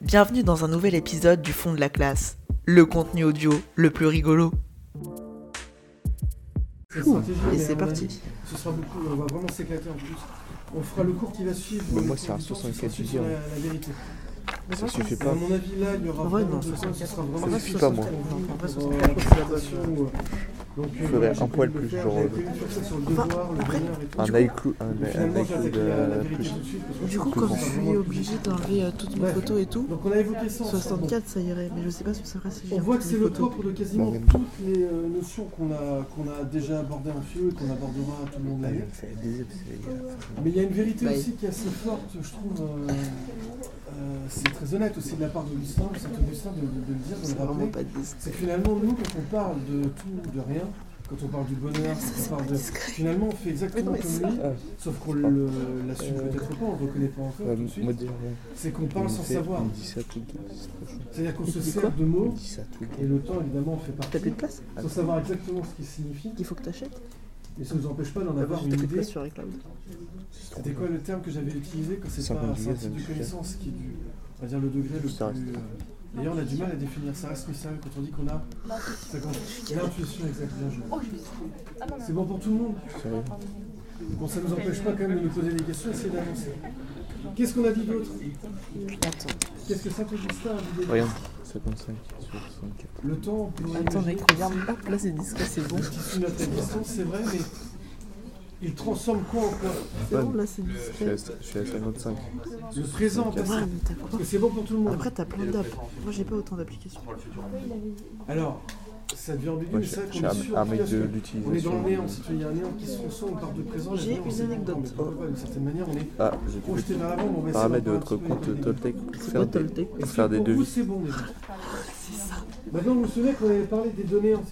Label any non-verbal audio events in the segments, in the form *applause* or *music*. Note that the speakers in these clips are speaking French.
Bienvenue dans un nouvel épisode du fond de la classe, le contenu audio le plus rigolo. C'est Ouh, stratégique, et mais à c'est mon parti. avis, Ce sera beaucoup, on va vraiment s'éclater en plus. On fera le cours qui va suivre. Mais le moi, cours c'est à hein. du soir, 64 ce sera sur gigas. La, la vérité. Ça suffit À pas. mon avis, là, il y aura. En vrai, vraiment non, de quoi, ce 64, sera ça vraiment suffit pas, moi. pour, En vrai, euh, 64, c'est pour la présentation, bonne. euh, Donc, ferais euh, un j'ai poil voulu le plus, faire, genre, j'avais euh, prévu de faire ça sur le Enfin, devoir, le après, bonheur et tout. Un Du coup, iCloud, un, un Finalement, iCloud j'attaque la, la euh, vérité plus. tout de suite. parce que je Du coup, pense que comme ça je sera suis vraiment obligée plus. d'enlever euh, toutes mes Bref. photos et tout, Donc, on a évoqué ça. ensemble. 64 ça irait, mais je sais pas ce que ça ferait si j'ai On voit que toutes c'est mes le photos. propre de quasiment Morgane. toutes les euh, notions qu'on a, qu'on a déjà abordées en philo et qu'on abordera tout le long de l'année. C'est abusé, parce que, euh, Mais il y a une vérité Bah, aussi qui est assez forte, je trouve. euh, euh, c'est très honnête aussi de la part d'Augustin, c'est Augustin de, de- de le dire, de C'est le rappeler. vraiment pas discret. C'est que finalement, nous, quand on parle de tout, de rien, quand on parle du bonheur, quand on parle de. Finalement, on fait exactement Mais non, mais comme lui, ça- sauf qu'on le- l'assume Euh, peut-être pas, on le reconnaît pas encore ouais, tout de suite. moi déjà, ouais. C'est qu'on euh, on parle sans me fait- savoir. On me dit ça tout le temps, c'est trop chaud. C'est-à-dire qu'on se dit sert quoi de On mots, me dit ça tout le et temps. le temps, évidemment, on fait T'as plus partie, de place sans savoir exactement ce qu'il signifie, Il faut que t'achètes mais ça ne nous empêche pas d'en T'as avoir une plus de idée place sur iCloud C'est trop C'était chaud. quoi le terme que j'avais utilisé quand c'est pas c'est un 50 type de gigas, connaissance qui est du, on va dire le degré le plus. Ça reste. euh, D'ailleurs, on a du mal à définir. Ça reste mystérieux quand on dit qu'on a 50 l'intuition exacte. bien joué. C'est bon pour tout le monde. Sérieux. Bon, ça nous empêche pas quand même de nous poser des questions, essayer d'avancer. Qu'est-ce qu'on a dit d'autre Qu'est-ce que ça que Justin a dit d'autre Regarde, 55 sur 64. Le temps. on pourrait Attends imaginer mec, regarde, hop là c'est discret, c'est bon. qu'il suit notre existence, c'est vrai, mais il transforme quoi en quoi C'est bon là c'est Je suis discret. à, je suis à 55. Le présent en passé. Ouais mais t'as quoi Parce que c'est bon pour tout le monde. Après t'as plein d'apps. Moi j'ai pas autant d'applications. Alors, ça devient ambigu, Moi, mais je c'est vrai je suis qu'on est un- sûr un mec parce de que On est dans le néant, l'utilisation. si tu veux, il y a un néant qui se transforme par de présent. J'ai une anecdote. D'une certaine manière, on est Ah, j'ai projeté trouvé vers l'avant, mais on va le essayer paramètre de d'en votre faire un petit peu compte les Toltec pour C'est faire quoi des, Toltec Est-ce pour que faire des pour vous, devis. c'est bon déjà. Maintenant, Bah vous vous souvenez qu'on avait parlé des deux néants.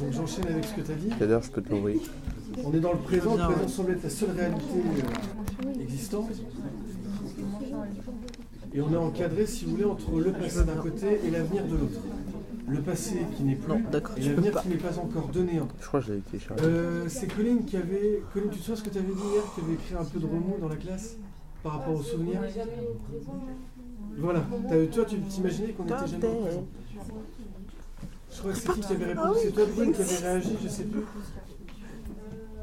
Donc j'enchaîne avec ce que tu as dit. D'ailleurs, je peux te l'envoyer. On est dans le présent, Bien, le présent ouais. semble être la seule réalité euh, existante. Et on est encadré, si vous voulez, entre le passé d'un côté et l'avenir de l'autre. Le passé qui n'est plus, Non, d'accord, et tu peux l'avenir pas. qui n'est pas encore, deux néants. Je crois que je l'avais téléchargé. Euh, c'est Colline qui avait. Colline, tu te souviens ce que tu avais dit hier Tu avais écrit un peu de remous dans la classe par rapport aux souvenirs Voilà. T'as- Toi, tu t'imaginais qu'on était jamais au présent. hein Je crois que c'est qui qui avait répondu C'est toi, Colline, qui avait réagi, je sais plus.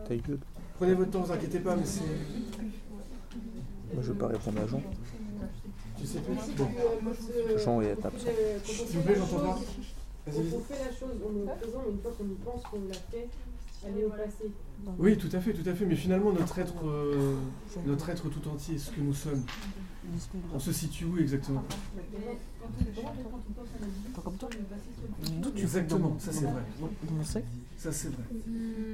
Ta gueule. Prenez votre temps, vous inquiétez pas, mais c'est. Moi, je vais pas répondre à Jean. Je sais plus. Bon. Jean est absent. Chut, S'il vous plaît, j'entends pas. Vas-y, Quand vas-y. on fait la chose, on est au présent, mais une fois qu'on y pense, qu'on l'a fait, elle est au passé. Oui, tout à fait, tout à fait. Mais finalement, notre être, euh, notre être tout entier, ce que nous sommes, on se situe où exactement comme toi Exactement, ça c'est vrai. Dans mon sac Ça c'est vrai.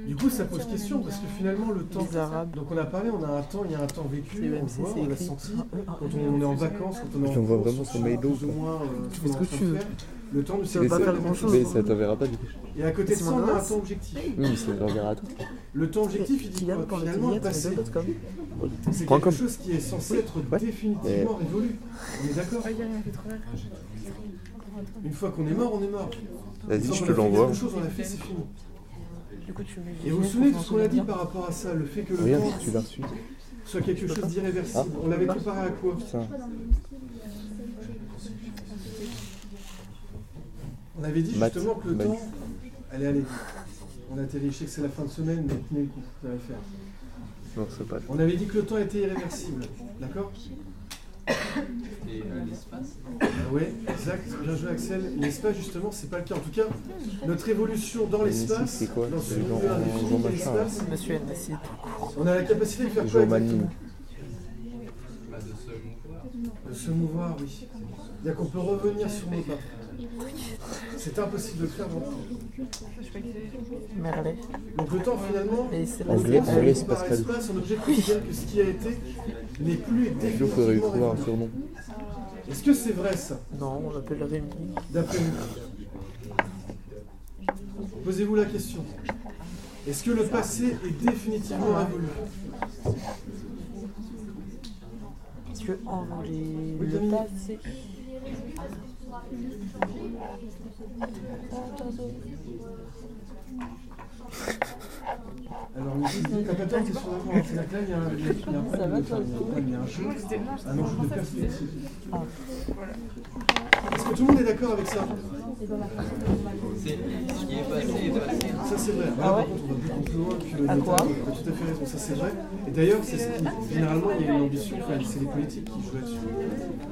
Du coup, ça pose question parce que finalement, le temps. Les arabes. Donc on a parlé, on a un temps, il y a un temps C'est vécu, on le UMC, voit, c'est on l'a écrit. Ah, senti. Quand on, est en vacances, quand on est en Je l'envoie cours, vraiment sur on sait plus Mailo, ou quoi. moins, euh, ce fais ce qu'on que est en train tu de veux. faire. Le temps nous vas pas sert faire de- grand-chose. Mais ça t'enverra pas du coup. Et à côté de C'est ça, mon on a un adresse. temps objectif. Oui, mais ça t'enverra à toi. Le temps objectif, il dit Kylian, quoi quand Finalement, le j'étais passé, c'est comme. c'est Point quelque com. chose qui est censé être Ouais. définitivement révolu. On est d'accord Une fois qu'on est mort, on est mort. Une Vas-y, fois je qu'on te a fait l'envoie. quelque chose, on l'a fait, c'est fini. Du coup, tu mets. Et vous vous souvenez de ce qu'on a dit par rapport à ça, le fait que le Regarde temps si tu l'as reçu. soit quelque chose d'irréversible. On l'avait comparé à quoi Putain. On avait dit Maths, justement que le maths. temps. Allez, allez. On atterrit, je sais que c'est la fin de semaine, mais tenez le coup, vous allez faire. Non, c'est pas. On avait dit que le temps était irréversible, d'accord Et l'espace Euh, Ouais, exact. Bien joué, Axel. L'espace, justement, c'est pas le cas. En tout cas, notre évolution dans Mais si, l'espace, c'est quoi dans C'est ce milieu genre- indéfini genre qu'est machin, l'espace, Monsieur Anassi. on a la capacité de faire quoi Jean exactement Manine. De se mouvoir, oui. C'est-à-dire qu'on peut revenir sur nos pas. C'est impossible de le faire dans le temps. Merlet. Donc le temps, finalement, Mais c'est On la En anglais, laisse anglais, c'est Pascal. L'espace, un objet qui veut dire que ce qui a été n'est plus et Je faudrait lui définitivement trouver un révolu. surnom. Est-ce que c'est vrai ça, Non, on l'appelle Rémi. d'après vous Posez-vous la question. Est-ce que le passé est définitivement révolu Parce que en Oui, Camille. le passé. Alors, mais si, si, t'as pas tort, t'es sur la voie. C'est là que là, il y a un il y a- il y a un problème, enfin, il y a un problème, il y a un jeu, un enjeu de perspective. Est-ce que tout le monde est d'accord avec ça Ça c'est vrai. Là, par contre, on va beaucoup plus loin que l'État. T'as tout à fait raison, ça c'est vrai. Et d'ailleurs, c'est ce qui, généralement, il y a une ambition, enfin, c'est les politiques qui jouent là-dessus.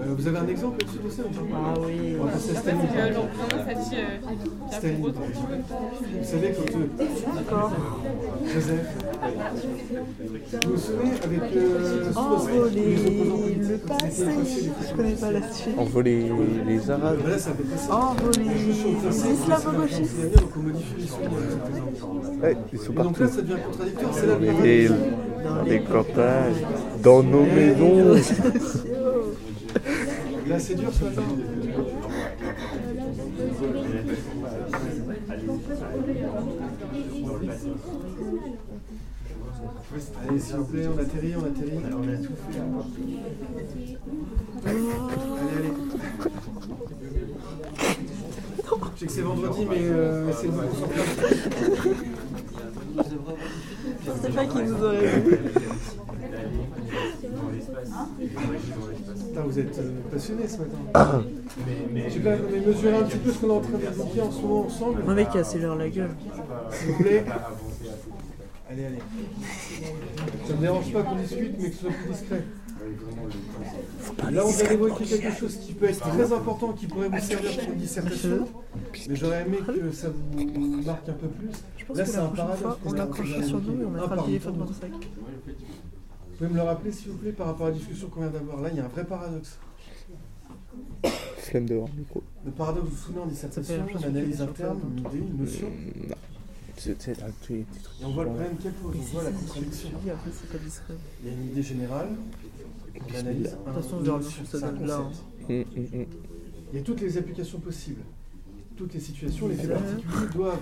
Euh, vous avez un exemple là-dessus de ça ou pas Ah oui. On va passer à Staline. ça dit. euh, Staline, par exemple. Vous savez, quand. euh, Joseph. Vous vous souvenez avec. Euh, Envolé les opposants le politiques, passé. c'était possible. Je connais pas la suite. Envoler les, les Ah, Arabes. bah là, ça peut passer. Envolé C'est l'islamo-gauchisme. Donc on modifie les souvenirs avec cet exemple. Ouais, Eh, ils sont Et donc partout. là, ça devient contradictoire. C'est là le Et dans les campagnes, dans nos maisons. Là, c'est dur ce matin. Allez, s'il vous plaît, on atterrit, on atterrit. on a tout fait. Ah, Allez, allez. Je sais que c'est vendredi, mais euh, c'est le bon concentrage. Je sais pas qui nous aurait vu. Putain, vous êtes euh, passionnés ce matin. Je sais pas, mais mesurez un petit peu ce qu'on est en train d'évoquer en ce moment ensemble. Mon mec a assez leur la gueule. S'il vous plaît. Allez, allez. Ça me dérange pas qu'on discute, mais que ce soit plus discret. Là, on va évoquer quelque chose qui peut être très important, qui pourrait vous servir pour une dissertation. Mais j'aurais aimé que ça vous marque un peu plus. Je pense Là, que c'est la un prochaine paradoxe fois, qu'on on a l'accrochera déjà sur évoqué. nous et on Un mettra le parmi téléphone tant dans le d'autres. sac. Ah, Vous pouvez me le rappeler, s'il vous plaît, par rapport à la discussion qu'on vient d'avoir. Là, il y a un vrai paradoxe. Flemme dehors, hein, micro. Le paradoxe, vous vous souvenez en Ça dissertation, fait la une chose analyse que interne, une idée, une notion. Euh, Non. C'est c'est là tous les petits trucs. Et on voit le problème qu'elle pose, Mais on si, voit la si, je me suis contradiction. dit, après, c'est pas *laughs* discret. Il y a une idée générale, on analyse. De un- toute façon, on une verra le notion, fond, ça c'est un donne là, concept. Hum, hum, hum. Il y a toutes les applications possibles, toutes les situations, les faits particuliers doivent,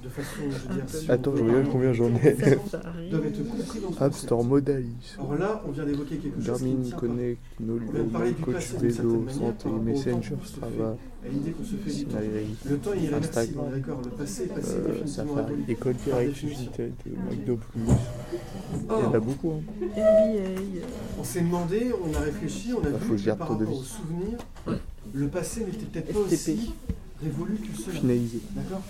de façon, je veux dire, si Attends, on je peut, regarde combien j'en *laughs* ai. Ça, ça arrive. doivent être compris dans ce App concept. Store Modalis. Or là, on vient d'évoquer quelque chose qui ne Garmin tient pas. Connect, On vient de parler Nolio, du Coach passé d'une certaine Bézo, manière Santé, par rapport au Messenger, temps qu'on se Strava, à l'idée qu'on se fait du temps. Sinaleri, Le temps il est Instagram. réversible, d'accord, le passé est passé euh, définitivement à Safari, École Directe, Limited, McDo Oh. Plus. Il y en a beaucoup. Hein. NBA. On s'est demandé, on a réfléchi, on a Bah, faut vu que que je garde par ton rapport devis. aux souvenirs, le passé n'était peut-être pas FTP. aussi révolu que cela. Finalisé. D'accord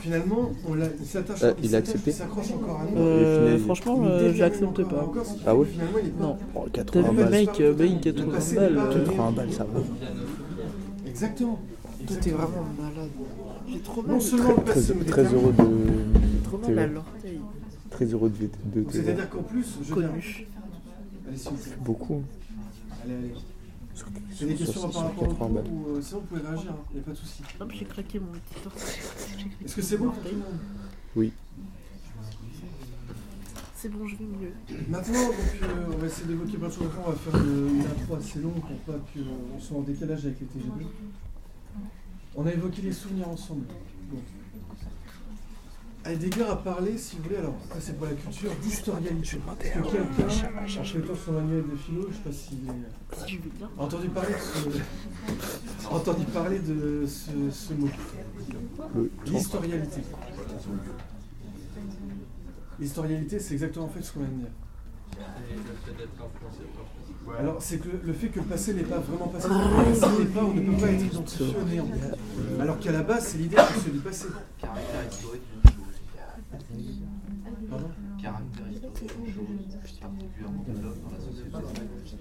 Finalement, on l'a- il s'attache, Euh, il il a s'attache, accepté il s'accroche encore à nous. Euh, Il franchement, nous détermine j'accepte encore et pas. encore, ce qui Ah fait ouais que finalement, il est pas- Non. Oh, T'as 80 vu le balles. mec, euh, ben, 80 balles. Le euh, passé 80 balles, ça va. Exactement. Toi, t'es vraiment malade. J'ai trop mal. Non seulement le Très, passé nous très, très détermine, heureux Trop de. mal à TV. l'orteil. Très heureux de, de, donc de- de- c'est-à-dire qu'en plus, je viens... Connu. Allez, s'il vous plaît. Beaucoup. Allez, allez. Sur, C'est des sur- questions sur- par sur rapport au 80 balles. cours ou euh, sinon vous pouvez réagir, il n'y a pas de souci. Hop, j'ai craqué mon petit orteil. J'ai craqué Est-ce que c'est bon mon pour tout orteil. le monde C'est bon, je vais mieux. Maintenant, donc, euh, on va essayer d'évoquer plein de choses. Après, on va faire une, une intro assez longue pour pas qu'on soit en décalage avec les TGV. On a évoqué les souvenirs ensemble. Bon. Heidegger a parlé, si vous voulez, alors ça c'est pour la culture, d'historialité. Est-ce que quelqu'un, en feuilletant son manuel de philo, je sais pas s'il est- Si je vais bien. a entendu parler de ce, a entendu parler de ce, ce mot Le temps. L'historialité. L'historialité, c'est exactement en fait ce qu'on vient de dire. Alors, c'est que le fait que le passé n'est pas vraiment passé, le passé n'est pas, on ne peut pas être identifié au néant. Alors qu'à la base, c'est l'idée de se du passé. Caractère historique d'une chose. Pardon Caractère historique d'une chose, particulièrement de l'homme dans la société.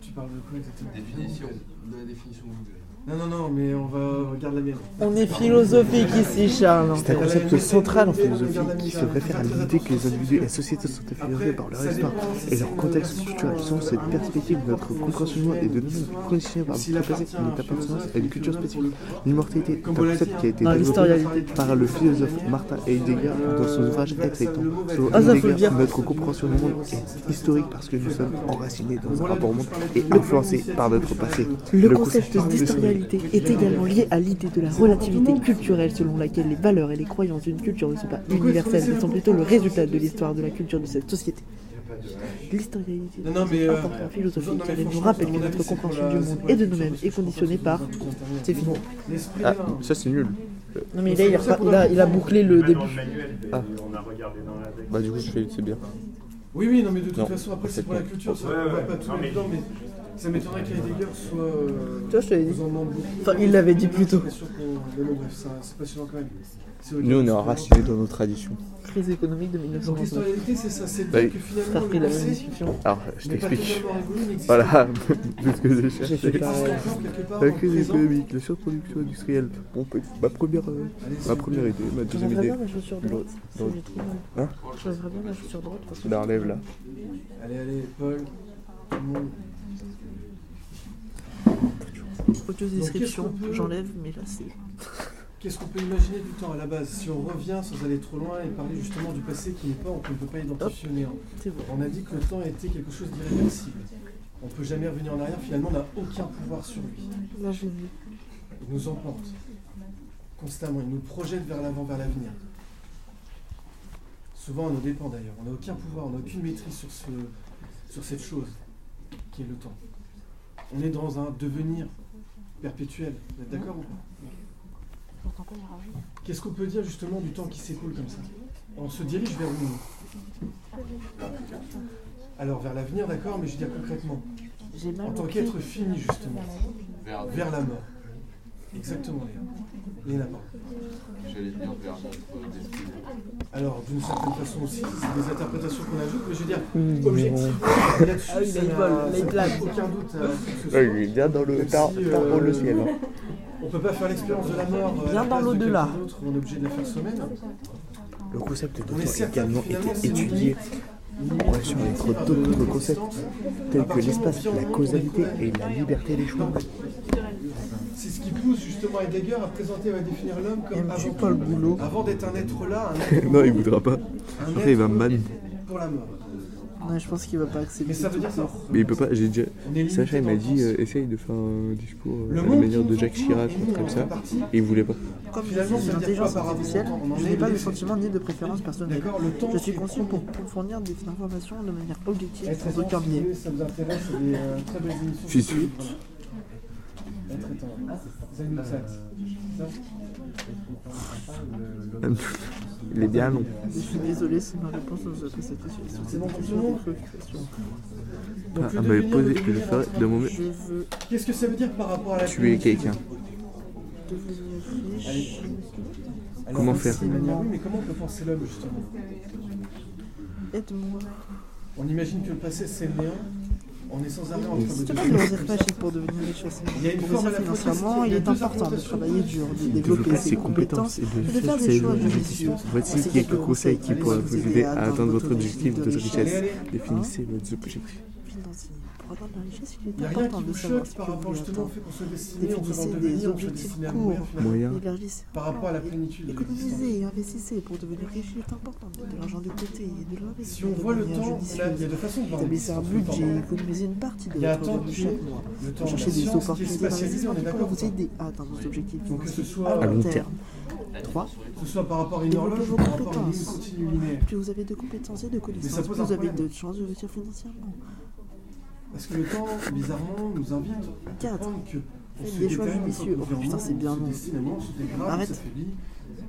Tu parles de quoi exactement Définition. La définition Google. Non, non, non, mais on va regarder la mienne. On est philosophique ici, Charles. C'est un concept central en philosophie qui se réfère à l'idée que les individus et la société sont influencés par leur ça histoire dépend si et c'est leur une contexte version, culturel. Selon euh, cette perspective, notre compréhension humaine est de nous conditionnée par S'il notre passé appartient et notre appartenance à une culture spécifique. L'immortalité est un Comme on l'a dit, concept qui a été dans développé l'historialité. par le philosophe Martin Heidegger dans son ouvrage Être et Temps. Selon Ah, ça, faut le Heidegger, dire. notre compréhension du monde est historique parce que nous sommes enracinés dans un rapport au monde et influencés par notre passé. Le concept de d'historialité est également lié à l'idée de la relativité culturelle selon laquelle les valeurs et les croyances d'une culture ne sont pas universelles mais sont plutôt le résultat de l'histoire de la culture de cette société. L'historialité Non, non, mais, euh, important philosophique non, mais elle nous franchement, c'est rappelle que mon avis, notre c'est pour compréhension la- du c'est monde pour la et de culture, je nous-mêmes est pense que conditionnée c'est par. surtout quand on est- C'est fini. L'esprit Ah, là. ça c'est nul. Non, mais là, il a, il a- il a bouclé le Même dans début. le manuel, Ah. euh, on a regardé dans la Bah du coup je fais, c'est bien. Oui, oui, non, mais de toute Non, façon, après, c'est pour la culture, ça Ouais, on va ouais, pas tout non, mettre mais- dedans, mais ça m'étonnerait qu'Heidegger soit. euh, Tu vois, je te l'avais dit. nous en demande beaucoup. Enfin, il l'avait dit plus tôt. Je suis pas sûr qu'on- mais bon, bref, ça- c'est passionnant quand même. C'est au-delà Nous on de est ce enracinés dans nos traditions. Crise économique de moment. Donc, 1929. l'historialité, c'est ça, c'est de Bah, dire que finalement, T'as repris la le même passé discussion. Alors je n'est pas t'explique. totalement révolu, n'existe Voilà, *laughs* tout ce que j'ai J'ai fait cherché. pareil. toujours quelque part dans La le crise présent. économique, la surproduction industrielle. Bon, peut- ma première, euh, Allez, ma c'est- première idée, ma Je deuxième voudrais idée. bien ma chaussure droite. Dans- Je trouve. Hein Je voudrais bien ma chaussure droite. parce que- Je la relève là. Allez, allez, Paul, tout le monde. qu'est-ce Odieuse description. qu'on peut- J'enlève, mais là, c'est. Qu'est-ce qu'on peut imaginer du temps à la base Si on revient sans aller trop loin et parler justement du passé qui n'est pas, qu'on ne peut pas identifier. hein. C'est bon. On a dit que le temps était quelque chose d'irréversible. On ne peut jamais revenir en arrière, finalement on n'a aucun pouvoir sur lui. Là, j'ai vu. Il nous emporte constamment, il nous projette vers l'avant, vers l'avenir. Souvent on nous dépend d'ailleurs, on n'a aucun pouvoir, on n'a aucune maîtrise sur, ce, sur cette chose qui est le temps. On est dans un devenir perpétuel, vous êtes d'accord ou pas Qu'est-ce qu'on peut dire justement du temps qui s'écoule comme ça On se dirige vers où nous Alors vers l'avenir, d'accord, mais je veux dire concrètement, J'ai mal. en tant au pied. qu'être fini justement, Vers, vers la mort. Exactement, Léa. Léa Navarro. j'allais dire vers notre destinée. Alors, d'une certaine façon aussi, c'est des interprétations qu'on ajoute, mais je veux dire, Mmh. objectivement, *laughs* là-dessus, Ah oui, ça là, il n'a- vole, là, ça il n'a plane. aucun doute. euh, que ce Ouais, soit. il est bien dans le tard, tard dans le ciel. hein. On peut pas faire l'expérience de la mort euh, à Bien la dans place de l'au-delà. quelqu'un d'autre, on est obligé de la faire soi-même. Le concept de On est temps a certain également que finalement, été c'est une étudié limite en relation avec par de d'autres notre concepts existence. tels que l'espace, la causalité et la liberté des choix. C'est ce qui pousse justement Heidegger à présenter et à définir l'homme comme Aimes-tu avant, Paul Boulot avant d'être un être là, un *laughs* être, Non, il voudra pas. un Après, il va être me ban. pour la mort. Ouais, je pense qu'il va pas accepter. Mais ça veut dire ça. Mais il peut pas, j'ai déjà. On est limité Sacha, il dans m'a le dit, sens. euh, essaye de faire un discours euh, Le à la monde manière qui de nous Jacques entoure, Chirac, et nous, un truc on comme fait ça. partie. Et il voulait pas. Comme je Finalement, ça suis une veut dire intelligence quoi par artificielle, rapport au temps On je en n'ai est pas de laissé. sentiment ni de préférence personnelle. D'accord, le temps Je suis est conscient pour, premier. pour fournir des informations de manière objective, Être sans aucun aidant, si biais. vous voulez, ça vous intéresse, c'est des euh, très belles émissions. Si, si. Voilà. Être aidant. Ça nous tâte. Ça Ah, Il est bien long. Je suis désolé si ma réponse ne vous a pas satisfait. Sur C'est bon cette pour tout question le de monde préoccupation, Donc, Ah, le ah, bah, devenir, le posez, je devenir ferai entièrement. de mon mieux. je veux Qu'est-ce que ça veut dire par rapport à la Tuer communauté quelqu'un. devenir riche. Alors, Comment on faire sait, manière- Oui, mais comment on peut penser l'homme justement Aide-moi. On imagine que le passé c'est le néant. On est sans arrêt en train de C'est pas de loisir magique pour devenir riche facilement. Il y a une Pour forme à réussir la fois financièrement, positive, il il y a est deux important de orientations. travailler dur, de développer Développer ses compétences et et de faire des choix judicieux. Voici Voici quelques conseils qui pourraient vous aider à atteindre votre objectif de Allez, richesse. Hein allez. Définissez votre objectif. financiers. Pour atteindre la richesse, il Il n'y est a rien important qui de vous savoir choque ce que par vous rapport voulez justement au atteindre. fait qu'on se destine, on se Définissez des devenir, on se objectifs destine à courts. mourir finalement. Moyen. Élargissez. Par rapport à la plénitude de l'existence. Économisez et investissez pour devenir riche, il est important de mettre de l'argent de côté et de l'investir. Si on de voit le manière temps, on a- il y a judicieuse. deux façons de voir Établissez un l'existence. budget et économisez une partie de Il y a un votre temps revenu qui est chaque mois. le temps, la Cherchez des science qui est opportunités spatialisée, d'investissement on est qui pourraient d'accord ou vous pas aider à atteindre vos objectifs Donc que ce financiers soit à long terme. terme. 3. Que ce soit par rapport à une Développez horloge ou vos par rapport à une ligne compétences. continue linéaire. Plus vous avez de compétences et Mais de ça connaissances, pose plus un vous avez problème. de chances de réussir financièrement. Parce que le temps, bizarrement, nous invite à Quatre. comprendre que on Faites se des choix détériore, on se judicieux. Oh, détériore, putain, c'est bien on se long. destine à mort, on se dégrade, on Arrête. s'affaiblit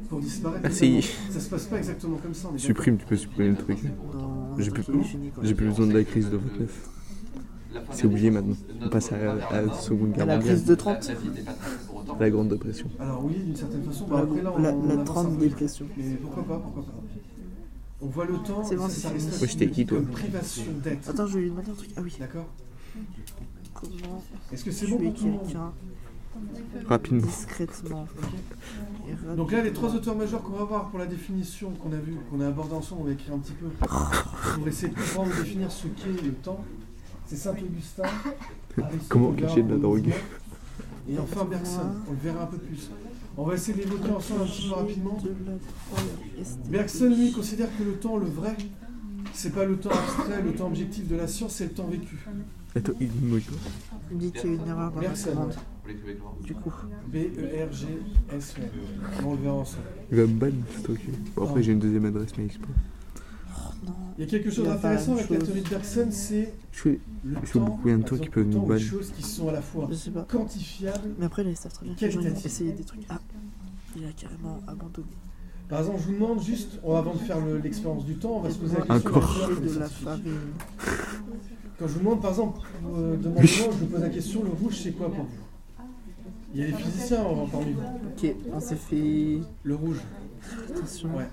pour disparaître. Merci. Ça se passe pas exactement comme ça. on est d'accord. Supprime, tu peux supprimer le truc. Non, J'ai attends plus- qu'il est fini, quoi. J'ai plus besoin de la crise de 29. C'est oublié maintenant. On passe à à la Seconde À Guerre la mondiale. crise de 30, La vie n'est pas très pour autant. La Grande Dépression. Alors oui, d'une certaine façon, bah, la, après là, on, la, on la avance un 30 peu. dépression. Mais pourquoi pas, pourquoi pas. On voit le temps, C'est bon, ça, c'est ça fini. reste Ouais, j'étais qui, toi comme privation d'être. Attends, je vais lui demander un truc. Ah oui, D'accord comment Est-ce que c'est bon tuer pour tout le monde quelqu'un Rapidement. discrètement et Donc là, les trois auteurs majeurs qu'on va voir pour la définition qu'on a vue, qu'on a abordée ensemble, on va écrire un petit peu pour essayer de comprendre et définir ce qu'est le temps. C'est Saint-Augustin. Aristote, Comment cacher de la Hogarth, drogue Et enfin Bergson, on le verra un peu plus. On va essayer de l'évoquer ensemble un petit peu rapidement. Bergson, lui, considère que le temps, le vrai, c'est pas le temps abstrait, le temps objectif de la science, c'est le temps vécu. Attends, il me dit quoi Il me dit qu'il y a une erreur dans la Bergson, E commande. Vous les trouvez comment Du coup, B-E-R-G-S-O-N. On le verra ensemble. Il va me ban, c'est ok. Bon, après, j'ai une deuxième adresse mail, c'est pas. Non. Il y a quelque chose Il y a pas d'intéressant avec la chose. théorie de Bergson, c'est Je- le Je vois temps. beaucoup, il y a un par temps qui exemple, peut le nous temps, les ban. choses qui sont à la fois Je sais pas. quantifiables. Mais après, là, ils savent très bien qu'ils vont Qualitatif. essayer des trucs. Ah, il a carrément abandonné. Par exemple, je vous demande juste, on- avant de faire le- l'expérience du temps, on va se poser la question. Encore. de la de théorie la farine. Quand je vous demande, par exemple, euh, demandez-moi, je vous pose la question, le rouge c'est quoi pour vous Il y a des physiciens en- parmi vous. Ok, on s'est fait. Le rouge. Attention. Ouais.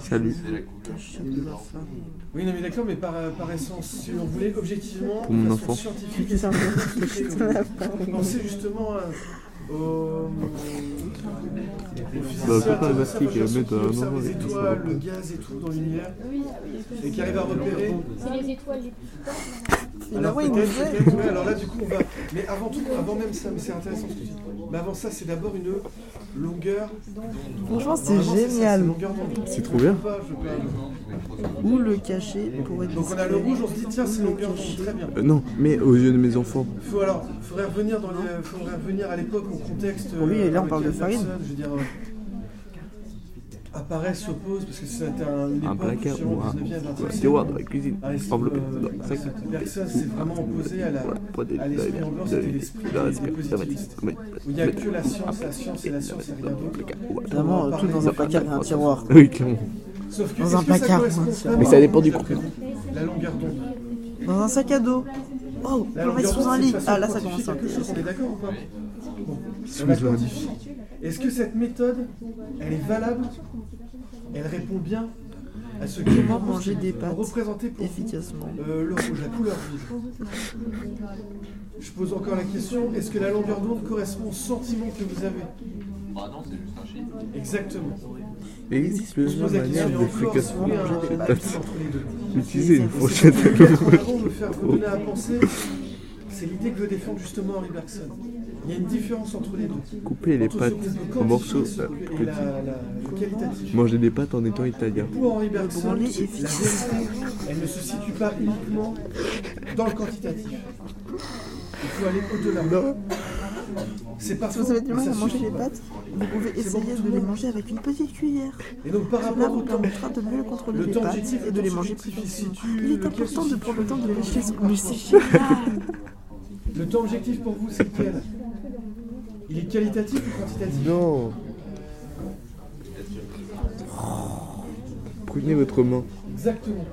Salut. C'est la couleur. Chef de la farine. Oui, non mais d'accord, mais par, euh, par essence, si on voulait objectivement, Pour mon de façon enfant. scientifique, C'est un peu le expliquer chef le- de la farine. Pensez justement à- au. Bah, physicien, papa, tout le ça, mastic, machin, le mec, qui euh, observe non, les il- il- étoiles, le gaz et tout dans l'univers, et qui arrive à repérer. C'est les étoiles les plus fortes. Alors, oui, il peut-être, disait. peut-être, ouais, alors là, du coup, on va. Mais avant tout, avant même ça, mais c'est intéressant ce que tu dis. Mais avant ça, c'est d'abord une longueur. Franchement, c'est Normalement, ça, génial. une longueur d'onde. C'est trop bien. Je peux pas, je peux pas. Ou le cacher pour être. Donc, on a le rouge, on se dit, tiens, c'est longueur d'onde, très bien. Euh, non, mais aux yeux de mes enfants. Faut alors, faudrait revenir dans les- faudrait revenir à l'époque au contexte. euh, Oui, et là, on avec parle de la personne, farine. Je veux dire, euh, apparaît, s'oppose parce que c'était un, une Un époque placard sur le ou un 19e, 20e siècle. tiroir dans la cuisine, Aristote, enveloppé euh, dans un sac. Bergson s'est vraiment opposé à la- à l'esprit ambiant, c'était l'esprit positiviste. Où il n'y a que la science, la science et la science et rien d'autre. Vraiment, euh, tout dans un placard et un tiroir. *laughs* Oui, clairement. Sauf que Dans est-ce un que ça placard, correspond ouais. vraiment Mais ça dépend à ce du que groupe. j'ai prévu La longueur d'onde. Dans un sac à dos. Oh, on La peut le mettre longueur sous d'onde, un c'est lit. une façon Ah, là, de ça quantifier commence à quelque chose, on est d'accord ou pas Bon, on la Excuse-moi. quantifie. Est-ce que cette méthode, elle est valable Elle répond bien à ce que Comment manger des pâtes représenter pour vous efficacement. euh, le rouge, la couleur rouge. Je pose encore la question, est-ce que la longueur d'onde correspond au sentiment que vous avez Bah non, c'est juste un chiffre. Exactement. Il existe le Je pose la question, manière et de encore, si fricasse vous voulez, un- manger des un mix pâtes. entre les deux. Utiliser une fourchette à Cette manière qu'on l'eau. a de faire redonner à penser, c'est l'idée que veut défendre justement Henri Bergson. Il y a une différence entre les deux. Couper les Entre ce pâtes qu'on peut en morceaux quantifier, ce euh, qu'on peut- et la, petits. la- le qualitatif. Manger des pâtes en étant italien. Pour Henri Bergson, la Gourmandise vérité, efficace. elle ne se situe pas uniquement dans le quantitatif. Il faut aller au-delà. C'est pas Si vous avez faux, du mais mal ça à manger suffit les pas. pâtes, vous pouvez C'est bon essayer pour de tout les le manger avec une petite cuillère. Et donc par Cela rapport au vous temps, permettra de mieux contrôler le les temps pâtes objectif et de les manger plus objectif, facilement. si tu- Il est lequel important se de situe prendre le temps de par lécher rapport mais au c'est temps. génial le temps objectif pour vous, c'est lequel Il est qualitatif ou quantitatif Non. Prenez votre main. *laughs* Exactement.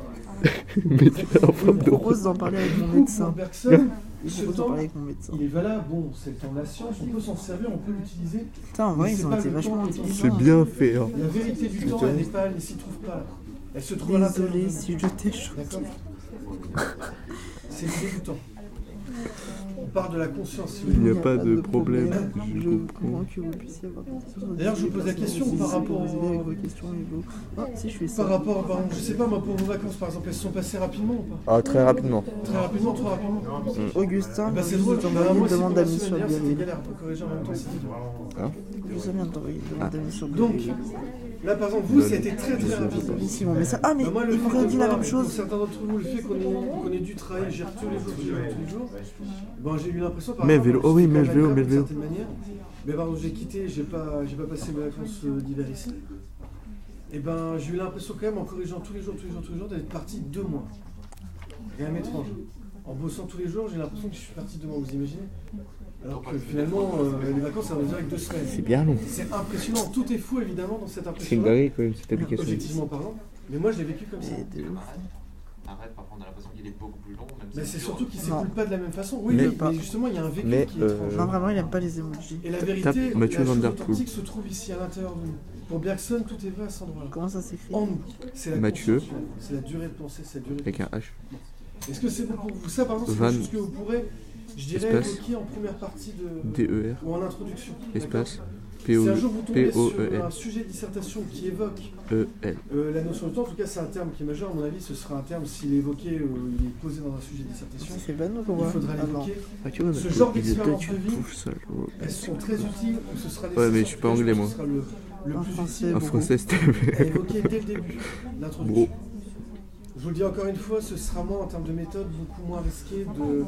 Mettez-la en forme de rose. Rose d'en parler avec mon Pour médecin. Bergson, ce J'ai rose d'en temps, parler avec mon médecin. il est valable. Bon, c'est le temps de la science, on peut s'en servir, on peut l'utiliser. Putain, en vrai, Mais c'est ils ont pas été le vachement temps, le temps. C'est intelligents. bien fait. hein. La vérité du temps, elle n'est pas, elle ne s'y trouve pas. Elle se trouve à l'intérieur. de Désolé nous. si je t'ai choqué. D'accord C'est l'idée du temps. On parle de la conscience. si vous Il voulez. n'y a pas de problème. Je Je comprends. comprends que vous puissiez avoir des questions. D'ailleurs, je vous pose la question Merci par rapport de nous aider au- avec vos questions et vos- Ah, si, je fais ça. Par rapport, par exemple, je sais pas, moi, pour vos vacances, par exemple, elles se sont passées rapidement ou pas Ah, très rapidement. Très rapidement, trop rapidement. Augustin, Bah, c'est je drôle, vais bah, t'envoyer une moi, c'est demande pour la d'amis semaine sur dernière, c'était Bienvenue. galère pour corriger en même temps, c'était dur. Je viens de t'envoyer une demande d'amis sur Ah. Donc, Bienvenue. là, par exemple, vous, ça a été très très rapide. Ici, mon message. Ah, mais Bah, moi, le ils fait m'auraient de dit la voir, même Pour chose. certains d'entre vous, le fait qu'on ait, qu'on ait dû travailler, j'ai tous les jours, j'ai tous les jours, ben, j'ai eu l'impression par Mais rapport à vélo, ce oh oui, qui mais est le vélo, comme mais le d'une vélo. certaine manière. Mais par exemple, j'ai quitté, j'ai pas, j'ai pas passé mes vacances euh, d'hiver ici. Et ben, j'ai eu l'impression quand même, en corrigeant tous les jours, tous les jours, tous les jours, d'être parti deux mois. Rien m'étrange. En bossant tous les jours, j'ai l'impression que je suis parti deux mois, vous imaginez Alors que finalement, euh, les vacances, ça va durer que deux semaines. bien long. C'est impressionnant, tout est fou évidemment dans cette impression. quand même cette Objectivement parlant, mais moi je l'ai vécu comme ça. Arrête, arrête, parfois on a l'impression qu'il est beaucoup plus long. Même Mais si c'est dur. surtout qu'il ne Non. s'écoule pas de la même façon. Oui, Mais- mais, mais justement, il y a un vécu Mais, qui est euh, étrange. Non, vraiment, il aime pas les emojis. Et la Tape vérité, Mathieu la Van chose Der Poel. authentique se trouve ici, à l'intérieur de nous. Pour Bergson, tout est vrai à cet endroit-là. Comment ça s'écrit En nous. C'est la Mathieu. conscience humaine. C'est la durée de pensée, c'est la durée de Avec un H. Est-ce que c'est bon pour vous Ça, par exemple, c'est Van. quelque chose que vous pourrez, je dirais, Espace. évoquer en première partie de... D-E-R. ou en introduction. E Espace. E Si P-O. un jour vous tombez P-O-E-L. sur un sujet de dissertation qui évoque E-L. Euh, la notion de temps, en tout cas, c'est un terme qui est majeur. À mon avis, ce sera un terme, s'il est évoqué, euh, il est posé dans un sujet de dissertation. C'est Van ou Il quoi faudra Ah, non. l'évoquer. Ah, tu vois, Ce mais genre il est d'expérience tu de vie. tout seul. Elles sont très utiles ou ce sera Ouais, mais je suis nécessaire. pas anglais, moi. Ce sera le, le En plus français, utile En beaucoup. *laughs* français, c'était. à évoquer dès le début, l'introduction. Je vous le dis encore une fois, ce sera moi en termes de méthode beaucoup moins risqué de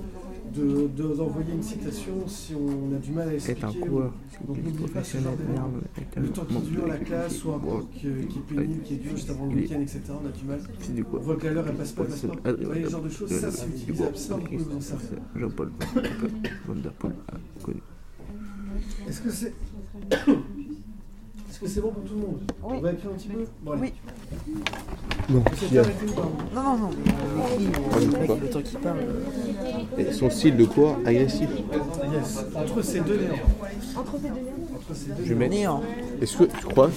de- de- d'envoyer une citation si on a du mal à Faites un expliquer. cours, s'il Donc, vous plaît, n'oubliez pas ce genre professionnel, d'éléments. d'armes, avec un Le temps qui manque de dure la régularité, classe ou un voire cours qui, qui est pénible, qui est dur juste avant le Il est- week-end, etc. On a du mal. C'est du On quoi voit que la l'heure elle passe pas, elle passe pas. Vous voyez, ce genre de choses, ça c'est utilisé absolument beaucoup dans ça. Jean-Paul *coughs* Van der Poel a connu. Est-ce que c'est. *coughs* Est-ce que c'est bon pour tout le monde Oui. On va écrire un petit peu Bon, allez. Oui. Non, On qui s'est a arrêté ou pas Non, non, non. pas. Le temps qui parle. Et son style de cours agressif. Yes. Entre ces deux néants. Entre ces deux Entre ces Je deux vais mettre. Néant. Est-ce que tu crois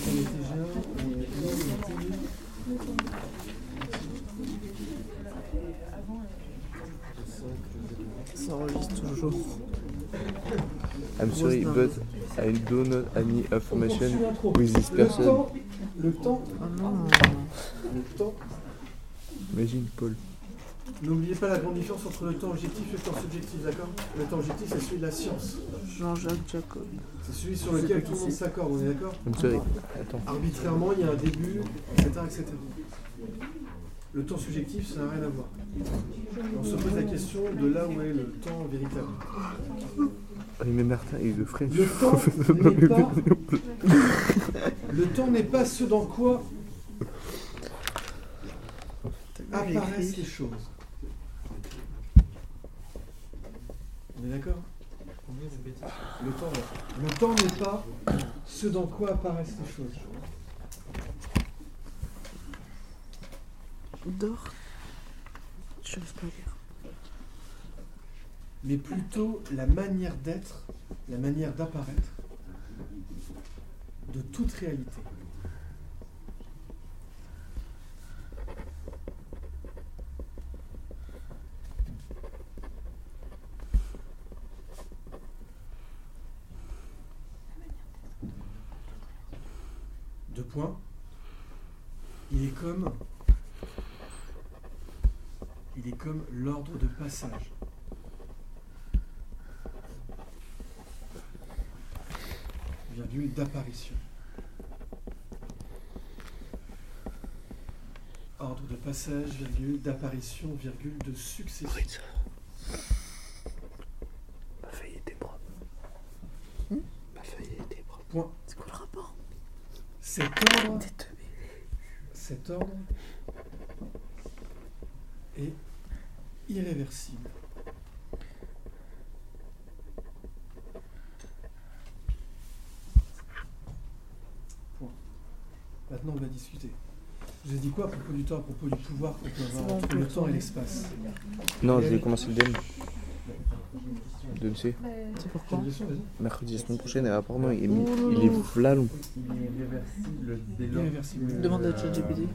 Ça enregistre toujours. I'm sorry, but I do not have any information L'intro. with this Le person. temps, le temps, ah Oh non. Oh. le temps. Imagine, Paul. N'oubliez pas la grande différence entre le temps objectif et le temps subjectif, d'accord Le temps objectif, c'est celui de la science. Jean-Jacques Jacob. C'est celui sur lequel tout le monde s'accorde, on est d'accord I'm sorry. Attends. Arbitrairement, il y a un début, etc. etc. Le temps subjectif, ça n'a rien à voir. Et on se pose la question de là où est le temps véritable. Oui, mais Martin, il est de French. *laughs* Le temps n'est pas... Le temps n'est pas ce dans quoi apparaissent les choses. On est d'accord Le temps, là. Le temps n'est pas ce dans quoi apparaissent les choses. Dors. Je n'arrive pas à lire. mais plutôt la manière d'être, la manière d'apparaître de toute réalité. Deux points. Il est comme il est comme l'ordre de passage. virgule d'apparition. Ordre de passage, virgule d'apparition, virgule de succession. Ma feuille était propre. Ma feuille était propre. C'est quoi le rapport Cet ordre, cet ordre est irréversible. Point. Maintenant, on va discuter. Je vous ai dit quoi à propos du temps, à propos du pouvoir qu'on peut avoir bon, on entre peut le temps retourner. et l'espace Non, j'ai commencé le DEM. DMC, C'est T'as pourquoi une question, vas-y. mercredi la semaine prochaine, et apparemment, il est, mis- il est Oh là long. Irréversible. Demande à ChatGPT.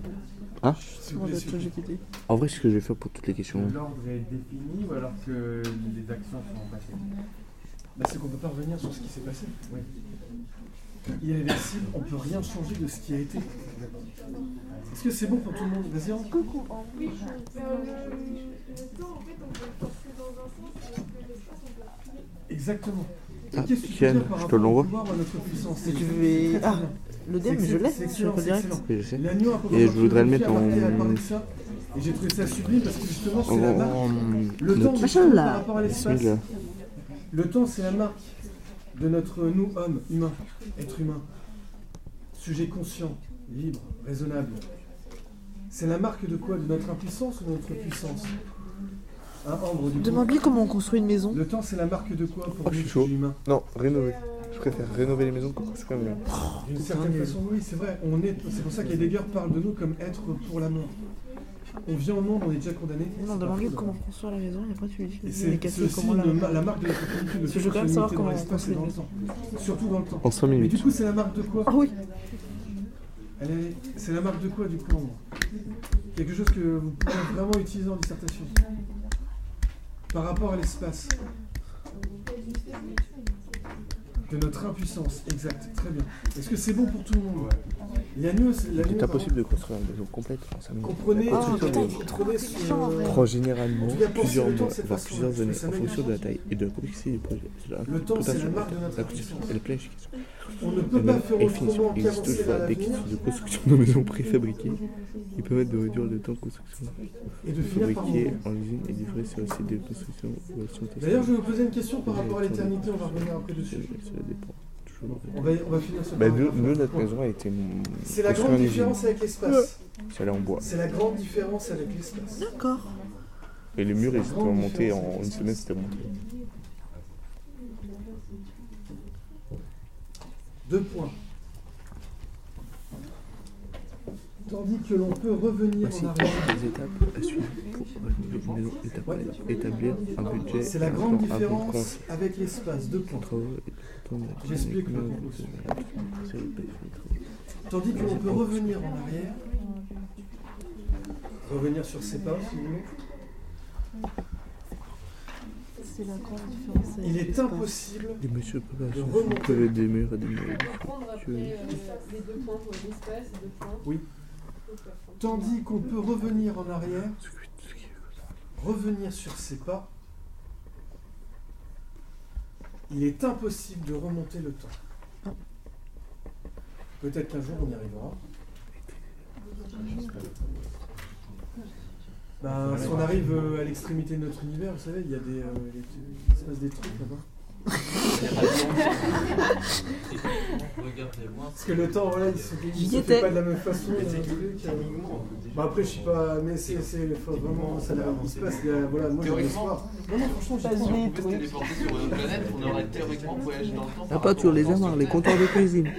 Hein S'il vous Demande plaît, à s'il vous plaît. ChatGPT. En vrai, ce que je vais faire pour toutes les questions. L'ordre est défini ou alors que les actions sont passées Bah, c'est qu'on ne peut pas revenir sur ce qui s'est passé. Irréversible, on ne peut rien changer de ce qui a été. Est-ce que c'est bon pour tout le monde Vas-y, Anne. Oui, je Le temps, en fait, on peut le forcer dans un sens, alors que l'espace, on peut Exactement. Et Ah, qu'est-ce que tu peux Ken, dire par je te rapport au l'envoie. pouvoir ou à notre puissance Si tu C'est veux- très, très Ah, bien. Le DM, C'est je l'ai. excellent, Je le c'est direct. excellent. Oui, je sais. L'agneau a pas Et je compris, voudrais le j'ai mettre appris à en- parler de ça, Et j'ai trouvé ça sublime parce que justement, En, c'est la marque. en- Le temps, note. Machin, là. par rapport à l'espace. Celui-là. Le temps, c'est la marque de notre euh, nous, homme, humain, être humain. Sujet conscient, libre, raisonnable. C'est la marque de quoi De notre impuissance ou de notre puissance Un ambre du coup. Demande-lui comment on construit une maison. Le temps, c'est la marque de quoi pour Oh, je nous, suis chaud. sujet humain Non, rénover. Je préfère rénover les maisons que construire une maison. D'une certaine façon, oui, c'est vrai. On est, c'est pour ça qu'Heidegger parle de nous comme être pour la mort. On vient au monde, on est déjà condamné. Non, demande-lui comment construire la maison et après tu lui dis. Et mais c'est qu'est-ce c'est que- aussi comment la- une ma- la marque de notre finitude, de Parce que je veux quand même savoir finitude dans comment l'espace et on dans le temps. Surtout dans le temps. En 5 Mais minutes. du coup, c'est la marque de quoi Ah oui. Elle est- C'est la marque de quoi du coup en moi Quelque chose que vous pouvez vraiment utiliser en dissertation. Par rapport à l'espace. de notre impuissance. Exact, très bien. Est-ce que c'est bon pour tout le monde L'agneau, c'est l'agneau, C'est pardon. impossible de construire une maison complète en 5 minutes. Comprenez, Ah, La construction comprenez, de- comprenez ce- prend généralement En tout cas, pensez plusieurs le temps mois, que ça voire fasse plusieurs sur- années, sur en sa fonction de la manière. taille et de la complexité du projet. C'est la Le temps, c'est potentielle la marque de la- notre la construction puissance. et la planification. On ne peut De pas même, faire elle finit autrement Il existe qu'avancer vers toutefois des kits l'avenir de construction de maisons préfabriquées qui permettent de réduire le temps de construction et de finir par fabriqué mourir. en usine et livré sur le site de construction ou action technique. D'ailleurs, je vais vous poser une question par rapport à l'éternité, on va revenir après dessus. Cela- Cela dépend toujours. On va, on va finir ce Bah, par nous, nous, notre maison a été mm, C'est la construite en grande usine. différence avec l'espace. Celle-là en bois. C'est la grande différence avec l'espace. D'accord. Et les murs, C'est la ils étaient grande montés différence en avec une semaine, l'espace. c'était monté. Deux points. Tandis que l'on peut revenir Voici en arrière. les étapes à suivre pour euh, rénover une maison, étape par étape. établir un budget, C'est la un grande plan avant de différence commencer avec l'espace. Deux les points. travaux et de répondre à la J'explique demande maintenant. de- euh, de- de- de- de- de- de- Tandis que l'on peut revenir en arrière, revenir sur ses pas, si vous voulez. C'est la grande différence. il est impossible. Des messieurs peuvent De assurer remonter. que des murs et des murs. Prendre après euh, les deux points pour l'espace, les deux points. Oui. Tandis qu'on peut revenir en arrière, revenir sur ses pas, il est impossible de remonter le temps. Peut-être qu'un jour on y arrivera. Ben, si on arrive euh, à l'extrémité de notre univers, vous savez, il y a des, euh, il y a- il se passe des trucs là-bas. Parce que le temps, voilà, il se, il J'y se fait étais. pas de la même façon. euh, que- Bah après, je sais pas, mais c'est, c'est faut vraiment, ça il se passe, il y a- voilà, moi j'ai de Théoriquement. l'espoir. Non, non, franchement, j'ai Si espoir. on pouvait se téléporter sur une planète, on aurait théoriquement voyagé dans le temps. La par peinture, rapport Ah, les au temps amarres, sur les Terre. comptoirs de cuisine.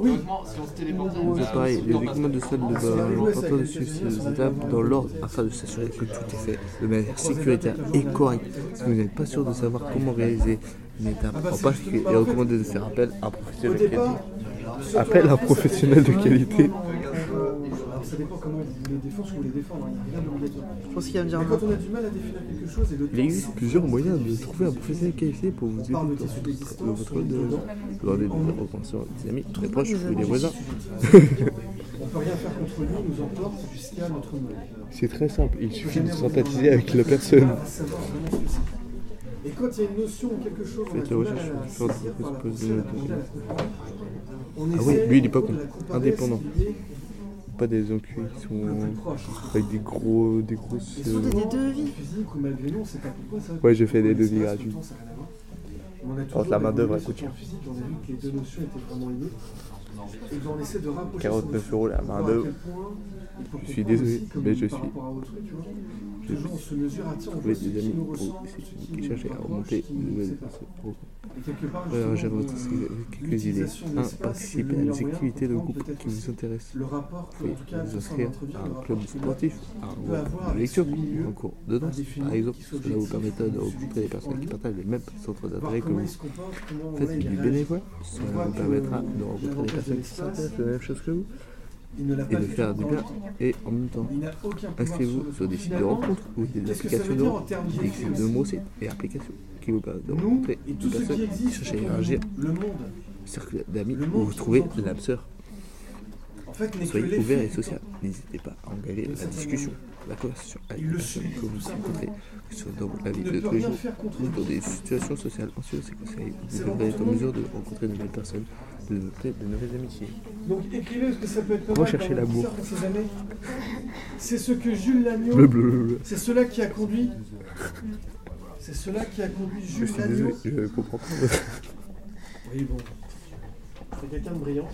Théoriquement, si on se téléportait, on Les a- appareils, on les passe équipements de salle de directement. bain, le porteur de suivre ces étapes dans l'ordre afin de s'assurer que tout est fait de manière sécuritaire et correcte. Si vous n'êtes pas sûr de savoir comment réaliser une étape Ah bah, en c'est particulier, justement- il est recommandé de faire appel à un Au professionnel de départ, qualité. surtout Appel en à un France, professionnel de ça fait- euh, qualité. Alors, ça dépend comment vous les défendre, si vous les défendre, hein, il n'y a rien d'obligatoire. Je pense qu'il y a Mais quand on a du mal à définir quelque chose et le temps, Il existe plusieurs moyens de trouver un professionnel qualifié pour vous on aider parle de dans tissu votre- d'existence, dans on votre est dedans, de- dans des relations des amis très proches ou des voisins. on peut rien faire contre lui, il nous emporte jusqu'à notre mort. C'est très simple, il suffit de sympathiser avec la personne. À savoir vraiment ce que c'est. Et quand il y a une notion ou quelque chose, on a Faites du la mal à recherche la sur saisir le par la poste de pensée, la notre mentale, document. la comprendre. On Ah oui, essaie, lui, il est pas autour de con, la comparer, indépendant. c'est lié Pas des enculés qui au plus sont proche. avec des gros, des grosses. Et euh, souvent, des devis. physique ou malgré nous, on sait pas pourquoi ça. Ouais, j'ai fait des L'espace, devis le gratuits. temps, ça a rien à voir. Mais on a Entre la toujours main-d'œuvre évolué et la couture. sur le plan physique, On a vu que les deux notions étaient vraiment liées. Et ben, on essaie de rapprocher 49 ces notions, euros la pour voir à main-d'œuvre. quel point il faut Je qu'on suis prenne désolé, aussi comme mais je par suis- rapport à autrui, tu vois. je Toujours, on se mesure à tiens, on voit trouver ce des qui amis nous pour ressemble, ce essayer qui de chercher nous à rapproche, remonter ce qui de nous nouvelles sépare. personnes. Pour Et quelque part, réagir justement, votre esprit euh, avec quelques idées. 1. Participer à des activités de groupe qui vous intéressent. le rapport que, en Pouvez tout cas, vous nous semble inscrire introduire, à le un rapport club que l'on a sportif, à peut un avoir groupe de avec lecture, son milieu, un cours de danse, indéfini, par exemple. qui soit Cela vous objectif, permettra de qui soit rencontrer des subjectif en personnes qui lui. partagent les mêmes centres Voir d'intérêt que comment vous. il se comporte, comment ouais, Faites il du réagit. bénévolat, On cela voit vous que permettra de l'avantage rencontrer des de personnes qui l'espace, s'intéressent à la même chose que vous Il ne l'a et pas de fait faire du encore. bien et en même temps. Il n'a aucun pouvoir Inscrivez-vous le sur des temps. sites de Finalement, rencontres ou des Qu'est-ce que ça applications veut de dire en rencontres. termes Il existe de d'existence nombreux sites et applications qui vous permettent de Nous rencontrer et des tout ce qui personnes qui existe cherchent à autour de élargir nous, le monde, le cercle d'amis Le où monde vous qui nous trouvez entoure. l'âme sœur. en fait, n'est que Soyez ouvert et l'effet. social. N'hésitez pas à engager la discussion, la conversation avec Il les le personnes subit, que vous tout rencontrez, simplement. que ce soit dans la vie Il de ne peut tous les rien jours faire contre ou nous. dans des situations sociales. En suivant ces conseils, C'est vous bon devrez pour être en tout le mesure de rencontrer de nouvelles personnes, de développer de nouvelles amitiés. Donc écrivez ce que ça peut être pas mal. Recherchez par l'amour. rapport à ces années. C'est ce que Jules Lagneau. Blablabla. C'est cela qui a conduit. C'est cela qui a conduit Je Jules suis Lagneau. désolé, je comprends pas. *laughs* Oui, bon. C'est quelqu'un de brillant.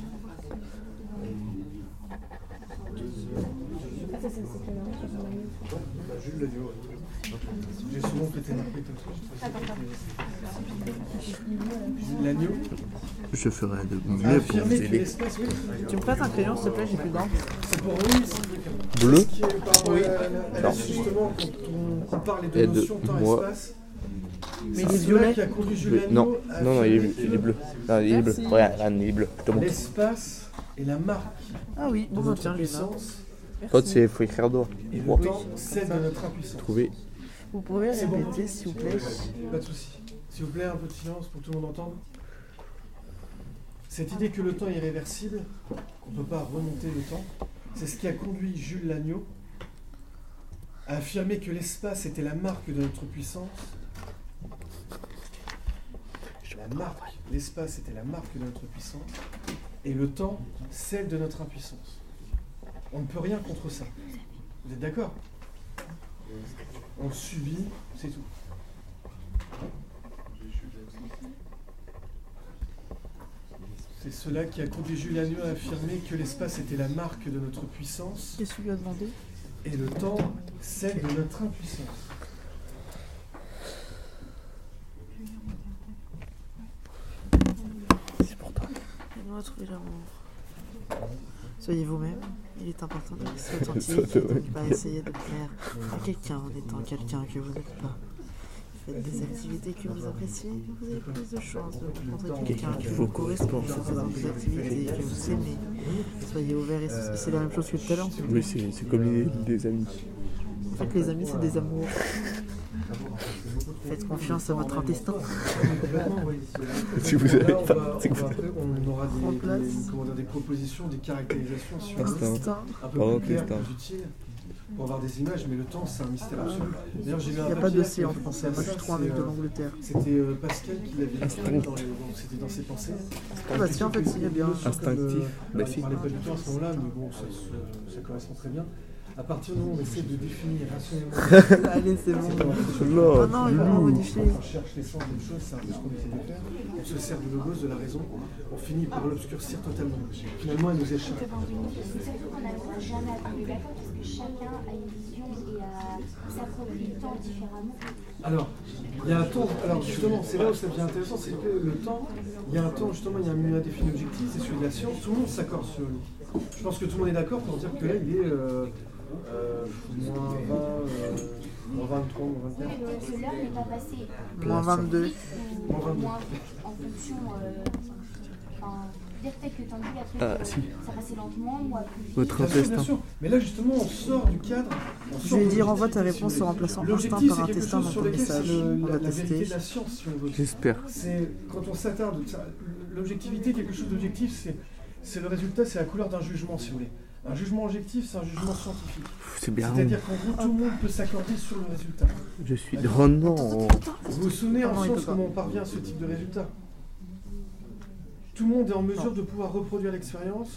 Ah, ça, c'est le secret d'Armand, je sais pas. Bah, Jules Lagneau. ouais. J'ai souvent pété marqué comme ça. je sais pas si c'était- Jules Lagneau. Je ferai de mon a mieux pour vous affirmé que aider. l'espace, oui, Tu me passes un crayon, s'il te plaît, j'ai plus d'encre. c'est pour nous. Bleu, Qui est par euh, la- la- Non. justement qu'on- qu'on parle des Et deux de notions temps moi. espace. Mais C'est il est cela violet. qui a conduit Jules bleu. Non, Lagneau à non, non, il est, affirmer il est bleu. Non, il est bleu. Regarde, regarde, il est bleu. Je te que montre. L'espace est la marque Ah oui, de bon, bah, notre tiens, les ça. puissance L'autre, c'est faut écrire d'or. et le Moi. temps celle de notre impuissance. Trouver Vous pouvez C'est bon. répéter, s'il vous plaît Pas de souci. S'il vous plaît, un peu de silence pour que tout le monde entende. Cette idée que le temps est irréversible, qu'on ne peut pas remonter le temps, c'est ce qui a conduit Jules Lagneau à affirmer que l'espace était la marque de notre puissance. La marque, l'espace était la marque de notre puissance, et le temps, celle de notre impuissance. On ne peut rien contre ça. Vous êtes d'accord On le subit, c'est tout. C'est cela qui a conduit Jules Lagneau à affirmer que l'espace était la marque de notre puissance Qu'est-ce que tu lui as demandé et le temps, celle de notre impuissance. C'est pour toi. On va trouver l'amour. Soyez vous-même. Il est important de *laughs* rester authentique et de ne pas essayer de plaire à quelqu'un en étant quelqu'un que vous n'êtes pas. Faites des activités que vous appréciez et vous avez plus de chances de rencontrer quelqu'un qui vous correspond. Faites des activités que vous aimez. Soyez ouverts et c'est- c'est la même chose que tout à l'heure. Oui, c'est c'est comme l'idée des amis. En fait, les amis, c'est des amours. Faites confiance à votre intestin. Complètement, oui. Si vous avez Là, on pas- va- c'est que vous- on va- après, on aura En des, place. des- comment dire, des propositions, des caractérisations sur un Instinct. Instinct. peu Oh, plus claires, putain. plus utiles pour avoir des images, mais le temps, c'est un mystère absolu. D'ailleurs, j'ai lu un Ah, Il n'y a pas papier d'océan qui français. Moi, je suis ça, trop un mec c'est, de euh, l'Angleterre. C'était euh, Pascal qui l'avait Instinct. écrit, dans les- dans- c'était dans ses pensées. Ah bah tiens, en fait, c'est bien. Instinctif. Bah, Bah, si. On parlait pas du tout à ce moment-là, mais bon, ça, se- ça correspond très bien. À partir du moment où on essaie de définir rationnellement *laughs* Allez, c'est bon. Là, Ah non, il va pas modifier. On cherche l'essence d'une chose, c'est un peu ce qu'on essaie de faire. On se sert du logos, de la raison. On finit par l'obscurcir totalement. Finalement, elle nous échappe. Surtout qu'on n'arrive jamais à trouver d'accord parce que chacun a une vision et a- s'approprie le temps différemment. Alors, il y a un temps. Alors justement, c'est là où ça devient intéressant, c'est que le temps, il y a un temps justement, il y a un, un défini objectif, c'est celui de la science. Tout le monde s'accorde sur lui. Je pense que tout le monde est d'accord pour dire que là, il est euh, euh, moins 20, euh, moins 23, moins 24. Mais peut-être que l'heure n'est pas passée Moins 22. ou au moins en fonction. euh, enfin, dire peut-être que tandis après, Ah, euh, si. ça passait lentement ou à plus vite. Votre Bien sûr, bien intestin. sûr. Mais là, justement, on sort du cadre. on Je sort vais de dire envoie ta l'objectif réponse en absolu. remplaçant instinct L'objectif, par c'est quelque intestin chose dans sur ton lequel c'est message. le- On la, va la vérité de tester. la science, si on veut. J'espère. C'est quand on s'attarde, ça- l'objectivité, quelque chose d'objectif, c'est, c'est le résultat, c'est la couleur d'un jugement, si vous voulez. Un jugement objectif, c'est un jugement scientifique. Pff, C'est bien. C'est-à-dire qu'en gros, tout le monde peut s'accorder sur le résultat. Je suis. Oh non Vous vous souvenez en Non, il peut science pas. comment on parvient à ce type de résultat Tout le monde est en mesure de pouvoir reproduire l'expérience,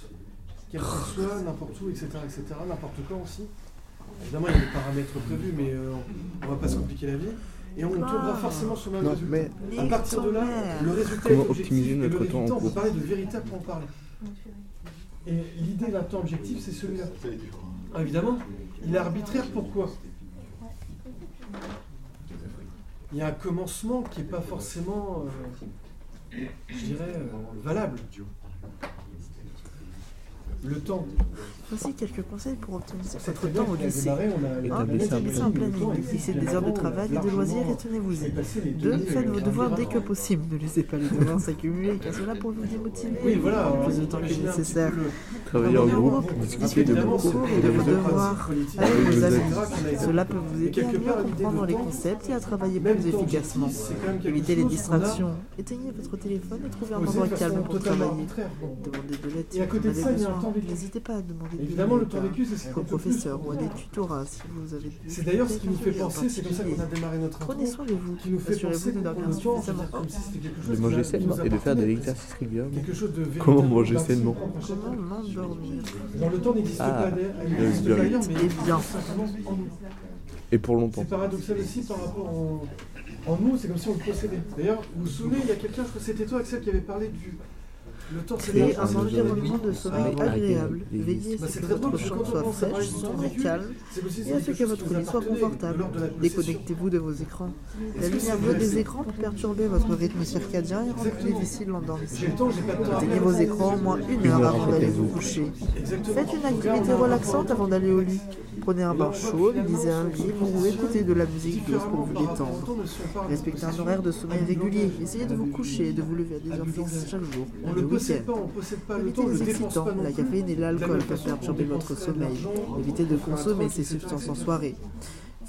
qu'elle soit, n'importe où, etc., etc., n'importe quand aussi. Évidemment, il y a des paramètres prévus, mais euh, on va pas se compliquer la vie. Et on tombera forcément sur le même Non, résultat. mais À partir de là, le résultat Comment est objectif optimiser et notre le temps en résultat, on peut cours parler de véritable pour en parler. Et l'idée d'un temps objectif, c'est celui-là. Ah, Évidemment, il est arbitraire, pourquoi Il y a un commencement qui n'est pas forcément, euh, je dirais, euh, valable. Le temps, Voici quelques conseils pour optimiser Ah, c'est très votre bien temps au qu'on a lycée. démarré, on a Et on Un, a Établissez un Établissez un planning. planning, fixez des heures de travail et de loisirs et tenez-vous-y. C'est passé les Deux, données, Faites vos euh, devoirs dès que possible. Ne laissez pas les devoirs s'accumuler, car cela pour vous démotiver. Oui, voilà. Plus alors, de temps que imaginez un petit nécessaire. peu le- Travailler en Premièrement, groupe, vous discuter de discutez beaucoup. cours et de vos devoirs avec vos amis. Cela peut vous aider à mieux comprendre les concepts et à travailler plus efficacement. Évitez les distractions. Éteignez votre téléphone et trouvez un endroit calme pour travailler. Demandez de l'aide si Et à vous en côté de avez ça, il y a un temps besoin. vécu. N'hésitez pas à demander de Évidemment, le l'aide temps vécu, c'est ce qui au compte le plus. professeur ou à *laughs* des tutorats si vous avez des C'est d'ailleurs ce difficultés qui nous fait en penser, c'est comme ça qu'on a particulier. démarré notre Prenez intro, soin de vous. qui nous fait penser Assurez-vous de qu'on prend dormir le temps, on se suffisamment. dit comme si c'était quelque chose De qui manger nous sainement et de appartenait. faire de l'exercice régulièrement. Quelque chose de véritable, Comment manger d'un petit sainement propre à chacun. Comment m'endormir Genre, le temps n'existe Ah, pas d'ailleurs, il le n'existe pas diabète. ailleurs, mais Eh bien. ça commence en nous. Et pour longtemps. C'est paradoxal aussi par rapport en, en nous, c'est comme si on le possédait. D'ailleurs, vous vous souvenez, il y a quelqu'un, je crois que c'était toi Axel, qui avait parlé du... Le temps, c'est Créer l'énergie, un c'est environnement de sommeil Ah, agréable. oui. Veillez à Bah, ce c'est que très drôle, votre parce que chambre quand on soit pense à fraîche, l'histoire sombre et vécue, calme, c'est comme si et à ce c'était que quelque chose votre qui nous lit soit appartenait, de confortable. l'ordre de la possession. Déconnectez-vous de vos écrans. La Est-ce que ça lumière vous bleue des laisse- écrans peut perturber votre rythme circadien et rendre Exactement. difficile J'ai l'endormissement. le temps, j'ai pas le temps. Éteignez vos écrans au moins une heure avant d'aller vous coucher. Exactement. Faites une activité relaxante avant d'aller au lit. Prenez un bain chaud, lisez un livre ou écoutez de la musique douce pour vous détendre. Respectez un horaire de sommeil régulier. Essayez de vous coucher et de vous lever à des heures fixes chaque jour ou On ne Ah, le possède week-end. pas, Ah, on ne possède pas le temps, Évitez on ne les dépense excitants, pas non la plus. caféine et l'alcool peuvent perturber votre sommeil. Évitez de consommer ces substances en soirée.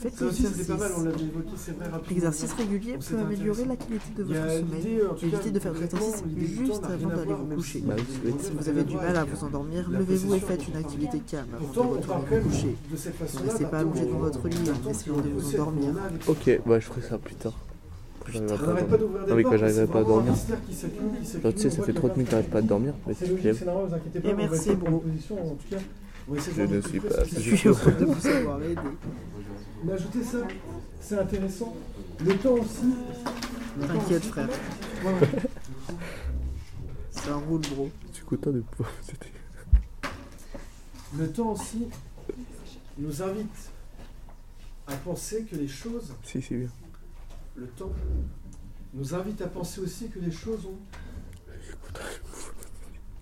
Faites Ça aussi, c'était l'exercice. pas mal, on l'avait évoqué, c'est vrai, rapidement. L'exercice Voilà. régulier Donc, peut c'était améliorer intéressant. la qualité de Il y a votre sommeil l'idée, en tout et éviter cas, de faire de l'exercice concrètement, les débutants juste n'ont rien avant à d'aller voir, vous même coucher. Bah oui, c'est vrai. Si vous avez du mal à vous endormir, La levez-vous et possession faites une activité calme avant de Pourtant, on retourner parle quand vous même coucher. de cette Ne façon-là. restez bah, pas allongé dans votre lit hein, on- en essayant de vous aussi, endormir. on a avec- Ok, ouais, je ferai ça plus tard. Quand j'arriverai On pas à n'arrête dormir. pas d'ouvrir des Ah oui, portes, quand j'arriverai c'est pas à vraiment un dormir. mystère qui s'accumule, Genre, tu qui sais, s'accumule, ça on fait voit 30 qu'il y minutes que a t'arrêtes pas de dormir. Mais C'est tu te logique, lèves. c'est normal, vous inquiétez pas. Et on va merci, essayer de Bro. proposition, en tout cas, on va essayer de Je voir ne des suis trucs pas. Je précis. suis heureux de vous avoir aidé. Mais ajoutez ça, c'est intéressant. Le temps aussi. le temps T'inquiète, aussi. frère. Voilà. Ça roule, bro. Je suis content de *laughs* pouvoir vous aider. Le temps aussi nous invite à penser que les choses, Si, c'est bien. le temps, nous invite à penser aussi que les choses ont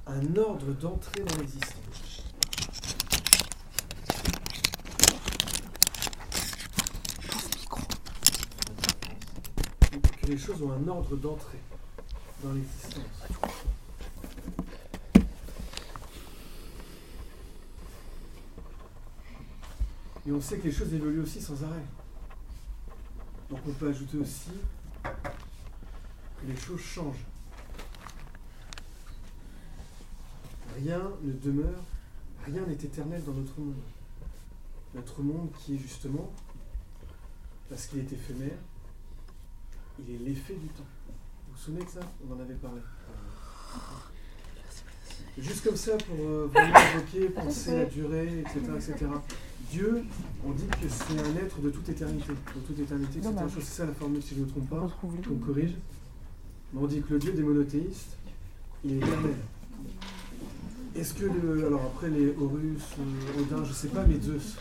un ordre d'entrée dans l'existence. Que les choses ont un ordre d'entrée dans l'existence. Et on sait que les choses évoluent aussi sans arrêt. Donc on peut ajouter aussi que les choses changent. Rien ne demeure, rien n'est éternel dans notre monde. Notre monde qui est justement, parce qu'il est éphémère, il est l'effet du temps. Vous vous souvenez de ça On en avait parlé. Juste comme ça pour euh, vraiment évoquer, penser la durée, etc., etc. Dieu, on dit que c'est un être de toute éternité. De toute éternité, etc. Je Dommage. crois que C'est ça la formule, si je ne me trompe pas Retrouve-les. qu'on corrige. Mais on dit que le dieu des monothéistes, il est éternel. Est-ce que le. Alors après les Horus, euh, Odin, je sais pas, mais Zeus.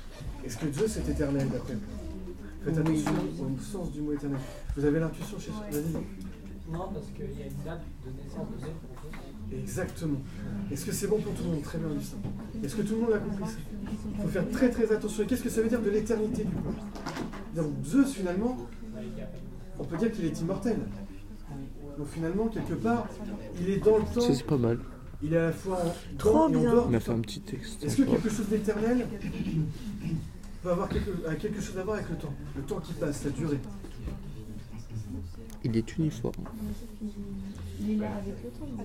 Est-ce que Zeus est éternel d'après vous Faites Oui. attention au sens du mot éternel. Vous avez l'intuition chez Vas-y. Non, parce qu'il y a une date de naissance de Zeus pour vous. Exactement. Est-ce que c'est bon pour tout le monde Très bien, Augustin. Est-ce que tout le monde l'a compris ça Il faut faire très très attention. Et Qu'est-ce que ça veut dire de l'éternité du coup Donc Zeus, finalement, on peut dire qu'il est immortel. Donc finalement, quelque part, il est dans le temps, Ça, c'est pas mal. il est à la fois en dans Trop et en bien. dehors On du a fait temps. un petit texte. Est-ce que quelque chose d'éternel peut avoir quelque, a quelque chose à voir avec le temps Le temps qui passe, la durée. Il est uniforme. Il est là avec le temps.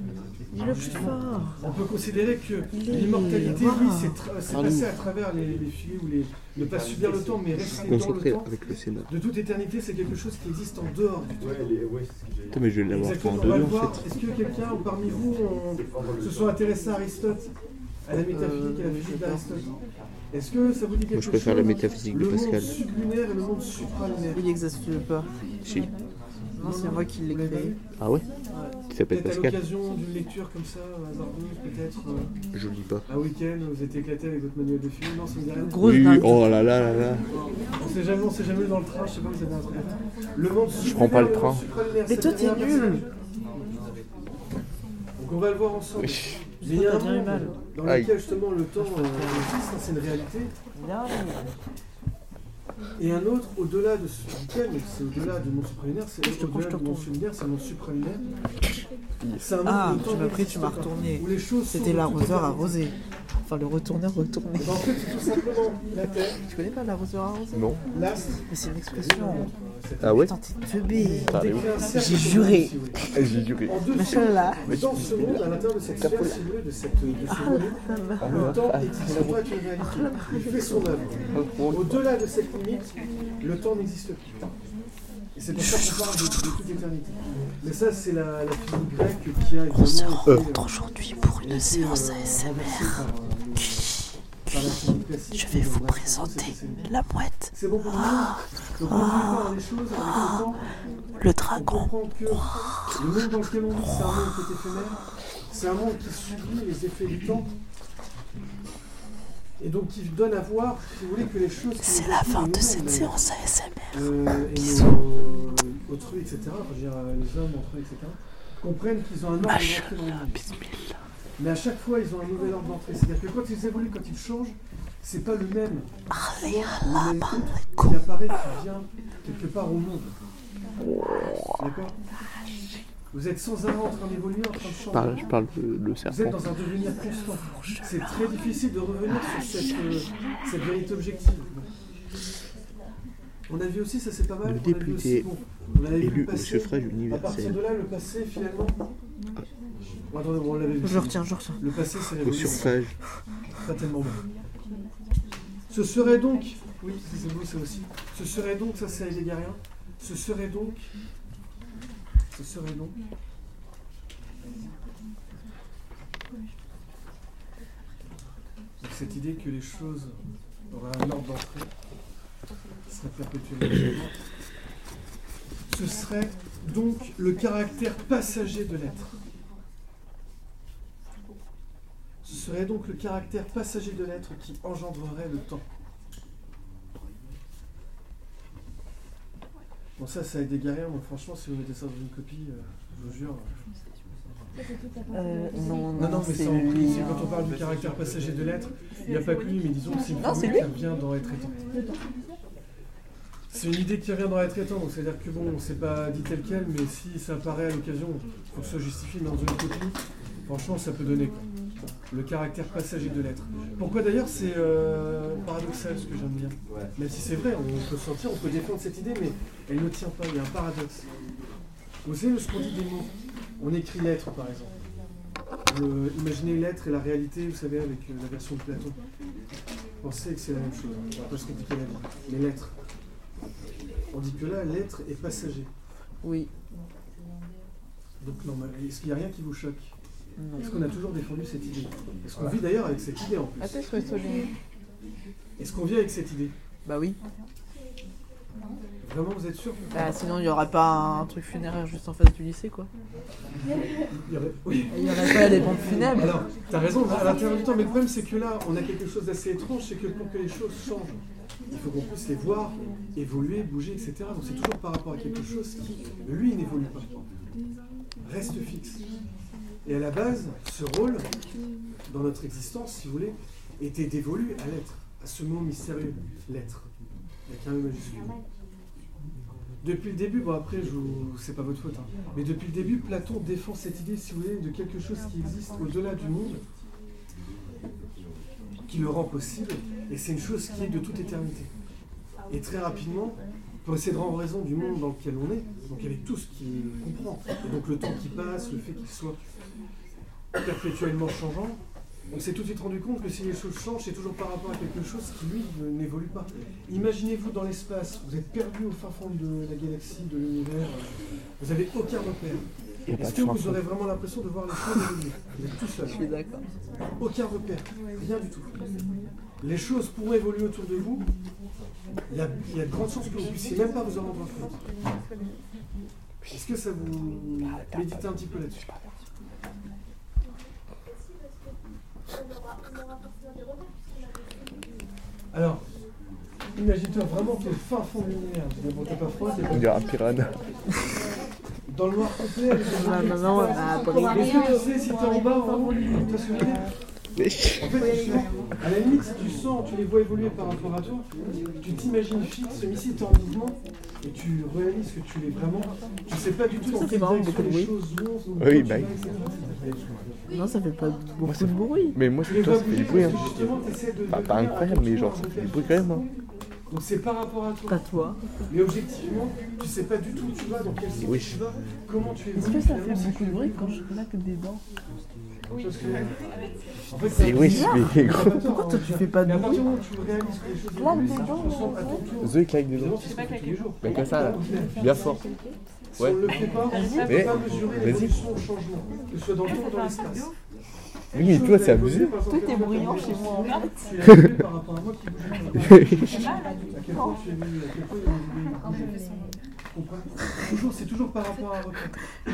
Dis le plus fort. On peut considérer que Il est- l'immortalité, oui, Waouh. c'est tra- c'est Pardon. passé à travers les, les filets ou les, ne pas subir le temps, mais rester dans le Concentré temps. avec le Sénat. De toute éternité, c'est quelque chose qui existe en dehors du temps. Putain, mais je vais l'avoir fait en Exactement, on va le deux en voir. fait. Est-ce que quelqu'un parmi vous on- se sont intéressés à Aristote, à la métaphysique et à la physique d'Aristote Est-ce que ça vous dit quelque Moi, je préfère chose la métaphysique de Le Pascal. monde sublunaire et le monde supralunaire. Il n'existe pas. Si. Non, c'est moi qui l'ai créé. Ah ouais Il s'appelle Peut-être à Pascal l'occasion d'une lecture comme ça, hasardeuse, peut-être euh, Je lis pas. un week-end, vous êtes éclaté avec votre manuel de film. Non, ça me dit rien. Grosse Oui, dingue. oh là là là là. On s'est jamais, on s'est jamais eu dans le train, je sais pas, vous avez un truc. Le monde Je prends pas le supralunaire, train. monde supralunaire, Mais c'est toi, la t'es dernière nul. personne. Donc on va le voir ensemble. Mais il y a T'as un bien eu monde mal. dans Aïe. lequel justement le temps euh, existe, hein, c'est une réalité, Bien. et un autre au-delà de ce duquel, mais c'est au-delà du monde supralunaire, c'est Je te prends, je au-delà te du monde retourne. sublunaire, c'est le monde supralunaire. C'est un monde Ah, où le temps tu m'as pris, n'existe tu m'as pas, retourné. où les choses sont C'était de toute l'arroseur éternité. arrosé. Enfin, le retourneur retourné. Eh ben, En fait, c'est tout simplement la Terre, Tu connais pas l'arroseur arrosé Non. l'astre, euh, Mais c'est une expression. Ah ouais Putain, t'es teubé. décrit un cercle J'ai autour juré. de nous, si vous voulez. J'ai duré. En deux Machallah. secondes, dans ce monde, à l'intérieur de cette sphère, si vous voulez, de cette- de ce volume, le temps n'existe pas qu'une réalité. Il fait son œuvre. Au-delà de cette limite, le temps n'existe plus. Et c'est pour ça qu'on parle de, de toute éternité. Mais ça, c'est la, la physique grecque qui a évidemment. euh, On se rencontre aujourd'hui pour une séance ASMR. euh, Je vais vous présenter Ah. la mouette. C'est bon pour vous Donc, on peut voir les choses avec le temps. Le On comprend que le monde dans lequel on vit, c'est un monde qui est éphémère, c'est un monde qui subit les effets du temps, et donc qui donne à voir, si vous voulez, que les choses. C'est la fin de cette séance ASMR. Euh, et nos, autrui, etc., enfin, je veux dire, euh, les hommes entre eux, etc., comprennent qu'ils ont un ordre d'entrée dans le monde. Mais à chaque fois, ils ont un nouvel ordre d'entrée. C'est-à-dire que quand ils évoluent, quand ils changent, c'est pas le même. Le même tout qui apparaît, qui vient quelque part au monde. D'accord Vous êtes sans arrêt en train d'évoluer, en train de Je changer. parle, je parle de- le Vous êtes serpent. dans un devenir constant. C'est Ah, très difficile de revenir sur cette, euh, cette vérité objective. On a vu aussi, ça c'est pas mal. Le on a vu député aussi, bon, on l'avait vu élu au passer. suffrage À partir universel. Ah. de là, le passé finalement. Bon, attendez, bon, on l'avait vu. Je le retiens, je le retiens. Le passé c'est Au révolution. surfage. Pas tellement bon. Ce serait donc, oui, c'est beau ça aussi. Ce serait donc, ça c'est Heideggerien. Ce serait donc, ce serait donc. Donc, cette idée que les choses auraient un ordre d'entrée serait perpétuellement. Ce serait donc le caractère passager de l'être. Ce serait donc le caractère passager de l'être qui engendrerait le temps. Bon, ça, ça a été garé, mais franchement, si vous mettez ça dans une copie, euh, je vous jure. Euh, non, Non, non, mais c'est c'est en lui, c'est hein. quand on parle du caractère passager de l'être, il n'y a pas que lui, mais disons que c'est une Non, c'est formule lui. qui revient dans Être étant. C'est une idée qui revient dans Être étant, donc c'est-à-dire que bon, c'est pas dit tel quel, mais si ça apparaît à l'occasion, pour se justifier dans une copie, franchement, ça peut donner quoi. Le caractère passager de l'être. Pourquoi d'ailleurs c'est euh, paradoxal ce que j'aime bien. Même si c'est vrai, on peut sentir, on peut défendre cette idée, mais elle ne tient pas, il y a un paradoxe. Vous savez ce qu'on dit des mots On écrit l'être par exemple. Le- imaginez l'être et la réalité, vous savez, avec euh, la version de Platon. Pensez que c'est la même chose. On va pas se compliquer la vie. Mais l'être. On dit que là, l'être est passager. Oui. Donc, non, mais est-ce qu'il n'y a rien qui vous choque Non. Est-ce qu'on a toujours défendu cette idée Est-ce qu'on Voilà. vit d'ailleurs avec cette idée en Ah, plus Attends, je vais souligner. Est-ce qu'on vit avec cette idée Bah oui. Vraiment, vous êtes sûr Bah, sinon, il n'y aurait pas un truc funéraire juste en face du lycée, quoi. Il y aurait- oui. Il y aurait pas des pompes funèbres. Alors, t'as raison, à l'intérieur du temps, mais le problème c'est que là, on a quelque chose d'assez étrange, c'est que pour que les choses changent, il faut qu'on puisse les voir, évoluer, bouger, etc. Donc c'est toujours par rapport à quelque chose qui, lui, n'évolue pas, reste fixe. Et à la base, ce rôle, dans notre existence, si vous voulez, était dévolu à l'être, à ce mot mystérieux, l'être, avec un E majuscule. Depuis le début, bon après, je vous- c'est pas votre faute, hein, mais depuis le début, Platon défend cette idée, si vous voulez, de quelque chose qui existe au-delà du monde, qui le rend possible, et c'est une chose qui est de toute éternité. Et très rapidement, possédera en raison du monde dans lequel on est, donc avec tout ce qu'il comprend, et donc le temps qui passe, le fait qu'il soit perpétuellement changeant, on s'est tout de suite rendu compte que si les choses changent, c'est toujours par rapport à quelque chose qui, lui, ne- n'évolue pas. Imaginez-vous dans l'espace, vous êtes perdu au fin fond de la galaxie, de l'univers, euh, vous n'avez aucun Il y a repère. pas Est-ce de que vous chanson. aurez vraiment l'impression de voir les choses évoluer Vous êtes tout seul. Je suis d'accord. Aucun repère, rien du tout. Les choses pourront évoluer autour de vous. Il y a, il y a de grandes chances que vous ne puissiez même pas vous en rendre compte. Est-ce que ça vous méditez un petit peu là-dessus Alors, imagine-toi vraiment que fin fond de l'univers, ne bon, t'as pas froid, c'est pas On dirait un piranha. dans le noir complet. avec Ma la maman, elle m'a appris. Est-ce que tu sais si t'es en bas ou en haut Tu vois ce que je veux dire En fait, tu sais, à la limite, si tu sens, tu les vois évoluer par rapport à toi, tu t'imagines fixe, mais si t'es en mouvement, et tu réalises que tu l'es vraiment, tu sais pas du Ça tout dans fait quelle vraiment direction beaucoup de bruit. les choses vont. tu Oui, bah oui. vas, etc., etc. Non, ça fait pas beaucoup de bruit. Mais moi, Tu les c'est toi, vois ça fait bouger du bruit. parce Hein. que justement, t'essaies de. Pas, de pas faire incroyable, mais attention genre, à ça fait repérer. du bruit quand même. Hein. Donc c'est par rapport à toi. Pas toi. Mais objectivement, tu sais pas du tout où tu vas, dans quel sens Oui. tu vas, comment tu évolues. Est-ce que ça finalement, fait c'est beaucoup de bruit quand je claque des dents Parce que, en fait, c'est Mais oui, bizarre. mais T'as gros. pas tort, Pourquoi toi, hein, tu fais pas de mais à partir bruit du moment où tu réalises que les choses Claque des évoluent, c'est dents, que tu sens à ton tour. Zoé claque des dents. Évidemment, c'est ce qu'on fait tous les jours. Mais comme ça, là. Bien fort. Si Ouais. on le fait pas, on peut Mais- pas mesurer vas-y. l'évolution au changement, que ce soit dans le temps ou dans l'espace. Oui, mais toi, c'est abusé. Tout est bruyant chez moi, en fait. par rapport à moi qui bouge. À *laughs* quel point tu es venu, à quel point il y a des- des- Comprends Toujours, c'est toujours par rapport à votre.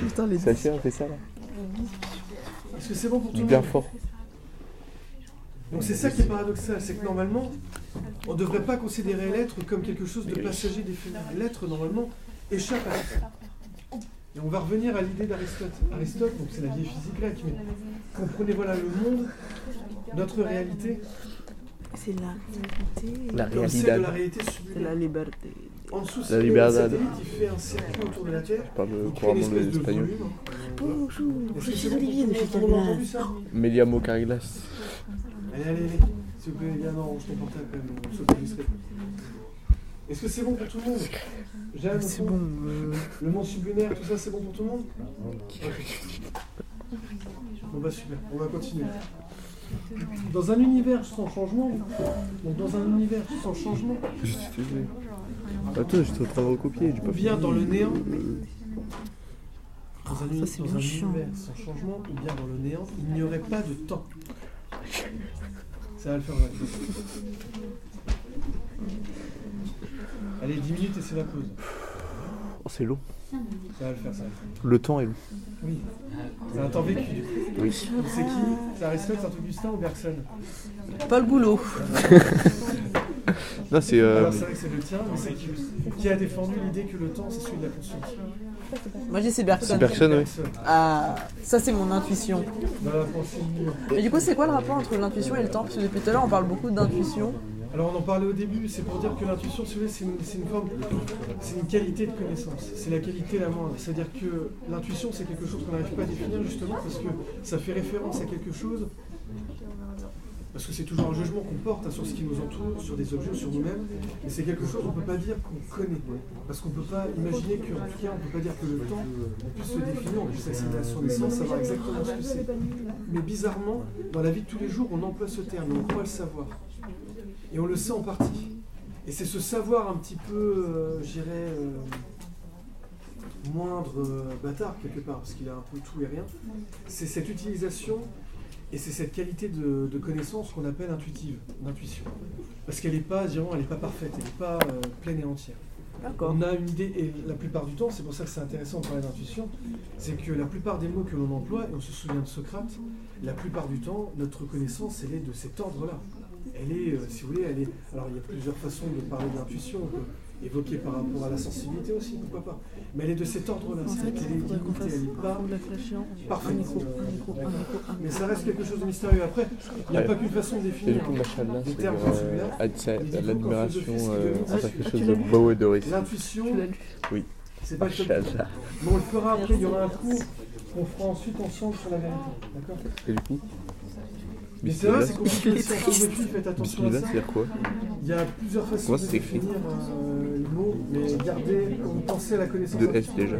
Putain, les Sacha, on fait ça là. Est-ce que c'est bon pour tout Dis le bien monde fort. Donc c'est ça qui est paradoxal, c'est que normalement, on ne devrait pas considérer l'être comme quelque chose de passager des faits. L'être, normalement, échappe à l'être. Et on va revenir à l'idée d'Aristote. Aristote, donc c'est la vieille physique grecque, mais comprenez, voilà, le monde, notre réalité, C'est la réalité. La comme celle de la réalité. réalité C'est la sublimée. liberté. En dessous, La c'est le liberdade. satellite qui fait un cercle autour de la Terre. Je parle euh, Il crée une couramment espèce de l'espagnol. volume. Bonjour, Est-ce je que suis c'est bon pour tout Olivier le de monde chez On a entendu Carglass. ça Melia Mocarglass. Allez, allez, allez. S'il vous plaît, les gars, non, je t'en portable quand même, on se Est-ce que c'est bon pour tout le monde Jeanne, C'est bon. euh, Le monde sublunaire, tout ça, c'est bon pour tout le monde Bon bah super, on va continuer. Dans un univers sans changement, donc dans un univers sans changement, Je suis désolé. Attends, j'étais en train de recopier. j'ai pas ou bien fini. dans le néant, Euh, dans un, uni- ça, c'est dans bien un chiant. univers sans changement, ou bien dans le néant, il n'y aurait pas de temps. Ça va le faire, on va le faire. Allez, 10 minutes et c'est la pause. Oh, c'est long. Ça va le faire, ça va le faire. Le temps est long. Oui. C'est un temps vécu. Oui. C'est qui C'est Aristote, Saint-Augustin ou Bergson Pas le boulot. Là, c'est. euh, Alors c'est vrai que c'est le tien, mais c'est qui, qui a défendu l'idée que le temps c'est celui de la conscience Moi, j'ai c'est Bergson. C'est Bergson, oui. Ah, ça, c'est mon intuition. Dans la pensée libre. Mais du coup, c'est quoi le rapport entre l'intuition et le temps Parce que depuis tout à l'heure, on parle beaucoup d'intuition. Alors on en parlait au début, c'est pour dire que l'intuition, si vous voulez, c'est une, c'est une forme, c'est une qualité de connaissance, c'est la qualité la moindre. C'est-à-dire que l'intuition c'est quelque chose qu'on n'arrive pas à définir justement parce que ça fait référence à quelque chose, parce que c'est toujours un jugement qu'on porte hein, sur ce qui nous entoure, sur des objets, sur nous-mêmes, mais c'est quelque chose qu'on ne peut pas dire qu'on connaît. Parce qu'on ne peut pas imaginer que, en tout cas, on ne peut pas dire que le temps, on puisse le définir, on puisse accéder à son essence, savoir exactement ce que c'est. Mais bizarrement, dans la vie de tous les jours, on emploie ce terme, on croit le savoir. Et on le sait en partie. Et c'est ce savoir un petit peu, euh, je dirais, euh, moindre euh, bâtard quelque part, parce qu'il a un peu tout et rien. C'est cette utilisation et c'est cette qualité de, de connaissance qu'on appelle intuitive, l'intuition. Parce qu'elle n'est pas, dirons, elle n'est pas parfaite, elle n'est pas euh, pleine et entière. D'accord. On a une idée, et la plupart du temps, c'est pour ça que c'est intéressant de parler d'intuition, c'est que la plupart des mots que l'on emploie, et on se souvient de Socrate, la plupart du temps, notre connaissance, elle est de cet ordre-là. Elle est, euh, si vous voulez, elle est. Alors, il y a plusieurs façons de parler d'intuition, on peut évoquer par rapport à la sensibilité aussi, pourquoi pas. Mais elle est de cet ordre-là, En fait, c'est-à-dire qu'elle est faudrait qu'on limitée, fasse elle un n'est pas. coup de la flèche géante, Parfait. un micro, un micro, un micro, un Mais micro. ça reste quelque chose de mystérieux. Après, il n'y a Ouais. pas qu'une façon de Et du définir coup, Machallah, les c'est termes euh, comme celui-là. adsa- l'admiration euh, envers quelque Tu chose l'as de lu beau et d'horrible. L'intuition, Tu l'as lu. Oui. c'est pas le top. Machallah. Mais on le fera après, il y aura un cours qu'on fera ensuite ensemble sur la vérité. D'accord Et du coup Mais c'est vrai, Bismillah, *laughs* c'est compliqué. Si on veut plus, faites attention à Bismillah, ça. c'est-à-dire quoi Il y a plusieurs façons Moi, de c'est écrit. définir euh, le mot, mais gardez, quand vous pensez à la connaissance De intuitive, F déjà.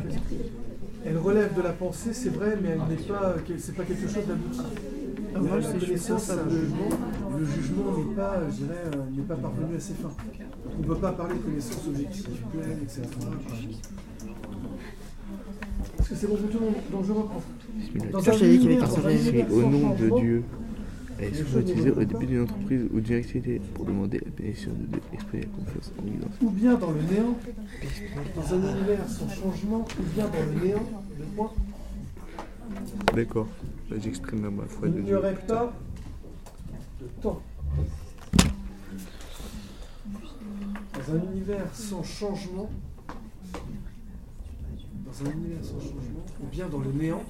Elle relève de la pensée, c'est vrai, mais elle n'est pas, c'est pas quelque chose d'abouti. Ah, moi, La c'est- je suis connaissance, sûr, ça le me- jugement, le jugement n'est pas, euh, je dirais, euh, n'est pas parvenu à ses fins. On ne peut pas parler de connaissance objective, pleine, etc. Est-ce que c'est bon pour tout le monde Donc je reprends. Bismillah. Dans Je t'avais dit qu'il y avait univers qu'un seul sans réveil. Écrit changement, au nom de Dieu. Elle est souvent utilisée au début d'une entreprise ou d'une activité pour demander la bénédiction de Dieu, exprimer la confiance en lui. ou bien dans le néant, dans un univers sans changement, ou bien dans le néant, le point, D'accord. Là, J'exprime ma foi il de n'y Dieu. aurait pas de temps. Dans un univers sans changement, dans un univers sans changement, ou bien dans le néant,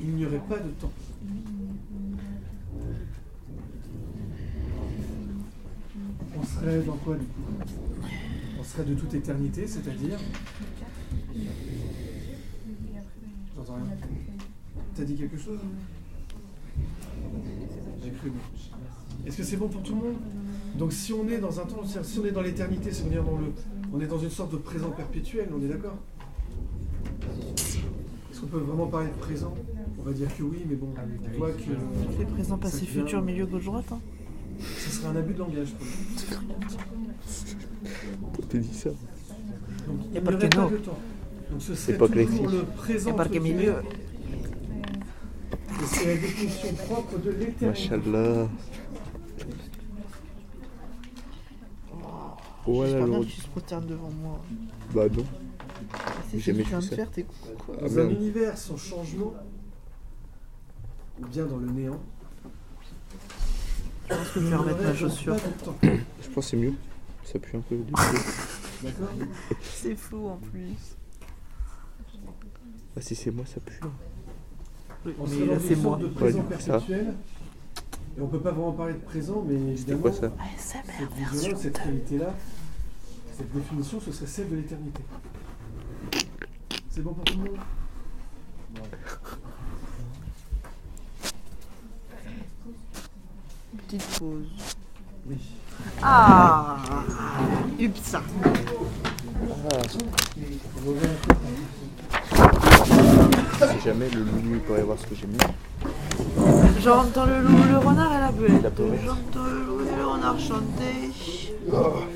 il n'y aurait pas de temps. On serait dans quoi du coup On serait de toute éternité, c'est-à-dire. J'entends rien. T'as dit quelque chose J'ai cru, mais- Est-ce que c'est bon pour tout le monde Donc si on est dans un temps, si on est dans l'éternité, c'est dire dans le, on est dans une sorte de présent perpétuel, on est d'accord Est-ce qu'on peut vraiment parler de présent On va dire que oui, mais bon, on voit que Fait présent, passé, Ça devient- futur, milieu, gauche, droite. hein. ce serait un abus de langage pour nous. T'as dit ça Donc il Y a n'y pas aurait que pas non. de temps. Donc ce serait C'est pas que les toujours filles. le présent. Y a pas que entre milieu. guillemets, et C'est la définition propre de l'éternité. Machallah. Voilà J'espère bien l'ordre. que tu se prosternes devant moi. Oh, Bah non. C'est ce que Jamais tu viens de fait ça. faire, t'es con, quoi. Ah Dans un merde. univers sans changement, ou bien dans le néant, Je pense que je vais remettre ma chaussure. Pas de temps, Je pense que c'est mieux. Ça pue un peu. du coup. D'accord C'est flou en plus. Ah si c'est moi, ça pue. Oui, On mais serait là, dans c'est une moi. sorte de Ouais, présent du coup, ça. perpétuel. Et on peut pas vraiment parler de présent, mais C'était évidemment, quoi ça cette vision-là, cette qualité-là, cette définition, ce serait celle de l'éternité. C'est bon pour tout le monde Petite pause. Oui. Ah Upsa Si jamais le loup il pourrait voir ce que j'ai mis. J'entends le loup, le renard et la La belette. belette. J'entends le loup et le renard chanter.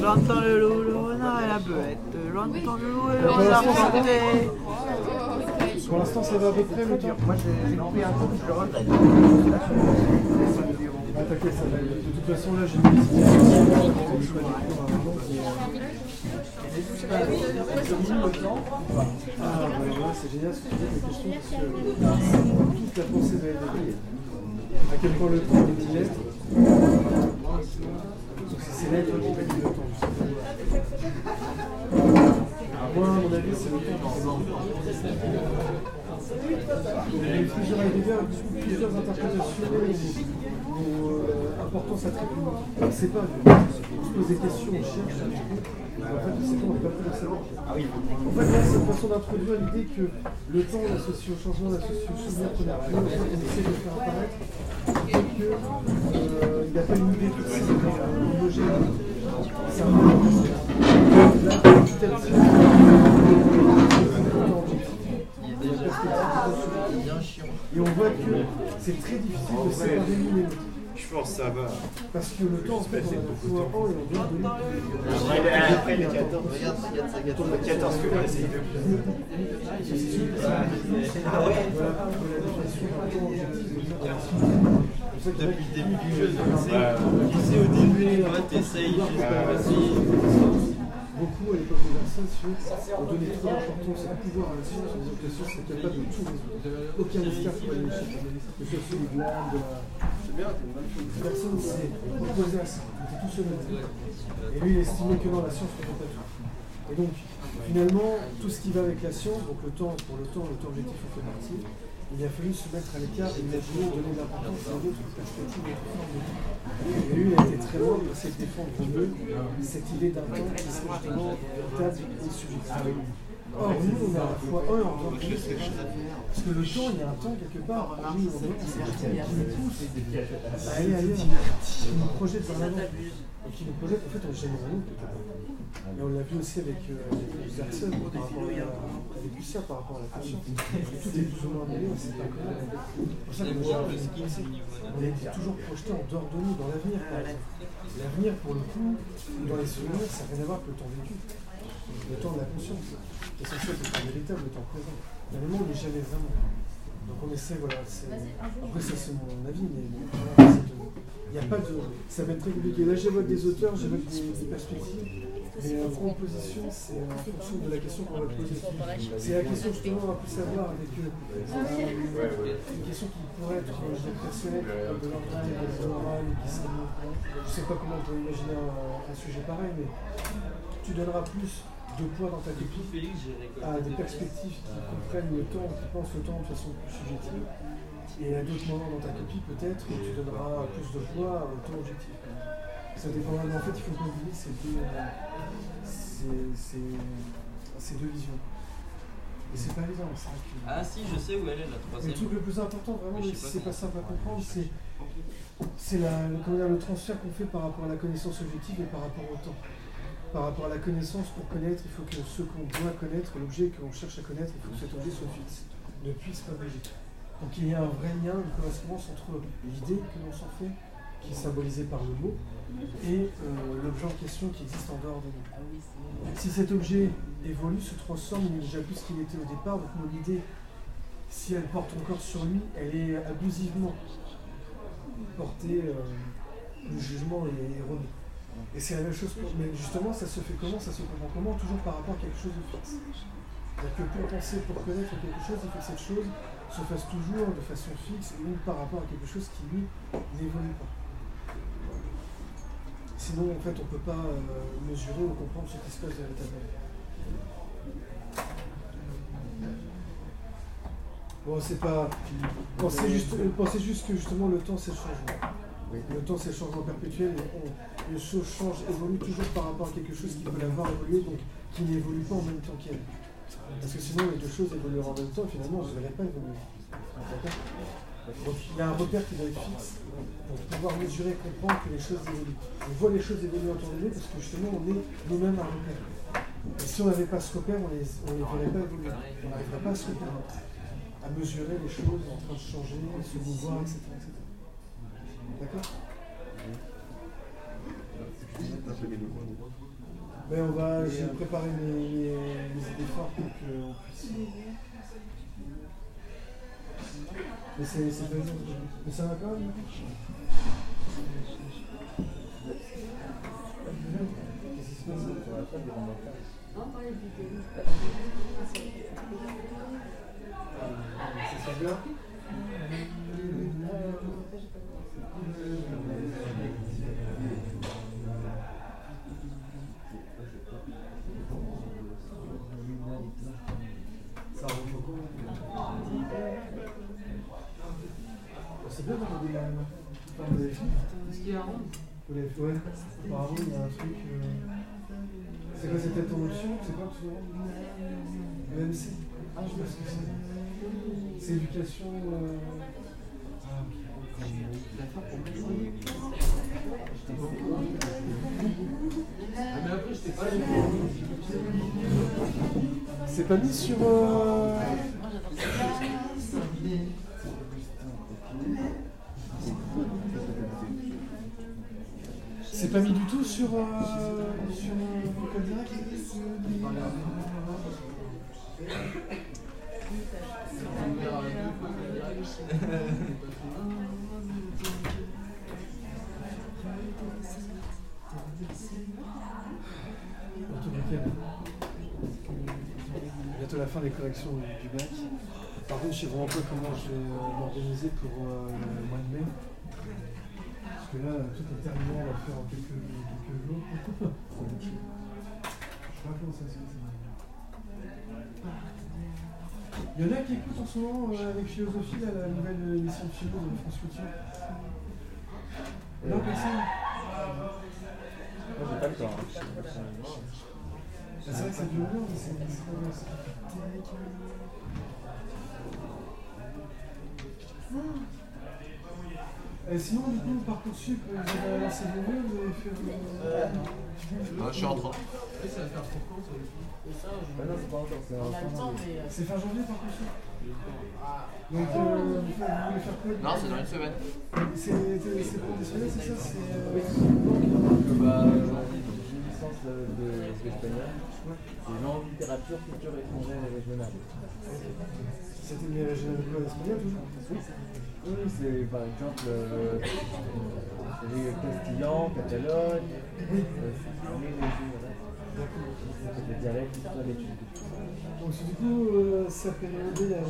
J'entends le loup, le renard et la belette. J'entends le loup et le renard chanter. Pour l'instant, ça va à peu près le tir. Moi, j'ai coupé un coup, je le regrette. Ah, t'inquiète, ça va. aller. De toute façon, là, j'ai mis des Ah, ouais, ouais, c'est génial ce que tu dis, mais je trouve que toute la pensée va être déviée. À quel point le temps est digeste. Parce que c'est là que tu calcules le temps. Moi, à mon avis, Ah, c'est le temps. Il y a eu plusieurs Heidegger, plusieurs interprétations ou euh, importance attribuée. On ne sait pas. On se pose des questions, on cherche. mais En fait, on sait pas, on ne peut pas le savoir. En fait, là, c'est une façon d'introduire l'idée que le temps, on l'associe au changement, on l'associe au souvenir qu'on a pris, on essaie de le faire apparaître, et qu'il n'y a pas une idée fixe, euh, homogène. C'est un peu- Là, petit à petit, et on voit que c'est très difficile de séparer l'une et l'autre. Je pense que ça va. Parce que le temps, en fait, on a le pouvoir en et on vient de l'autre. Après les 14, regarde, regarde ça, 14, 14 que là, c'est deux. Ah ouais Depuis le début du jeu, tu sais, tu sais au début, toi t'essayes, tu vas Beaucoup à l'époque de Versailles, sur- on donnait trop d'importance à pouvoir à la science, on disait que la science est capable de tout résoudre. Aucun escarpe pour aller chercher. Que ce soit les glandes, de la- Personne ne s'est opposé à ça, on était tous au même niveau. Et lui, il estimait que non, la science ne peut pas tout. Et donc, finalement, tout ce qui va avec la science, donc le temps, pour le temps, le temps objectif en fait partie, il a fallu se mettre à l'écart et imaginer donner de l'importance à d'autres perspectives, d'autres formes de vie. Et lui, il a été très loin pour essayer de défendre un peu cette idée d'un temps qui serait justement véritable et subjectif. Or, nous, on a à la fois un en tant que Parce que le temps, il y a un temps quelque part, nous, on est à aller ailleurs, qui nous projette vers l'avant. Et qui nous projette, en fait, on gêne nous quelque part. Et on l'a vu aussi avec, euh, avec les personnes, par rapport à la- avec Lucien, par rapport à la conscience. Tout est plus ou moins mêlé, on ne sait pas comment. C'est pour ça qu'on a jamais avancé. On a été toujours projeté en dehors de nous, dans l'avenir. par exemple. L'avenir, pour le coup, ou dans les souvenirs, ça n'a rien à voir que le temps vécu. Le temps de la conscience. C'est censé être le temps véritable, le temps présent. Finalement, on n'est jamais vraiment. Donc on essaie, voilà. c'est- Après, ça, c'est mon avis, mais bon, voilà, c'est de- il n'y a pas de. Ça va être très compliqué. Là, j'évoque des auteurs, j'évoque des, des perspectives. Mais en proposition, c'est en fonction de la question qu'on va te poser. C'est la question justement on va plus savoir avec euh, euh, une question qui pourrait être euh, je dirais, personnelle, euh, de l'orgueil, de morale, qui serait. Je sais pas comment on peut imaginer un, un sujet pareil, mais tu donneras plus de poids dans ta copie à des perspectives qui comprennent le temps, qui pensent le temps de façon plus subjective. Et à d'autres moments dans ta copie, peut-être, tu donneras plus de poids au temps objectif. Ça dépendra. Mais en fait, il faut qu'on oublie ces deux, euh, ces- ces- ces deux visions. Et c'est pas évident, c'est vrai que- Ah si, je sais où elle est la troisième. le truc le plus important, vraiment, Mais je même si sais c'est pas simple à comprendre, c'est c'est la- le, comment dire, le transfert qu'on fait par rapport à la connaissance objective et par rapport au temps. Par rapport à la connaissance, pour connaître, il faut que ce qu'on doit connaître, l'objet que l'on cherche à connaître, il faut que cet objet soit fixe, ne puisse pas bouger. Donc il y a un vrai lien, une correspondance entre l'idée que l'on s'en fait, qui est symbolisée par le mot, et euh, l'objet en question qui existe en dehors de nous. Si cet objet évolue, se transforme, il n'est déjà plus ce qu'il était au départ, donc mon idée si elle porte encore sur lui, elle est abusivement portée, euh, le jugement est erroné. Et c'est la même chose, pour- mais justement, ça se fait comment, ça se comprend comment, toujours par rapport à quelque chose de fixe. C'est-à-dire que pour penser, pour connaître quelque chose, il faut que cette chose se fasse toujours de façon fixe ou par rapport à quelque chose qui, lui, n'évolue pas. Sinon, en fait, on ne peut pas euh, mesurer ou comprendre ce qui se passe véritablement. Bon, c'est pas. Pensez juste, euh, pensez juste que justement le temps c'est le changement. Le temps c'est le changement perpétuel. et on- les choses changent, évoluent toujours par rapport à quelque chose qui peut l'avoir évolué, donc qui n'évolue pas en même temps qu'elle. Parce que sinon les deux choses évoluent en même temps, finalement on ne verrait pas évoluer. D'accord Il y a un repère qui doit être fixe pour pouvoir mesurer, comprendre que les choses évoluent. On voit les choses évoluer en temps donné parce que justement on est nous-mêmes un repère. Et si on n'avait pas ce repère, on les, on les verrait pas évoluer. On n'arriverait pas à se repérer, à mesurer les choses en train de changer, se mouvoir, etc. etc. D'accord ben on va, j'ai préparé mes, mes, mes idées fortes pour qu'on puisse. Mais c'est c'est pas évident. Mais ça va quand même Qu'est-ce qui se passe Ça se passe bien Ça remonte beaucoup. C'est bien d'avoir des. Enfin, des... Est-ce qu'il y a un rond Vous l'avez fait, ouais. Par un rond, il y a un truc. euh, C'est quoi, c'est peut-être ton option C'est quoi, tu vois Même si. Ah, je sais pas ce que c'est. C'est éducation. euh, ah, ok. C'est pas mis sur. euh, C'est pas mis du tout sur. euh, sur. euh, Comme direct Pour tout le week-end. Bientôt la fin des corrections du du bac. Par contre, je sais vraiment pas comment je vais euh, m'organiser pour euh, le mois de mai. Parce que là, tout est terminé, on va le faire en quelques, quelques jours. Je sais pas comment ça se passe. Il y en a qui écoutent en ce moment euh, avec Philosophie là, la nouvelle émission de philo de France Culture. Non, personne. Moi, Ah, j'ai pas le temps. hein. Ah, Bah, C'est vrai que ça dure long, mais c'est c'est pas mal, c'est- Euh, sinon, du coup, Parcoursup, euh, vous avez lancé le mail, vous avez fait... euh, Ah, je suis en train. Bah non, c'est pas encore, c'est en fin janvier. C'est fin janvier, Parcoursup Donc, euh, vous voulez faire quoi Non, c'est dans une semaine. C'est c'est- c'est professionnel, c'est ça C'est... euh, Bah, j'ai une licence euh, de d'espagnol. C'est langue, littérature, culture étrangère et régionale. C'était euh, mis à la Générale de l'espagnol, toujours Oui, c'est par exemple euh, les Castillan, Catalogne, euh, Sicilien, les dialectes, l'histoire l'étude. Donc du coup, euh, ça fait regarder la, la,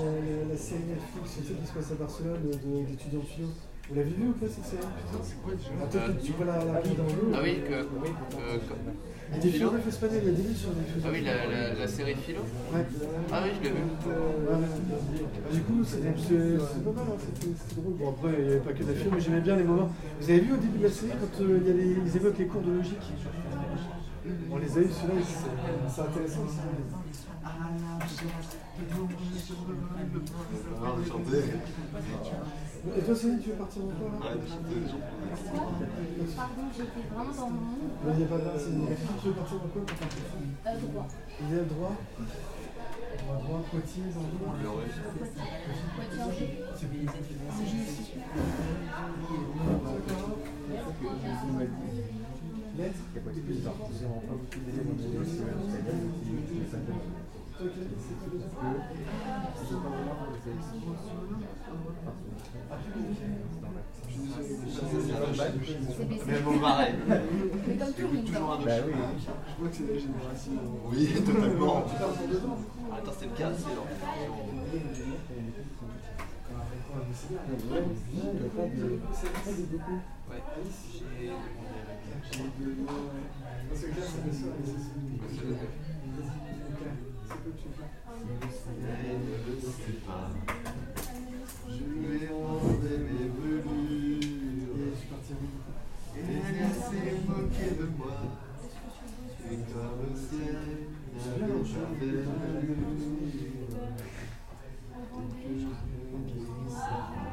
la série Netflix tu sais, qui se passe à Barcelone euh, de- d'étudiants philo. Vous l'avez vu ou pas cette série c'est quoi déjà Peut-être que tu vois la, la rue dans l'eau. Ah oui, que. euh, que- que- Il y a des philosophes espagnols, il y a des livres sur des Ah philosophes. oui, la, la, la série philo Ouais. Ah oui, je l'ai vu. Ouais, ouais. Bah, Du coup, c'est c'est- c'est pas mal, hein, c'était c'était drôle. Bon, après, il n'y avait pas que de la film, mais j'aimais bien les moments. Vous avez vu au début de la série quand euh, il y a les- ils évoquent les cours de logique On les a eu, ceux-là, c'est- c'est intéressant. ça. Et toi, Céline, tu veux partir en quoi là Pardon, j'étais vraiment dans mon monde. Non, il n'y a pas de c'est une Tu veux partir en quoi pour partir Euh, droit. Il est à droit Droit, droit, Poitiers, dans le droit. C'est juste. Lettres Mais bon, pareil. Mais comme tout le monde. Toujours un de Bah chez oui. moi. Je crois que c'est la génération. Oui, totalement. Tu parles pour deux ans. Attends, c'est le cas, c'est genre. Ah, Ouais, j'ai.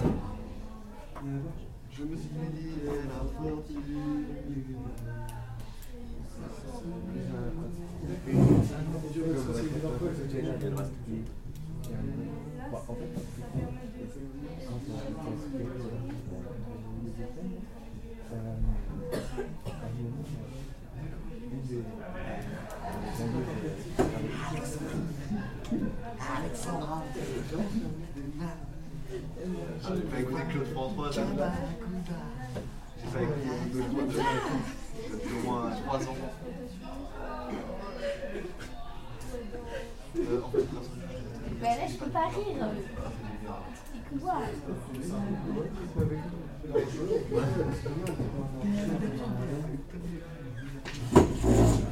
J'ai Alexandra. Bah, J'ai pas écouté Claude François. là. J'ai pas écouté Claude François depuis depuis au moins 3 ans. Euh, en fait, Bah là, je peux pas rire. C'est que boire.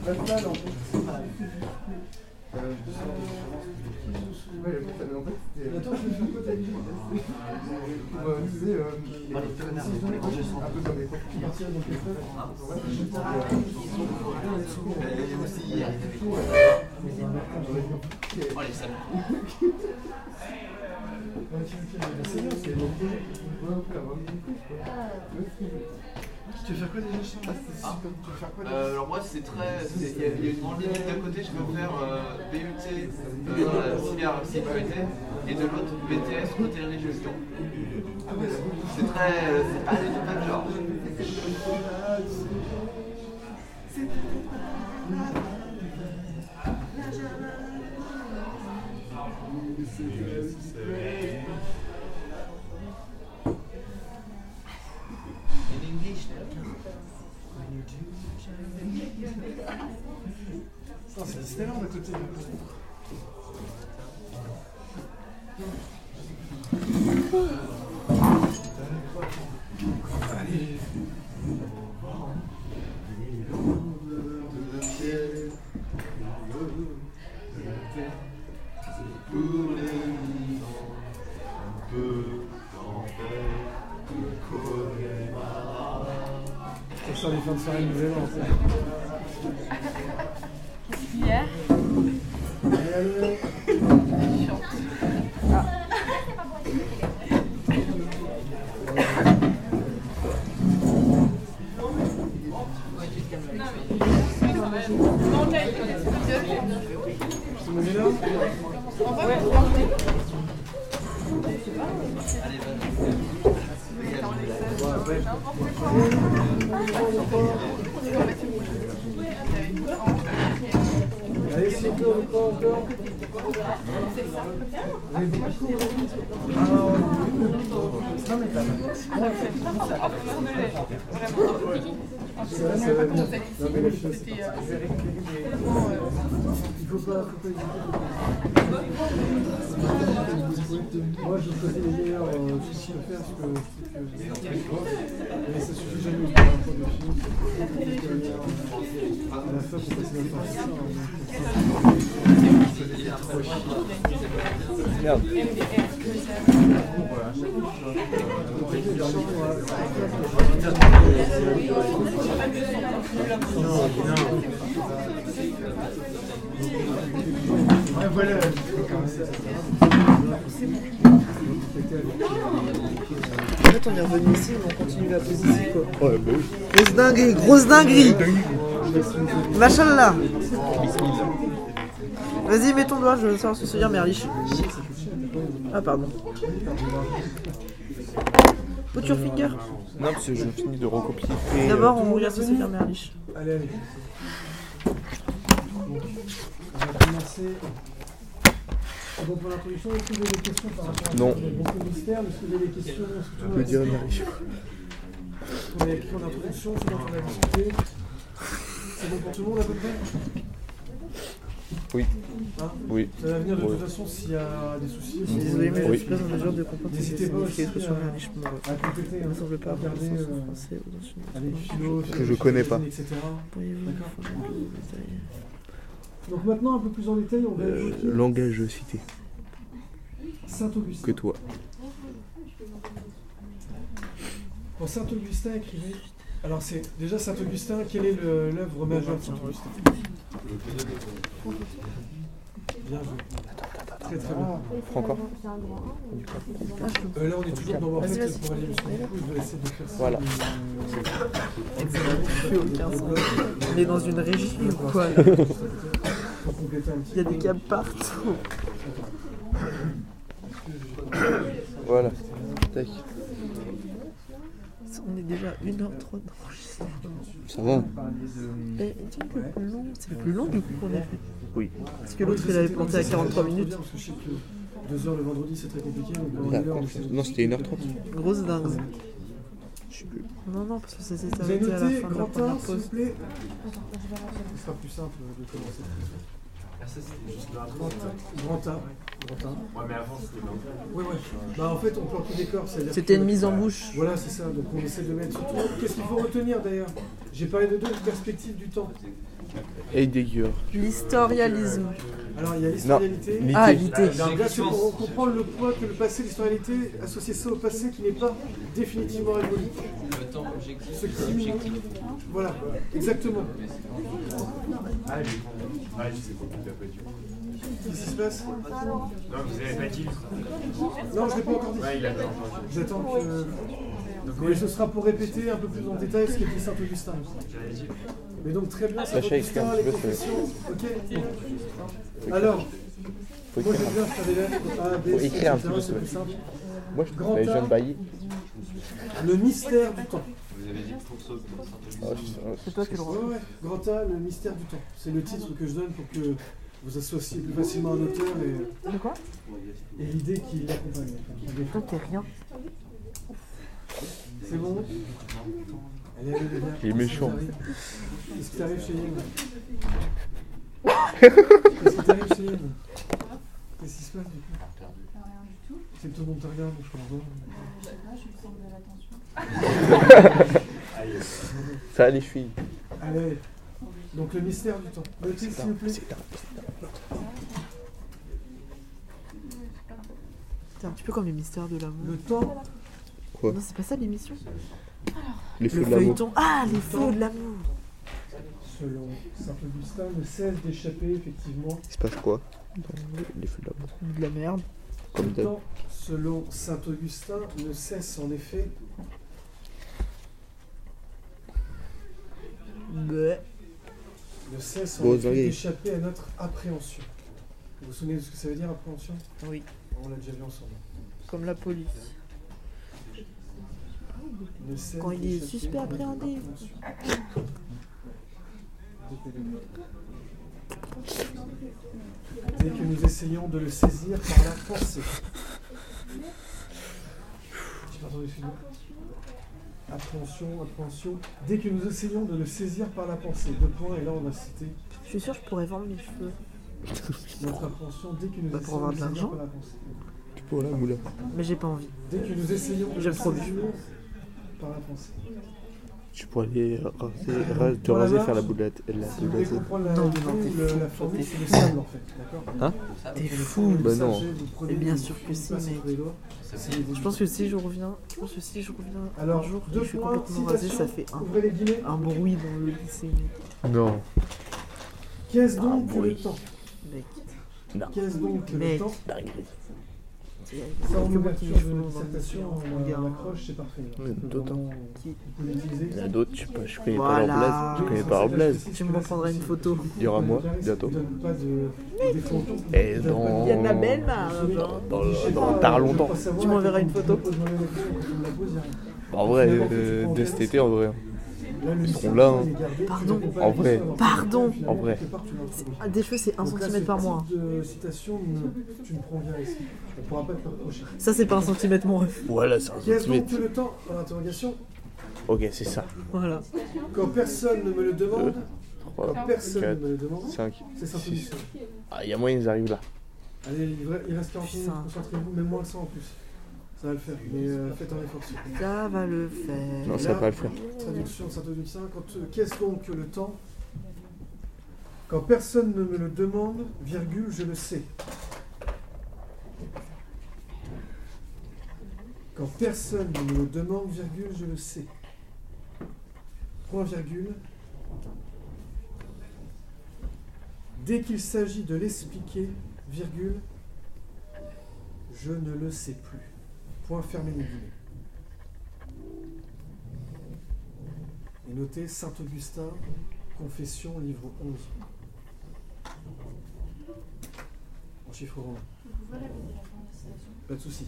euh, Ah, euh, Oh, Tu veux faire quoi déjà Bah, Charles Ah. Euh, alors moi c'est très... c'est- Il y, a- il y a une grande limite d'un côté, je peux faire euh, BUT, euh, cybersécurité, et de l'autre BTS, hôtellerie gestion. Ah C'est très... c'est pas du tout le même genre. Putain, C'est Disneyland à côté. Pour les vivants, un peu d'enfer, que connaît Ça sort les fins de soirée Nouvel An, ça. Hier Allez, c'est quoi encore encore Moi, je choisis les meilleurs euh, soucis à faire parce que je trouve que mais ça suffit jamais pour un point de film. c'est que, euh, À la fin, faut passer notre temps sur ça, hein. Merde. Ouais, voilà. En fait, on est revenu ici, mais on continue la pause ici, quoi. Ouais, bah oui. Grosse dinguerie, grosse dinguerie Machallah Vas-y, mets ton doigt, je veux savoir ce que ça veut dire, merliche. Ah, pardon. Put your finger. Non, parce que je finis de recopier. D'abord, euh, on regarde ce que ça veut dire, merliche. Allez, allez. Donc, on va commencer. Donc, pour l'introduction, est-ce que vous avez des questions par rapport à Non. Il y a beaucoup de mystères, mais est-ce que vous avez des questions Est-ce que tout le Je monde peux a dire des une questions On a écrit en introduction, ce dont on a discuté. C'est bon pour tout le monde à peu près Oui. Hein Euh, Oui. Ça va venir de Oui. toute façon s'il y a des soucis. Je suis désolé, mais je Oui. suis pas en mesure de comprendre ce que N'hésitez pas signifie aussi l'expression à- merliche. pour moi. à compléter, Il hein. me semble pas avoir Regardez, le sens en euh, français ou dans une autre Allez, philo, Que je connais pas. etc. Pourriez-vous D'accord. me fournir le détail Donc maintenant, un peu plus en détail, on va Euh, évoquer langage cité. Saint-Augustin. Que toi. Quand Saint-Augustin écrivait... Alors c'est déjà Saint-Augustin, quelle est le- l'œuvre majeure de Saint-Augustin Bien joué. Très très bien. Prends encore. Euh, là, on est toujours dans... En Vas-y, fait, vas-y. pour aller jusqu'au bout, je vais essayer de faire ça. Voilà. On est dans une régie ou quoi là Il y a des câbles partout. Voilà. Tac. On est déjà une heure trop d'enregistrement. Ça va hein Et il me semble que le plus long, c'est le plus long du coup qu'on a fait. Oui. Parce que l'autre, il avait planté à 43 minutes. Parce que je sais que 2h le vendredi, c'est très compliqué. donc pendant Là, une heure, on on- s'est- non, c'était 1h30. Grosse dingue. Non, non, parce que ça s'est Vous avez arrêté à la noté, fin de la Grantin, première s'il vous pause. plaît Ce sera plus simple de commencer. Ah, ça, c'était juste là. Grantin. Grantin. Grantin. Ouais, mais avant, c'était dans Ouais, ouais. Bah, en fait, on plante le décor. c'est-à-dire C'était que- une mise en bouche. Voilà, c'est ça. Donc, on essaie de mettre. Surtout, qu'est-ce qu'il faut retenir d'ailleurs J'ai parlé de deux perspectives du temps. Heidegger. L'historialisme. Alors, il y a l'historialité. Non, l'ité. Ah, l'ité. Donc Là, c'est pour comprendre le poids que le passé, l'historialité, associer ça au passé qui n'est pas définitivement révolu. le temps objectif. Ce qui- Voilà, exactement. Ah, j'ai compris. Ah, je sais pas tout à fait du coup. Qu'est-ce qui se passe Non, vous avez pas dit. Non, je l'ai pas encore dit. Ouais, il a pas encore dit. J'attends que. Mais ce sera pour répéter un peu plus en détail ce qu'était Saint Augustin. Mais donc très bien, Saint Sacha, explique Augustin, un les petit peu ce- confessions. Ok. Alors, Faut moi écrire j'aime bien faire des lettres A, B, C, Faut écrire un etc., petit peu c'est ce- plus simple. Moi, je Grand préfère les A, jeunes baillis. Le mystère du temps. Vous avez dit pour ça, pour Saint-Augustin. Ah, je- C'est Ah, toi qui le rends. Ouais, ouais. Grand A, le mystère du temps. C'est le titre que je donne pour que vous associez plus facilement un auteur et. euh, quoi Et l'idée qui l'accompagne. Toi, t'es rien. C'est bon Allez, allez, les gars. Il est méchant. Qu'est-ce qui t'arrive *laughs* chez Yann Qu'est-ce qui t'arrive chez Yann Qu'est-ce qui se passe du coup Rien du tout. C'est que tout le monde te regarde, je comprends Je sais pas, je me sens de l'attention. Ça va les filles. pas. Allez, donc le mystère du temps. Notez s'il vous plaît. C'est un petit peu comme les mystères de l'amour. Le temps, Quoi Non, c'est pas ça l'émission. Les feux Le de l'amour. feuilleton. Ah, les feux de l'amour. selon Saint Augustin, ne cesse d'échapper effectivement. Il se passe quoi dans Les feux de l'amour. De la merde. Comme le d'hab. temps, selon Saint Augustin, ne cesse en effet Bleh. ne cesse en Bon, effet Zagay. d'échapper à notre appréhension. Vous vous souvenez de ce que ça veut dire appréhension Oui, On l'a déjà vu ensemble. comme la police. Ne cesse Quand il est d'échapper suspect à notre appréhendé. appréhension. Dès que nous essayons de le saisir par la pensée. J'ai pas entendu, excuse-moi. Appréhension, appréhension. Dès que nous essayons de le saisir par la pensée. Deux points, et là on a cité Je suis sûre que je pourrais vendre mes cheveux. notre appréhension dès que nous Bah, pour essayons avoir de de le saisir l'argent. par la pensée. Tu peux là, moula. Mais j'ai pas envie. Dès que nous essayons de J'aime le trop saisir par la pensée. Tu pourrais aller raser, ra- te raser, faire la boule de la t- la Si vous boule de voulez la tête. comprendre la, Non, mais non, formule, t'es fou, la toi, formule, t'es c'est le fou. sable en fait, d'accord Hein T'es Vous fou. prenez Bah le non. sable, vous prenez Et bien une sûr que file, si, passez mec. entre les doigts, c'est une Je pense que si je reviens, je pense que si je reviens Alors, un jour, et deux je suis points, complètement rasé, citation, ça fait un, Ah, ouvrez les guillemets. un bruit dans le lycée. Non. Qu'est-ce Ah, donc que le bruit. temps Mec, Qu'est-ce donc que le mec, temps c'est il y a Ça, quelques en mots qui me ouverture de font la dans le lycée, dissertation, on on regarde. l'accroche, c'est parfait. là. Mais Vous d'autant. pouvez l'utiliser. Ah, Il y en a d'autres, je sais pas, je connais pas leur Voilà. blaze. Je connais pas leur blaze. Tu me prendras une photo. Il y aura moi, bientôt. Et dans. Il y a de la belle, là. Dans, dans, dans tard longtemps. Tu m'enverras une photo Bah, en vrai, euh, de cet été, en vrai. Ils seront là, hein. Pardon. En vrai. Pardon. En vrai. Ah, Des cheveux, c'est 1 cm par mois. hein. De citation, ne- tu me prends bien ici. On pourra pas te le reprocher. Ça, c'est pas un centimètre, mon ref. Voilà, c'est un Qu'est-ce donc centimètre. que le temps Par l'interrogation. Ok, c'est ça. Voilà. Quand personne ne me le demande, quand 3, personne ne 4, me le demande, 5, c'est saint 6. Augustin. Ah, il y a moyen, ils arrivent là. Allez, il re- il reste 40 minutes, Putain. concentrez-vous, même moins le sang en plus. Ça va le faire, mais euh, faites un effort. Ça va le faire. Non, ça va pas le faire. Traduction de saint Augustin, quand, euh, qu'est-ce donc que le temps Quand personne ne me le demande, virgule, je le sais. Quand personne ne me le demande, virgule, je le sais. Point virgule. Dès qu'il s'agit de l'expliquer, virgule, je ne le sais plus. Point fermé les guillemets. Et notez Saint Augustin, Confession, livre 11. chiffre romain. Pas de souci.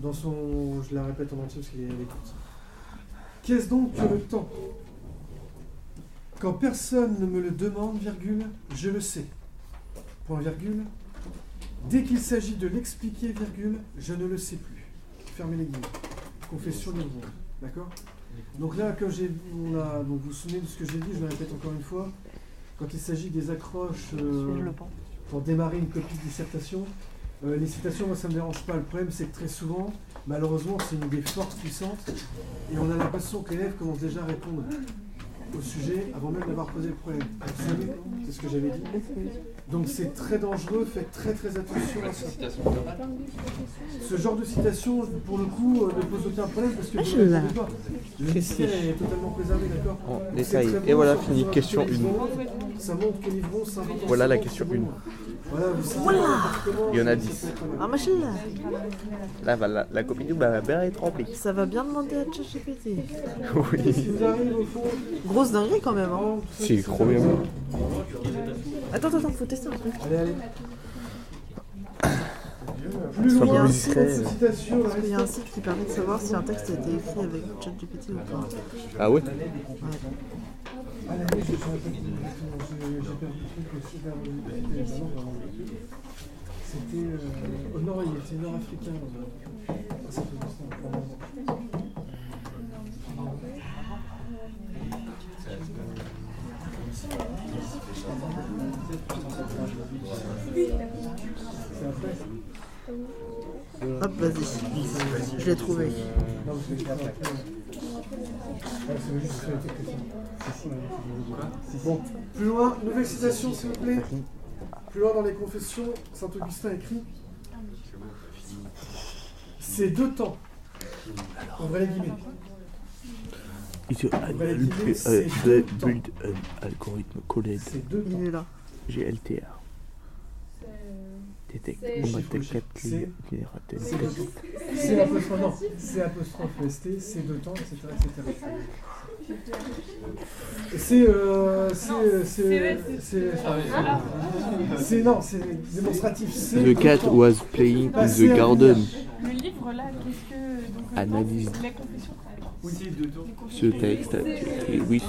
Dans son. Je la répète en entier parce qu'il est à l'écoute. Qu'est-ce donc que le temps Quand personne ne me le demande, virgule, je le sais. Point virgule. Dès qu'il s'agit de l'expliquer, virgule, je ne le sais plus. Fermez les guillemets. Confession de nouveau. D'accord Donc là, comme j'ai, on a, donc vous vous souvenez de ce que j'ai dit, je le répète encore une fois. Quand il s'agit des accroches euh, Suis-je le pan pour démarrer une copie de dissertation, euh, les citations, moi, ça me dérange pas. Le problème, c'est que très souvent, malheureusement, c'est une des forces puissantes et on a l'impression que l'élève commence déjà à répondre au sujet avant même d'avoir posé le problème. Vous savez, C'est ce que j'avais dit. Donc c'est très dangereux, faites très très attention à ça. Ce genre de citation, pour le coup, euh, ne pose aucun problème parce que Ah, vous je ne l'ai. savez pas. Le mystère est totalement préservé, d'accord On C'est essaye. très Et voilà, surtout fini. sur Question les une. bronzes. Ça montre que les bronzes, c'est important. Voilà la C'est bon, question c'est bon. une. Voilà, vous Voilà. Il y en a 10. Ah, machin Là, va- la, bah, la copine va bien être remplie. Ça va bien demander à ChatGPT. *laughs* Oui. Grosse dinguerie quand même. Hein. C'est trop bien. Attends, attends, faut tester un truc. Allez, allez. Parce Plus qu'il y a loin, un plus site- de citations, parce qu'il y a un site qui permet de savoir si un texte a été écrit avec ChatGPT ou pas. Ah ouais C'était euh, au nord, il était nord-africain. là. Ça fait penser à un moment. Hop, vas-y. Je l'ai trouvé. Bon, plus loin, nouvelle citation s'il vous plaît. Plus loin dans les confessions, Saint Augustin écrit C'est deux temps. En vrai, les guillemets. It's an Validé, c'est uh, deux they build an algorithm called C'est deux temps. Il est là. GLTR. Detect Momatel C'est- Generated C'est c'est apostrophe, non, c'est apostrophe ST, c'est deux temps, etc. etc. Et C'est. euh, c'est, euh, C'est. C'est. euh, C'est. Non, c'est démonstratif. c'est The deux cat temps. was playing in Passer à the garden. Le livre là, qu'est-ce que. Donc, Analyse la confession. ce texte a été écrit with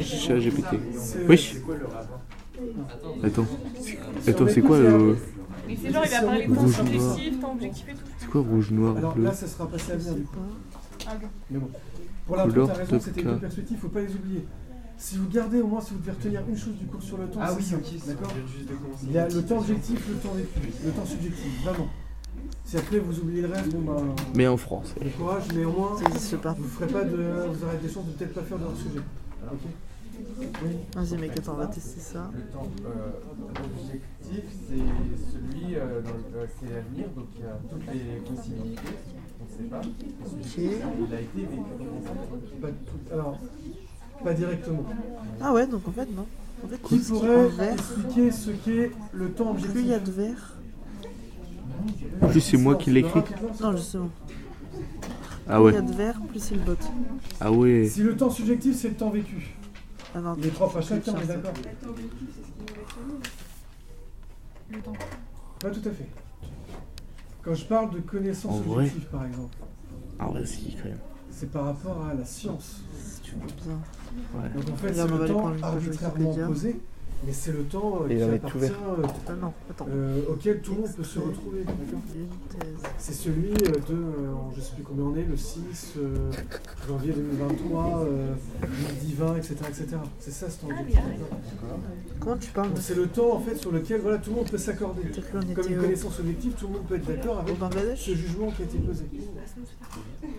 ChatGPT. C'est- euh, Oui. c'est quoi le rapport Attends. c'est- Attends, c'est quoi le. Mais c'est genre, il va parler de ton Rouge noir. subjectif, ton objectif et tout. C'est quoi rouge, noir, Alors bleu là, ça sera passé à venir du coup. Ah, ok. Mais bon. Pour la Couleur t'as raison, de c'était cas. deux perspectives, faut pas les oublier. Si vous gardez au moins, si vous devez retenir une chose du cours sur le temps, Ah c'est oui, ça, ok, ça d'accord vient juste de commencer. Il y a le temps objectif, le temps, vécu, le temps subjectif, vraiment. Si après vous oubliez le reste, bon bah. Mais en français. Bon courage, mais au moins, Ça existe pas. vous ferez pas de. Vous aurez des chances de peut-être pas faire de leur sujet. Ok Oui. Vas-y, mec, attends, on va tester ça. Le temps euh, objectif, c'est celui, euh, dans le- euh, c'est l'avenir, donc il y a toutes les possibilités, on ne sait pas. Il a été vécu. Pas tout- Alors, pas directement. Ah ouais, donc en fait, non. En fait, Qui tout ce qui est en pourrait vert, expliquer ce qu'est le temps objectif plus il y a de vert. En plus, c'est moi qui l'écris. Non, justement. Ah ouais. Plus il y a de vert, plus c'est le bot. Ah ouais. Si le temps subjectif, c'est le temps vécu. Ah non, Il est propre à chacun, on est Charles. d'accord Pas tout à fait. Quand je parle de connaissances En vrai objectives, par exemple, Ah ouais, si, quand même. c'est par rapport à la science. Bien. Ouais. Donc en fait, Là, c'est on va le aller temps prendre une page arbitrairement Wikipédia. posé, mais c'est le temps euh, Et qui on est appartient, ouvert. euh, Ah non, attends. euh, auquel tout le monde peut se retrouver. d'accord Une thèse. C'est celui euh, de, euh, je sais plus combien on est, le 6 euh, janvier 2023, euh, divin, etc. etc. C'est ça ce temps objectif. Comment tu parles Donc, de C'est le temps en fait sur lequel voilà, tout le monde peut s'accorder. T'as cru qu'on Comme était une au- connaissance objective, tout le monde peut être d'accord au avec Bangladesh ce jugement qui a été posé.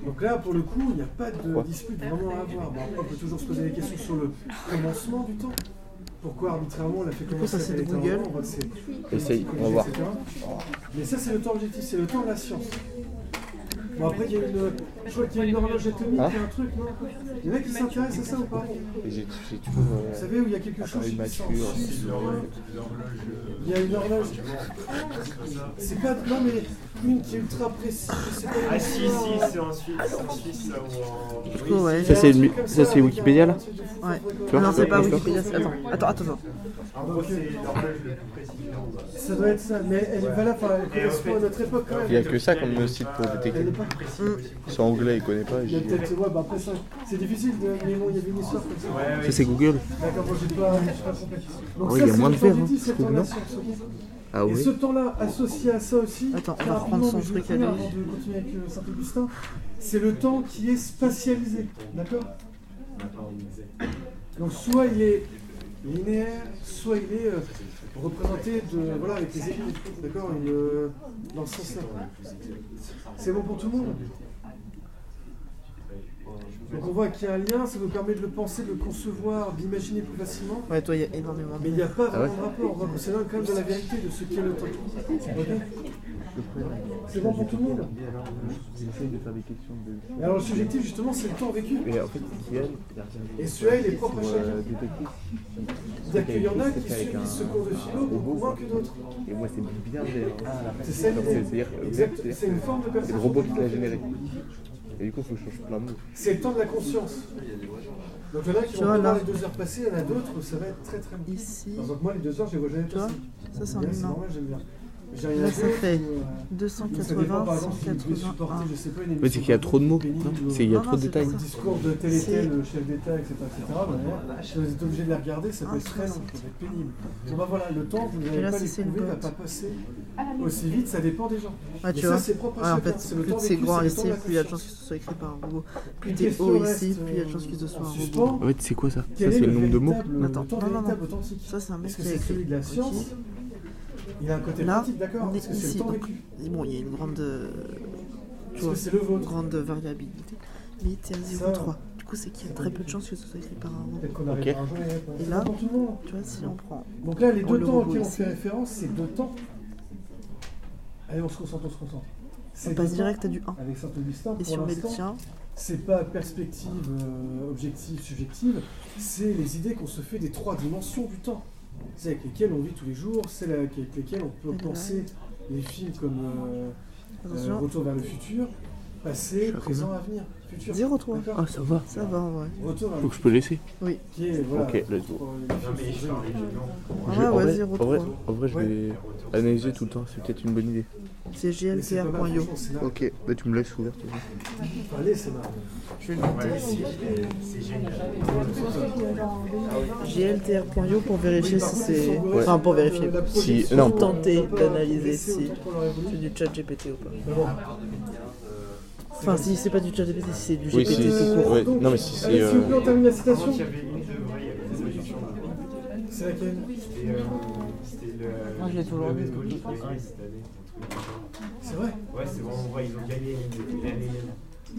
Donc là, pour le coup, il n'y a pas de dispute vraiment à avoir. Bon, après, on peut toujours se poser des questions sur le commencement du temps. Pourquoi arbitrairement on l'a fait coup, ça, commencer c'est à de tel Google. intervalle, on voit que c'est Essaye, on va etc. Mais ça, c'est le temps objectif, c'est le temps de la science. Bon, après, il y a une. Je crois qu'il y a une horloge atomique, il y a un truc, non Il y en a qui s'intéressent à ça ou pas Et j'ai j'ai tout. Vous savez où il y a quelque chose qui mature. s'en suit sur un- Il y a une horloge. C'est pas. Non, mais une qui est ultra précise. je sais pas. Ah si, si, c'est en Suisse, c'est en Suisse ça, ou en... trouve, ouais. Ça, c'est une- ça, c'est Wikipédia là Ouais. Tu vois, non, c'est ouais, pas d'accord. Wikipédia. c'est- Attends, attends, attends. attends. En gros, c'est l'horloge le plus précis du monde. Ça doit être ça, mais elle est valable, enfin, elle Et en correspond à fait- notre époque quand même. Il n'y a que ça comme site pour détecter. Sur anglais, il connaît pas. Il y a peut-être, ouais, bah après ça, c'est difficile, de... mais bon, il y avait une histoire comme ça. Ça, c'est Google. D'accord, moi, j'ai pas, j'ai pas compris. Donc Ah oui, ça, il y a c'est moins de le temps verre, hein, d'édit, je ce trouve, temps-là non sur ce compte. Ah Et oui ce temps-là, associé à ça aussi, Attends, on très va rapidement, reprendre son mais je vais truc finir à avant lui. de continuer avec euh, Saint-Augustin, c'est le temps qui est spatialisé, d'accord Donc soit il est linéaire, soit il est euh, représenté de, voilà, avec les aiguilles, d'accord Une, euh, Dans ce sens-là. C'est bon pour tout le monde Donc on voit qu'il y a un lien, ça nous permet de le penser, de le concevoir, d'imaginer plus facilement. Ouais, toi, il y a énormément de. Mais il n'y a pas Ah ouais vraiment de rapport, on va considérer quand même de la vérité de ce qu'est le temps. Ok C'est bon pour tout le monde J'essaye de faire des questions de. Et Alors le subjectif justement c'est le temps vécu. Mais en fait, Kian, Et celui-là il est propre à pour, euh, chacun. détecter. C'est-à-dire qu'il y en a qui C'est avec un- subissent ce cours de philo beaucoup moins que d'autres. Ah, Et moi, c'est bien d'ailleurs. C'est ça l'idée. C'est-à-dire, Exact, c'est une forme de c'est le perception. robot qui l'a généré. Et du coup, il faut que je change plein de mots. C'est le temps de la conscience. Donc il y en a qui Tu vont vois, voir là. les deux heures passer, il y en a d'autres où ça va être très très bon. Ici. Par exemple, moi les deux heures je les vois jamais Tu vois passer. Ça, c'est un Bien, humain. normal, j'aime bien. J'ai rien Là, ça d'autre, fait euh, donc ça 280, dépend, par exemple, si vous pouvez 181. supporter, je sais pas, une Mais c'est qu'il y a trop de mots, non C'est qu'il y a Non, trop de non, c'est détails. pas ça. discours de tel et tel chef d'État, etc. etc. voilà. Si vous êtes obligé de les regarder, ça peut être très long, ça peut être pénible. Donc bah, voilà, le temps, vous Et n'allez là, pas ça, c'est une l'éprouver, va boîte. pas passer Ah, aussi vite, ça dépend des gens. Ah, Mais tu ça, vois c'est propre à Ouais, en chacun, fait, c'est le plus temps c'est vécu, grand c'est le temps ici, de la plus il y a de conscience. chances que ce soit écrit par un robot. Plus Une t'es question haut reste, ici, plus il y a de euh, chances que ce soit en un suspens. robot. En fait, c'est quoi ça Ça, Quel est c'est le nombre de mots véritable- Attends, le temps non, non, non. véritable authentique Ça, c'est un mec Est-ce que qui a c'est écrit. celui de la Ok. science Il a un côté Là, pratique, d'accord on parce est que c'est le ici. temps donc, vécu. bon, il y a une grande. euh, tu Parce vois, que c'est le vôtre. grande variabilité. Mais t'es à Ça. 0,3. Du coup, c'est qu'il y a très peu de chances que ce soit écrit par un Peut-être qu'on robot. arrivera un jour à y répondre. Et C'est là, pas pour tout le monde. tu vois, si on prend. Donc là, les on deux le temps robot auxquels on ici, fait référence, c'est deux temps. Allez, on se concentre, on se concentre. On C'est passe deux direct temps à du 1. Avec Saint-Augustin, Et pour si on met le l'instant, tien, c'est pas perspective, euh, objective, subjective, c'est les idées qu'on se fait des trois dimensions du temps. C'est avec lesquelles on vit tous les jours, celles avec lesquelles on peut Et là. penser les films comme euh, Attention. euh, Retour vers le futur, passé, présent, avenir, futur. 0,3. D'accord Ah, ça va. ça va en vrai. Retour vers le Donc, je peux laisser Oui. qui est, voilà, Ok, let's go. pour euh, les films. Je- ouais, en, vrai, zéro, en, vrai, trois. en vrai, je vais analyser tout le temps. C'est peut-être une bonne idée. C'est gltr.io. Ok, bah, tu me laisses ouvert. toi. Allez, c'est marrant. Je vais le noter. gltr.io pour vérifier si c'est. Ouais. Enfin, pour vérifier. La Si, production, non. pour tenter d'analyser si c'est du chat GPT ou pas. Enfin, si c'est pas du chat GPT, si c'est du Oui, GPT si, si. tout court. Ouais, non, mais si c'est. Allez, s'il vous plaît, on euh, termine la citation. C'est C'est laquelle Euh, Moi, je l'ai toujours vu. C'est vrai Ouais, c'est vraiment vrai, ils ont gagné l'année- l'année.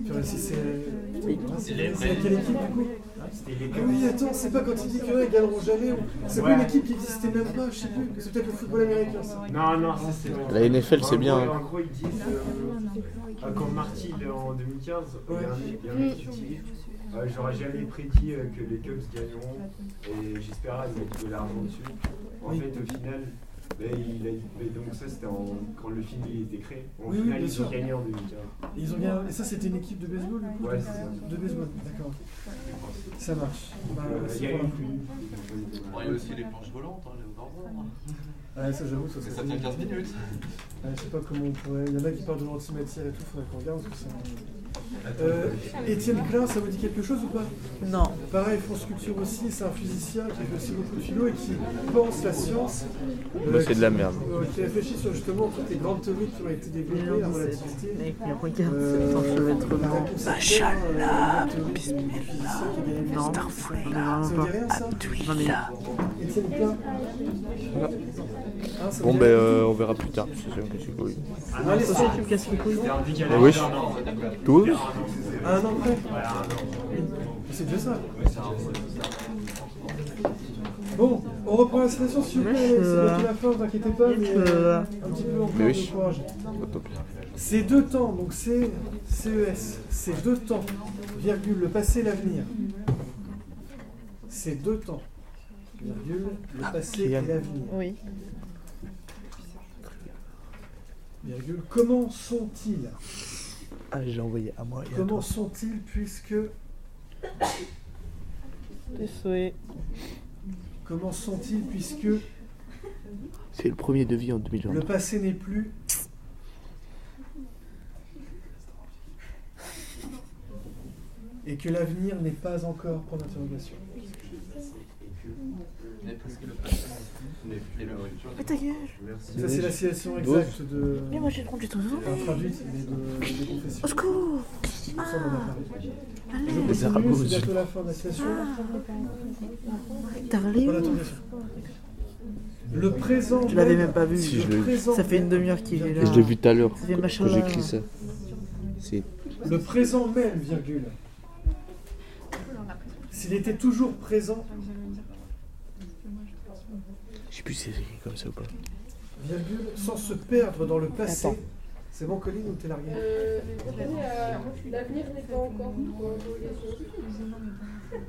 Purée, si c'est. Ah, c'est- Les- C'est laquelle équipe du coup Ah, C'était les Ah oui, attends, c'est pas quand il dit que eux, ils gagneront jamais. ou- C'est pas Ouais. une équipe qui existait même pas, je sais plus. C'est peut-être le football américain ça. Non, non, Ah, ça c'est bon. La NFL, c'est En bien, gros- hein. En gros, ils disent. euh, euh, quand Marty, il est en 2015, il y a un- il y a un mec qui dit euh, J'aurais jamais prédit euh, que les Cubs gagneront et j'espérais mettre de l'argent dessus. En Oui. fait, au final. ben, il a- mais donc ça c'était en- quand le film il était créé. Au Oui, oui, final bien ils sûr. ont gagné en 2015. Et Ils ont gagné. Et ça, c'était une équipe de baseball du coup Ouais, c'est ça. De baseball, d'accord. Ça marche. Bah, Euh, c'est il y a voilà. eu plus. Bon, il y a aussi les planches volantes, hein, les normands. Ouais, ça j'avoue, ça Mais serait ça tient cool. 15 minutes. Ouais, je sais pas comment on pourrait. Il y en a qui parlent de l'antimatière et tout, faudrait qu'on regarde parce que c'est. un- Euh, Étienne Klein, ça vous dit quelque chose ou pas Non. Pareil, France Culture aussi, c'est un physicien qui fait aussi beaucoup de philo et qui pense la science. Moi, c'est de la merde. euh, qui réfléchit sur justement toutes les grandes théories qui ont été développées, la relativité. Euh, Mais regarde, c'est l'enchevêtre blanc. Machallah Bismillah Starfleet. Ça vous dit rien ça Étienne Klein Hein, ça vous Bon, dit ben, rien euh, on verra plus tard. parce que C'est sûr que c'est cool. Ah, non, Ça, tu me casses les couilles. Ah, wesh. Tout Ah non, après C'est déjà ça. Bon, on reprend la station s'il vous plaît. C'est pas la fin, vous inquiétez pas, mais euh, un petit peu encore Mais oui. de courage. S'il te plaît. Ces deux temps, donc c'est CES, ces deux temps, virgule, le passé et l'avenir. Ces deux temps, virgule, le passé et l'avenir. Oui. Virgule, comment sont-ils Ah, j'ai envoyé à moi. et à Comment toi. sont-ils puisque... Tes souhaits. Comment sont-ils puisque C'est le premier devis en 2020. le passé n'est plus... Et que l'avenir n'est pas encore, point d'interrogation. Mais parce que le passé n'est plus le futur. Mais ta gueule Ça, c'est la citation exacte de. Mais moi, j'ai le du temps de Pas traduite, mais de, des confessions. Au secours Ah. Ça, on en a parlé. Allez. Je Les continue, arabes c'est bientôt la fin de la citation. Ah. T'as râlé Voilà, où ton citation. Le présent. Je l'avais même pas vu. Si, je le l'ai vu. présent. Ça fait une demi-heure qu'il est là. Et je l'ai vu tout à l'heure Ça fait quand machin quand j'ai là. écrit ça. C'est Le présent même, virgule. S'il était toujours présent, Je sais plus si c'est écrit comme ça ou pas. virgule, sans se perdre dans le passé. C'est bon, Colline, ou t'es largué euh, L'avenir n'est pas encore.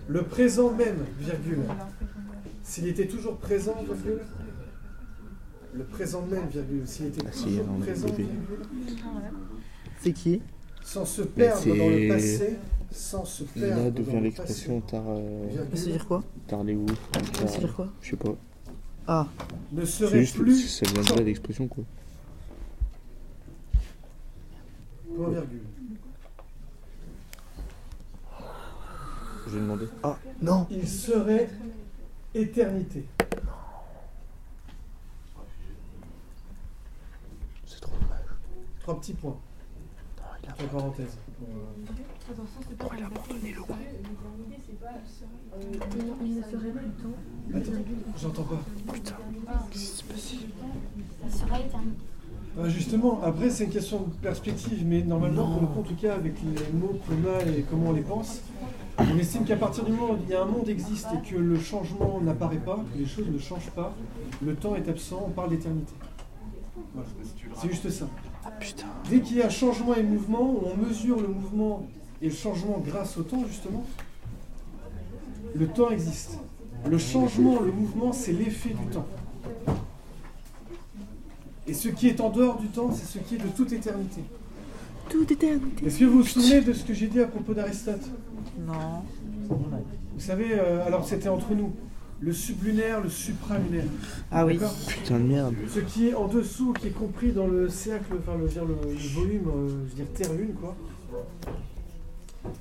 Le présent même, virgule. S'il était toujours présent, virgule. Le présent même, virgule. S'il était Ah, si, il y toujours en a un présent, bébé. virgule. C'est qui Sans se perdre c'est- dans le passé. Sans se perdre dans Là devient le l'expression passé. tard. Euh, Ça veut dire quoi tard les ouf. Ça veut dire quoi Je sais pas. Ah, Ne C'est serait juste plus. ça viendrait de l'expression quoi. Point virgule. Je vais demander. Ah, non Il serait éternité. C'est trop dommage. Trois petits points. il a Oh, Entre parenthèses. Il a abandonné le coup. Il ne serait plus temps. Attends, j'entends pas. Putain. Qu'est-ce qui s'est passé Il serait éternité. Bah, justement, après c'est une question de perspective, mais normalement, pour le coup, en tout cas, avec les mots qu'on a et comment on les pense, on estime qu'à partir du moment où il y a un monde existe et que le changement n'apparaît pas, que les choses ne changent pas, le temps est absent, on parle d'éternité. Voilà. C'est juste ça. Dès qu'il y a changement et mouvement, on mesure le mouvement et le changement grâce au temps, justement, le temps existe. Le changement, le mouvement, c'est l'effet du temps. Et ce qui est en dehors du temps, c'est ce qui est de toute éternité. toute éternité. Est-ce que vous vous souvenez de ce que j'ai dit à propos d'Aristote Non. Vous savez, euh, alors c'était entre nous, le sublunaire, le supralunaire. Ah oui. D'accord Putain de merde. Ce qui est en dessous, qui est compris dans le cercle, enfin le, je veux dire, le, le volume, euh, je veux dire Terre Lune, quoi.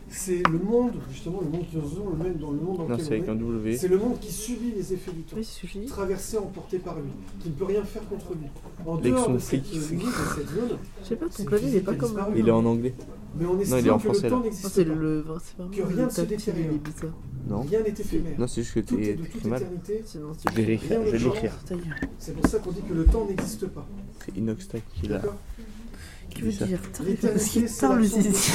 C'est le monde, justement, le monde qui nous le même dans le monde dans Non, lequel c'est avec on un est. W. C'est le monde qui subit les effets du temps, Oui, c'est sujet. traversé, emporté par lui, qui ne peut rien faire contre lui. En Avec dehors son de cette, flic, euh, ligne, de cette zone, Je sais pas, ton c'est clavier il est physique pas a comme. disparu. Il est en anglais. Mais on estime il est en que français, le temps là. Non, n'existe C'est pas. le. C'est vraiment. Que rien ne se le tactile, détériore. Il est bizarre. Non. Rien n'est éphémère. Non, c'est juste que Tout est t'es de t'écris toute mal. éternité. Sinon, tu Je vais l'écrire. Je vais l'écrire. Ta gueule. C'est pour ça qu'on dit que le temps n'existe pas. C'est Inoxtag qui l'a. D'accord Tu veux ça. dire Parce L'éternité, qu'il c'est parle, l'absence zizi.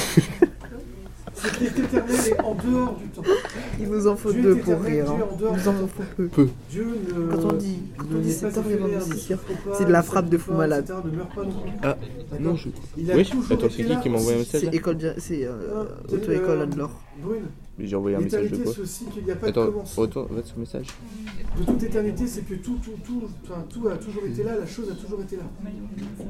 Ce qui est éternel est en dehors du temps. Il nous en faut Dieu deux est pour éternel, rire. Dieu hein. est en Il dehors nous en faut peu. Dieu ne. Quand on dit, quand on ne dit n'est pas septembre, il va nous éphémère, ne sortir. souffre pas, C'est de la ne frappe de s'habille fou pas, malade. etc., ne meurt pas non plus. Ah, non, je. Il a Oui, toujours attends, été c'est là. qui qui m'a envoyé un message C'est là école, de- c'est euh, auto-école Anne-Laure. Brune, Mais J'ai envoyé un message de l'éternité, quoi c'est aussi qu'il n'y a pas de Attends, commencement. retourne, va sur le message. De toute éternité, c'est que tout, tout, tout, enfin, tout a toujours été là, la chose a toujours été là.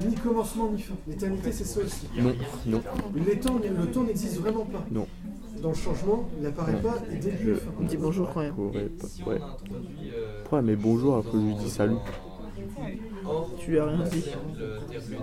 Ni commencement, ni fin. L'éternité, c'est ça aussi. Non, non, Les temps- le temps n'existe vraiment pas. Non. Dans le changement, il n'apparaît pas et dès Je- que On dit bonjour quand même. pourrais pas. Si Ouais. on introduit. euh, Pourquoi mais bonjour alors que je lui dis salut dans- hors Tu lui as rien la dit. cercle Terre-Lune,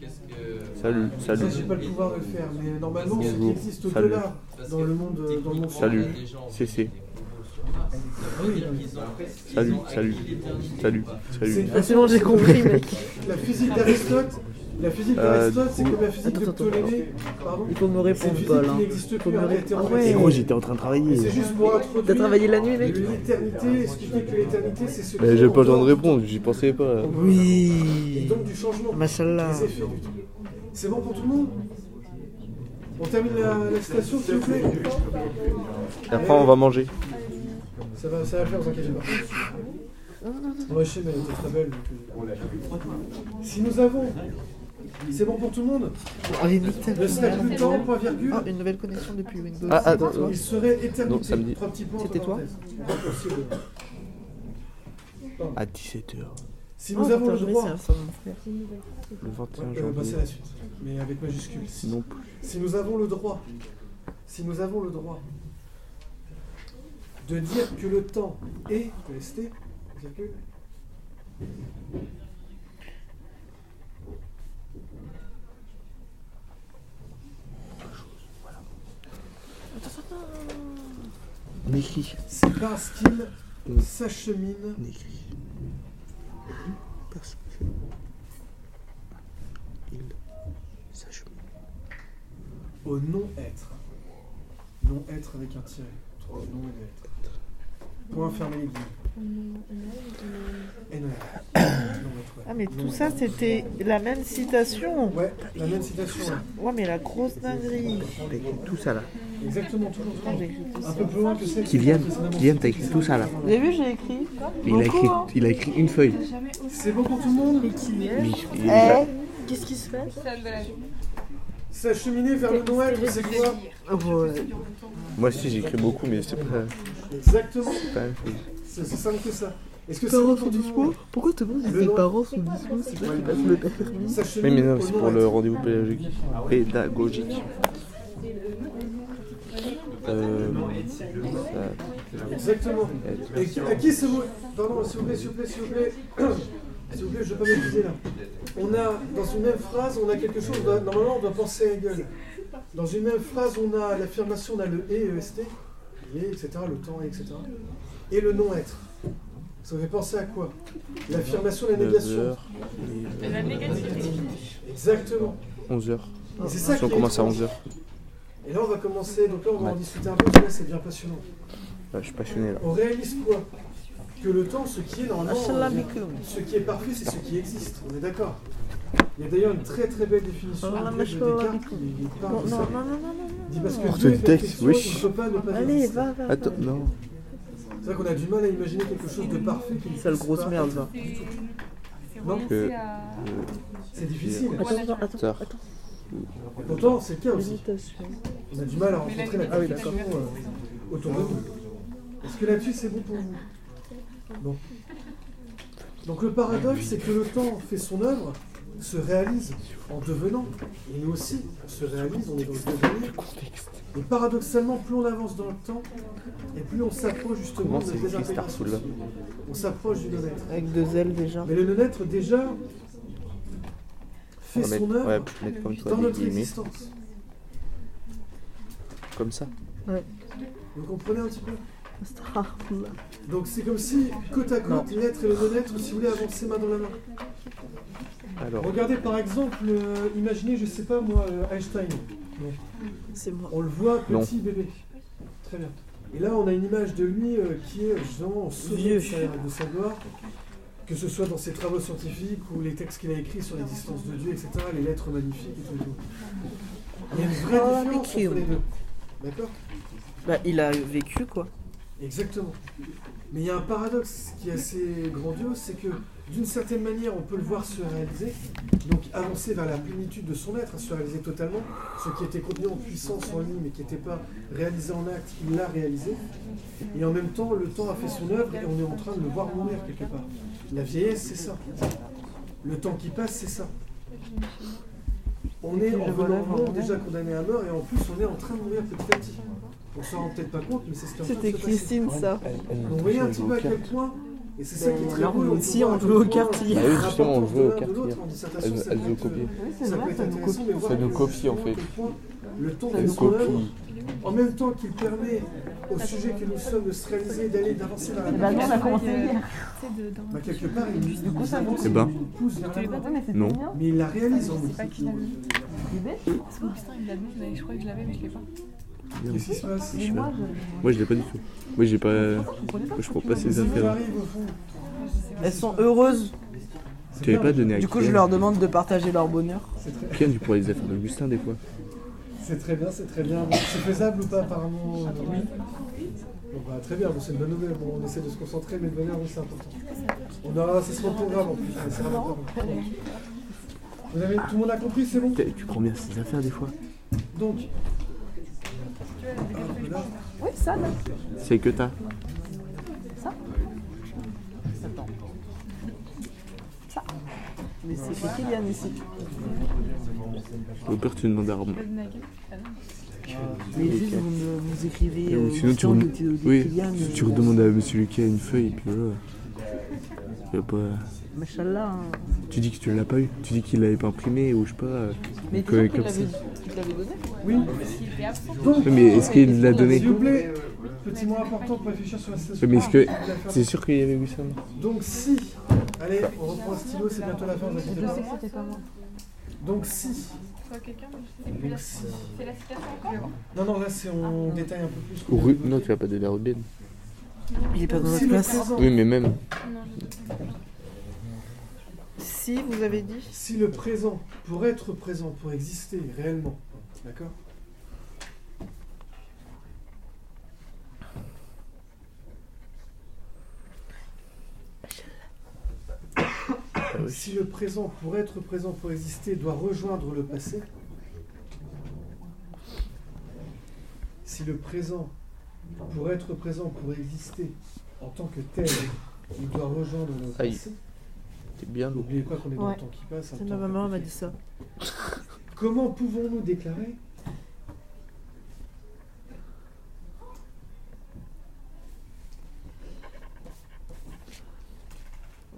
Qu'est-ce que. Salut, Ça, salut. j'ai pas le pouvoir de le faire, mais normalement, ce qui Bonjour. existe Salut. au-delà, Parce dans que le monde, euh, dans le monde Salut. on a des gens qui CC. ont des robots sur Mars, ça veut dire qu'ils ont- ils Salut, ont acquis salut, l'éternité salut, ou pas. salut. Ah, c'est bon, j'ai compris, mec. La physique d'Aristote, la physique Euh, d'Aristote, c'est cool. comme la physique Attends, de attends, Ptolémée. Pardon. Il faut me C'est une répondre, physique Paul. qui hein. n'existe Faut plus, me elle a été répondre. enlevée. Gros, j'étais en train de C'est travailler. juste pour introduire. T'as travaillé la nuit, mec L'éternité, expliquer que l'éternité, c'est ce qui. Mais est j'ai pas en le temps dehors de du répondre, j'y pensais pas. Et Oui. donc du changement. Machallah. Des effets du temps. C'est bon pour tout le monde On termine la, la citation, s'il vous plaît Et après, on va manger. Ça va, ça va faire, vous inquiétez pas. Moi, je sais, mais elle était très belle. donc, euh, Si nous avons. C'est bon pour tout le monde Ah, Le snack du temps, point virgule. une nouvelle connexion depuis Windows. Ah, ah, non, non. Il serait éternisé. Non, samedi. Trois petits points entre C'était toi Ah, parenthèses. Impossible. euh, À 17h. Si Ah, nous avons putain, le je vais droit. essayer de faire mon frère. Le 21 Ouais, euh, janvier. bah, c'est la suite, mais avec majuscule. Si- Non Si nous avons le droit, si nous avons le droit de dire que le temps est PST, virgule, N'écris. c'est parce qu'il s'achemine N'écris. Personne. Il s'achemine. au non-être. Non-être avec un tiret. Non et être. Point fermé les guillemets. Et non. Non-être, Ah, ouais. mais tout Non-être. ça, c'était la même citation. Ouais, la même citation. hein. ouais. Ouais, mais la grosse dinguerie. T'as écrit tout ça là. Exactement, toujours. Ah, j'ai écrit tout Un ça. peu plus loin que celle Kylian, Kylian, t'as écrit tout ça là. Vous avez vu, j'ai écrit. Il a écrit, il a écrit une feuille. C'est bon pour tout le monde Oui, Mais il est- Qu'est-ce qui se passe S'acheminer vers le non-être, c'est quoi Moi aussi, j'écris beaucoup, mais c'est pas, Exactement. c'est pas la même chose. C'est aussi simple que ça. Est-ce que c'est bon Parents pour sont tout le monde dispo Pourquoi tout le monde dit que les parents sont dispo C'est pas qu'ils passent le permis Oui, S'acheminer mais non, au c'est pour le non-être. rendez-vous pédagogique. Pédagogique. Euh, Exactement. Et à qui ce mot Pardon, s'il vous plaît, s'il vous plaît, s'il vous plaît. *clears throat* S'il vous plaît, je ne veux pas m'épuiser là. On a, dans une même phrase, on a quelque chose, on doit- normalement on doit penser à la gueule. Dans une même phrase, on a l'affirmation, on a le E, et, EST, et, etc., le temps, et, etc. Et le non-être. Ça vous fait penser à quoi L'affirmation, la négation. 9h, La négativité. Exactement. 11h. Et c'est ça Si on qui est commence à étrange. 11h. Et là, on va commencer, donc là, on va en discuter un peu, parce que là, c'est bien passionnant. je suis passionné là. On réalise quoi Que le temps, ce qui est normalement. Assalamu euh, alaikum. Ce qui est parfait, c'est ce qui existe. On est d'accord Il y a d'ailleurs une très très belle définition de Assalamu Descartes. alaikum. Il il Non, parle Oh, non, de ça. non, non, non, non. Il dit parce que Pour Dieu ce est texte, perfection, oui. il ne peut pas ne pas Allez, exister. va, va. va. Attends, non. C'est vrai qu'on a du mal à imaginer quelque chose de parfait. qui Sale n'existe grosse pas. merde, va. Non, Que. c'est difficile. Attends, attends, attends. Tard. Et Pourtant, c'est le cas aussi. Hésitation. On a du mal à rencontrer la Ah oui, contradiction euh, autour de nous. Est-ce que là-dessus, c'est bon pour vous Non. Donc le paradoxe, c'est que le temps fait son œuvre, se réalise en devenant. Et nous aussi, on se réalise, on est dans le devenir. Et paradoxalement, plus on avance dans le temps, et plus on s'approche justement Comment de c'est écrit désintégration. Starsoul, là On s'approche du non-être. Avec deux ailes déjà. Mais le non-être, déjà, On fait va mettre, son ouais, œuvre pour mettre comme toi dans des notre guillemets. existence. Comme ça. Vous comprenez un petit peu Astaghfirullah. Donc c'est comme si, côte à côte, l'être et le non-être, si vous voulez avancer main dans la main. Alors. Regardez par exemple, euh, imaginez, je sais pas moi, euh, Einstein. C'est moi. On le voit Non. petit bébé. Très bien. Et là, on a une image de lui euh, qui est justement au sommet Vieux. de sa- de sa gloire, que ce soit dans ses travaux scientifiques ou les textes qu'il a écrits sur l'existence de Dieu, etc., les lettres magnifiques et tout. et tout. Il y a une vraie différence entre les deux. D'accord Bah, il a vécu quoi. Exactement. Mais il y a un paradoxe qui est assez grandiose, c'est que d'une certaine manière, on peut le voir se réaliser, donc avancer vers la plénitude de son être, se réaliser totalement, ce qui était contenu en puissance en lui, mais qui n'était pas réalisé en acte, il l'a réalisé. Et en même temps, le temps a fait son œuvre et on est en train de le voir mourir quelque part. La vieillesse, c'est ça. Le temps qui passe, c'est ça. On est en venant au monde déjà condamné à mort et en plus, on est en train de mourir petit à petit. On s'en rend peut-être pas compte, mais c'est ce qui est en train de C'était se passer. Christine ça. Donc, vous voyez un petit peu à quel point. Et c'est ça qui est très Là, on beau, est peut aussi, voir on à quel joue aux point cartes la hier. Bah oui, justement, on jouait aux l'un de cartes l'autre hier. en dissertation, Elles, ça elles peut nous être- copient. ça peut être intéressant de voir Ça nous que, copie, en fait. à quel point Le temps Elles fait son œuvre, copient. en même temps qu'il permet au sujet que nous sommes de se réaliser, d'aller, d'avancer vers la Bah non, on a perfection, commencé hier. bah, quelque part, il nous pousse ça avance, Eh ben. il nous pousse vers euh, l'avant. mais c'est Non. bien. Mais il la réalise en nous. pas qu'il l'avait. Oh, putain, il l'a mis, mais je crois que je l'avais, mais je l'ai pas. Qu'est-ce qui se passe Je sais pas. Moi, je l'ai pas du tout. Moi, j'ai pas. Moi, je prends pas ces Ils affaires. arrivent au fond. Elles sont heureuses. Tu l'avais pas donné à Du coup, Kylian. je leur demande de partager leur bonheur. Kylian, tu pourrais les affaires d'Augustin des fois. C'est très bien, c'est très bien. C'est faisable ou pas apparemment Oui. euh, Bon, bah, très bien, bon, c'est une bonne nouvelle. Bon, on essaie de se concentrer, mais le bonheur, oui, c'est important. On a, ça sera au programme en plus. mais c'est important. Vous avez, tout le monde a compris, c'est bon Tu prends bien ces affaires des fois. Donc, Oui, ça, là. C'est que t'as. Ça Attends. Ça. Mais c'est chez Kylian ici. Au pire, tu demandes à Armand. Mais juste, vous, me- vous écrivez. Et euh, ou sinon, tu, Christian, rem- le petit- le petit oui, Kylian, tu- euh, tu redemandes à Monsieur Lucas une feuille et puis voilà. Il a pas- Machallah. hein. Tu dis que tu l'as pas eu, tu dis qu'il l'avait pas imprimé ou je sais pas. euh, Mais que- disons qu'il comme ça. l'avait qu'il l'avait donné. Oui. Oui, mais est-ce qu'il l'a donné S'il vous plaît, petit mot important pour réfléchir sur la situation. Oui, Mais est-ce que. Ah. C'est sûr qu'il y avait vu ça non Donc si, allez, on reprend un stylo, c'est bientôt la fin, vous inquiétez pas. Donc si, donc si. C'est la citation encore Ah. Non, non, là c'est on détaille un peu plus. Ou Ru- Non, tu vas pas donner à Ruben. Il est pas dans Si notre le classe. présent- Oui, mais même. Si, vous avez dit. Si le présent, pour être présent, pour exister réellement, d'accord Si le présent, pour être présent, pour exister, doit rejoindre le passé, si le présent, pour être présent, pour exister en tant que tel, il doit rejoindre le Aïe. passé, C'est bien lourd. n'oubliez pas qu'on est dans Ouais. le temps qui passe. un C'est temps ma maman elle m'a dit ça. Comment pouvons-nous déclarer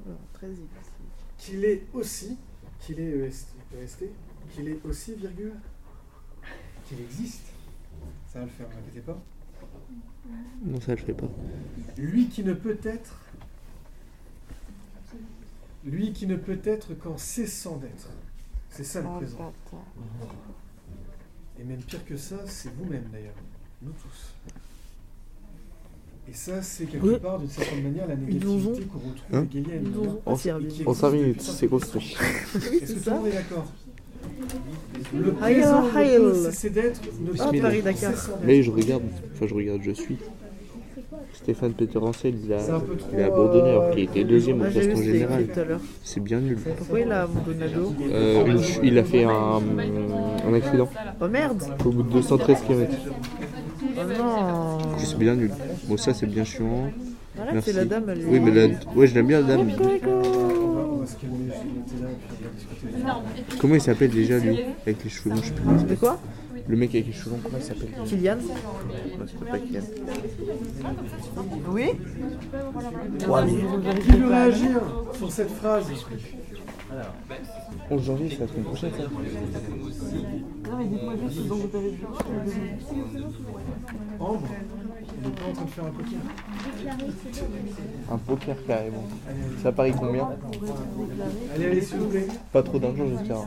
Voilà, Très ici. qu'il est aussi, qu'il est E EST, EST, qu'il est aussi, virgule, qu'il existe Ça va le faire, ne inquiétez pas. Non, ça je fais pas. Lui qui ne peut être, lui qui ne peut être qu'en cessant d'être. C'est ça le Ah, présent. Et même pire que ça, c'est vous-même d'ailleurs, nous tous. Et ça, c'est quelque Oui. part, d'une certaine manière, la Ils nous négativité qu'on retrouve Hein égayée à une Ils nous manière ont En, pas servi. en 5 minutes, c'est construit. Est-ce que tout le monde est d'accord Ah, Le Hayal, présent ne hayal. peut cesser d'être, ne peut Ah, être Paris-Dakar. qu'en cessant Mais d'être. je regarde, enfin je regarde, je suis. Stéphane Peter Ancel, il C'est a, un peu trop, il a abandonné alors euh, qu'il était deuxième au Moi, j'ai vu classement ce qu'il a écrit tout à général. l'heure. C'est bien nul. Pourquoi il a abandonné l'eau Euh, une ch- il a fait un, un accident Oh merde au bout de 213 km. Oh non C'est bien nul. Bon, ça c'est bien chiant. Voilà, Merci. c'est la dame, elle- Oui, mais la... ouais, je l'aime bien la dame. On va- on va se calmer, je vais noter là, et puis on va discuter. Comment il s'appelle déjà lui Avec les cheveux longs, je sais plus. comment il s'appelle. De quoi Le mec avec les cheveux longs, comment il s'appelle Kylian Ouais, c'est pas Kylian. Oui Qui veut réagir sur cette phrase 11 janvier, c'est la semaine prochaine ça Non, mais dites-moi juste ce dont vous avez dit. Ambre, on n'est pas en train de faire un coquin. Un poker carrément. Ça parie combien Allez, allez, s'il vous plaît. Pas trop d'argent, j'espère.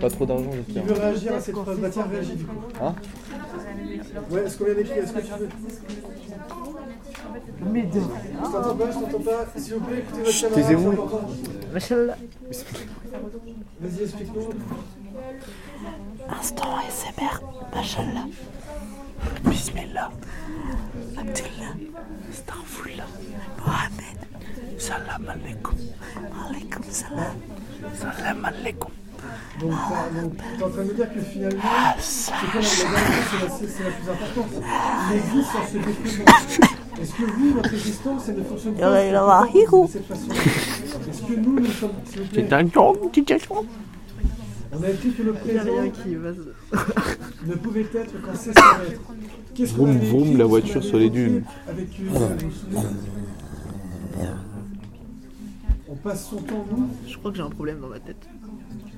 Pas trop d'argent, Qui j'espère. veut réagir à cette phrase Bah tiens, réagis du coup. Hein Ouais, est-ce qu'on vient d'écrire Est-ce que tu veux Mais de. Je t'entends pas, je t'entends pas. S'il vous plaît, écoutez votre Chut, camarade, taisez-vous. c'est important. Machallah. Vas-y, explique-nous. Instant SMR, Machallah. Bismillah. Abdullah. Starfullah. Mohamed. Salam alaikum. Alaikum salam. Salam alaikum. Donc, t'as- donc, ah, t'es en train de me dire que finalement, Ah, c'est quoi la- la dernière chose, c'est la, c'est la plus importante. Ah, L'existence en *laughs* se déclinant. Est-ce que vous, votre existence, elle ne fonctionne pas Yalla, yalla, de cette façon Est-ce que nous, nous sommes, s'il vous plaît, on a écrit que le Il y a présent rien qui va se. ne pouvait être qu'en cessant d'être. Qu'est-ce qu'on Vroom, avait vroom, écrit, la qu'est-ce voiture qu'on avait sur les évoqué dunes. Ah. avec, euh, vous vous souvenez on passe son temps, nous, Je crois que j'ai un problème dans ma tête.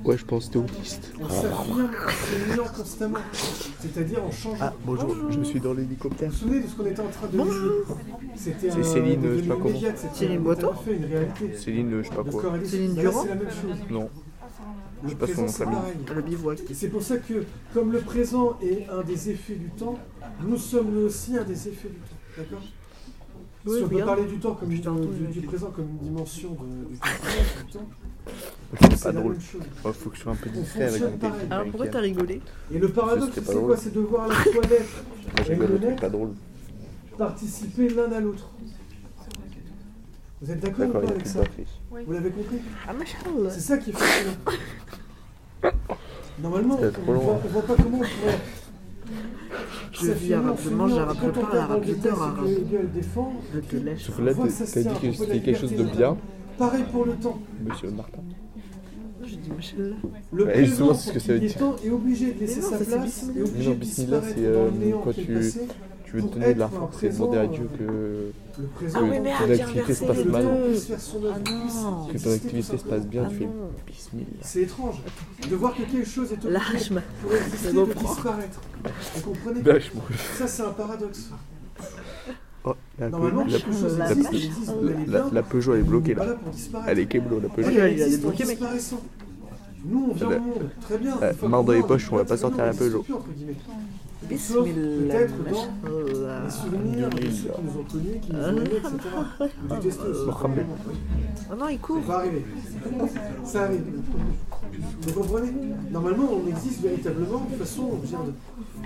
Ouais, je pense que t'es autiste. on s'affirme, on s'améliore constamment. C'est-à-dire, on change. Ah, bonjour, je suis dans l'hélicoptère. Vous vous souvenez de ce qu'on était en train de vivre C'était C'est un- Céline, devenu je sais pas comment. immédiat, c'était Céline tout à Boiteau fait une réalité. Céline, euh, je sais pas Le quoi. corps est libre. Céline Bah, Durand C'est la même chose. Non, Le sais pas son présent, nom de c'est famille. pareil. Le bivouac. Et c'est pour ça que, comme le présent est un des effets du temps, nous sommes nous aussi un des effets du temps. D'accord Oui, Si on peut regarde. parler du temps comme Putain, du- oui, du, oui. du présent comme une dimension de, *laughs* du temps, du temps, c'est c'est pas la drôle. même chose. Oh, faut que je sois un peu On distrait avec fonctionne mon pareil. téléphone. Alors pourquoi t'as rigolé Et le paradoxe, c'était pas c'est quoi drôle. C'est de voir à la fois l'être Moi, et j'ai le le truc l'être pas drôle. participer l'un à l'autre. Vous êtes d'accord ou pas D'accord, il y a avec plus ça d'affiches. Vous l'avez compris Ah, machallah. C'est ça qui est fascinant. Normalement, C'était on trop long, voit, hein. on voit pas comment on pourrait. Je vis arabe, je mange arabe, je parle arabe, je dors arabe. Je te lèche. Sauf que là, t'as t'as dit que c'était quelque chose de bien, Pareil pour le temps. monsieur Martin. Je dis machallah. Le Bah, et présent, souvent, c'est ce que pour ça veut qu'il y ait dire. temps, est obligé de laisser Mais non, sa ça, c'est place bismillah. et Mais obligé non, de bismillah, disparaître c'est dans euh, le néant quand qui est tu, passé. tu veux te pour donner de la être un force et présent, demander à Dieu euh, que, Le présent Ah oui, que merde, ton j'ai activité se inversé passe les mal. deux. Ah non. Que ton activité se passe bien, Ah tu fais non. bismillah. C'est étrange de voir que quelque chose est Là, obligé je m'a- pour exister je de reprends. disparaître. Vous comprenez Là, je m'en- Ça, c'est un paradoxe. Oh, la, Normalement, la, quelque chose la- existe, existe, la- vous allez la- bien. la Peugeot elle est bloquée Voilà là. pour disparaître. Ah, Elle est Eh keblo la Peugeot. Elle, elle existe en bloquée, mec. disparaissant. Nous, on vient Elle- au monde, très bien. euh, une fois main qu'on dans les meurt, on poches, on va dit, pas sortir la non, on existe Peugeot. plus, entre guillemets. Sauf Bismillah. Euh, ah. Peut-être dans les souvenirs de ceux qui nous ont connus, qui nous ont aimés, etc. Ou détestés aussi. Mohamed. Oh non, il Ça court. va arriver. Ça arrive. Vous comprenez Normalement, on existe véritablement de façon. je veux dire,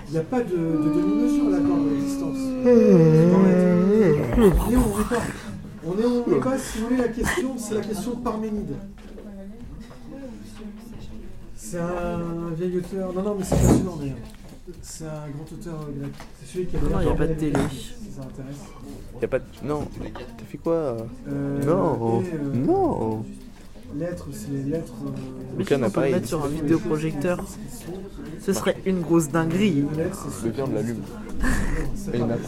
Il n'y a pas de, de demi-mesure là dans l'existence. Dans la- On est ou on n'est pas. On est ou on n'est pas, si vous voulez, la question, c'est la question de Parménide. C'est un vieil auteur. Non, non, mais c'est passionnant d'ailleurs. C'est un grand auteur euh, grec. C'est celui qui a Non, il y a pas de télé. Si ça intéresse. Y a pas de... Non, t'as fait quoi euh Euh, Non, et, euh, non. Lettres, c'est les lettres. euh, Aucun on peut le appareil. mettre sur un vidéoprojecteur. Ce serait une grosse dinguerie. Le gars, on l'allume. Et une attache.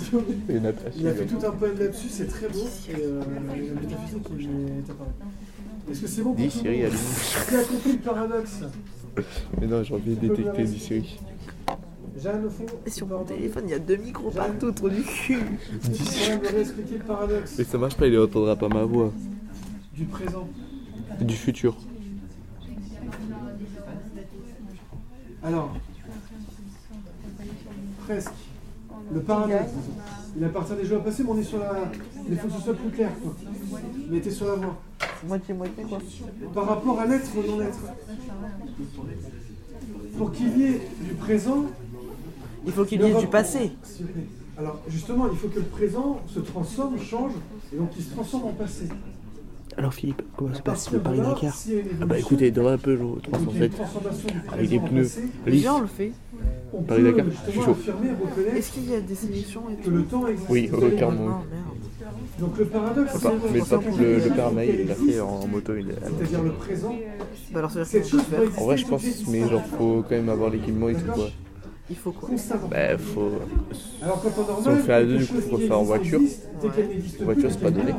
Et une attache. Il a fait tout un poème là-dessus, c'est très beau. Et euh, la métaphysique qui m'est apparue. Est-ce que c'est bon pour Dis tout le Siri, monde allume. Qui a compris le paradoxe Mais non, j'ai envie de détecter du Siri. Jeanne, au fond, Et sur mon téléphone, il y a deux micros partout autour du cul. on va expliquer le paradoxe Mais ça marche pas, il entendra pas ma voix. du présent. Du futur. Alors, presque. Le paradoxe. disons. Il appartient déjà au passé, mais on est sur la. Il faut que ce soit plus clair, quoi. Il était sur la voie. Moitié-moitié, quoi. Par rapport à l'être ou non-être. Pour qu'il y ait du présent, Il faut qu'il Le y ait du rapport- passé. S'il vous plaît. Alors justement, il faut que le présent se transforme, change, et donc il se transforme en passé. Alors Philippe, comment se passe Parce le que Paris voilà, Dakar s'il y a une Ah bah évolution, écoutez, dans un Peugeot il faut qu'il y ait une 307 transformation du avec des présent en pneus passé. lisses. Déjà, on le fait. On Paris peut Dakar, je suis justement chaud. affirmer, reconnaître Est-ce qu'il y a des sélections et que tout le temps existe. Oui, Vous allez aucun voir. mot. Non, merde. Donc le paradoxe, Le pape- c'est- Mais le, pape, le, le père Maï, il l'a fait C'est-à-dire en moto. Il a... le présent, Bah alors, c'est-à-dire cette qu'on chose peut peut faire. exister En vrai, je tout de pense, suite, mais genre, faut quand même avoir l'équipement et tout, quoi. Il faut quoi constamment. Bah, faut. Alors quand on Si on fait à deux, quelque du coup, chose faut qui faire en existe, voiture. existe, dès qu'elle Ouais. n'existe plus, Voiture, c'est pas elle est donné. là.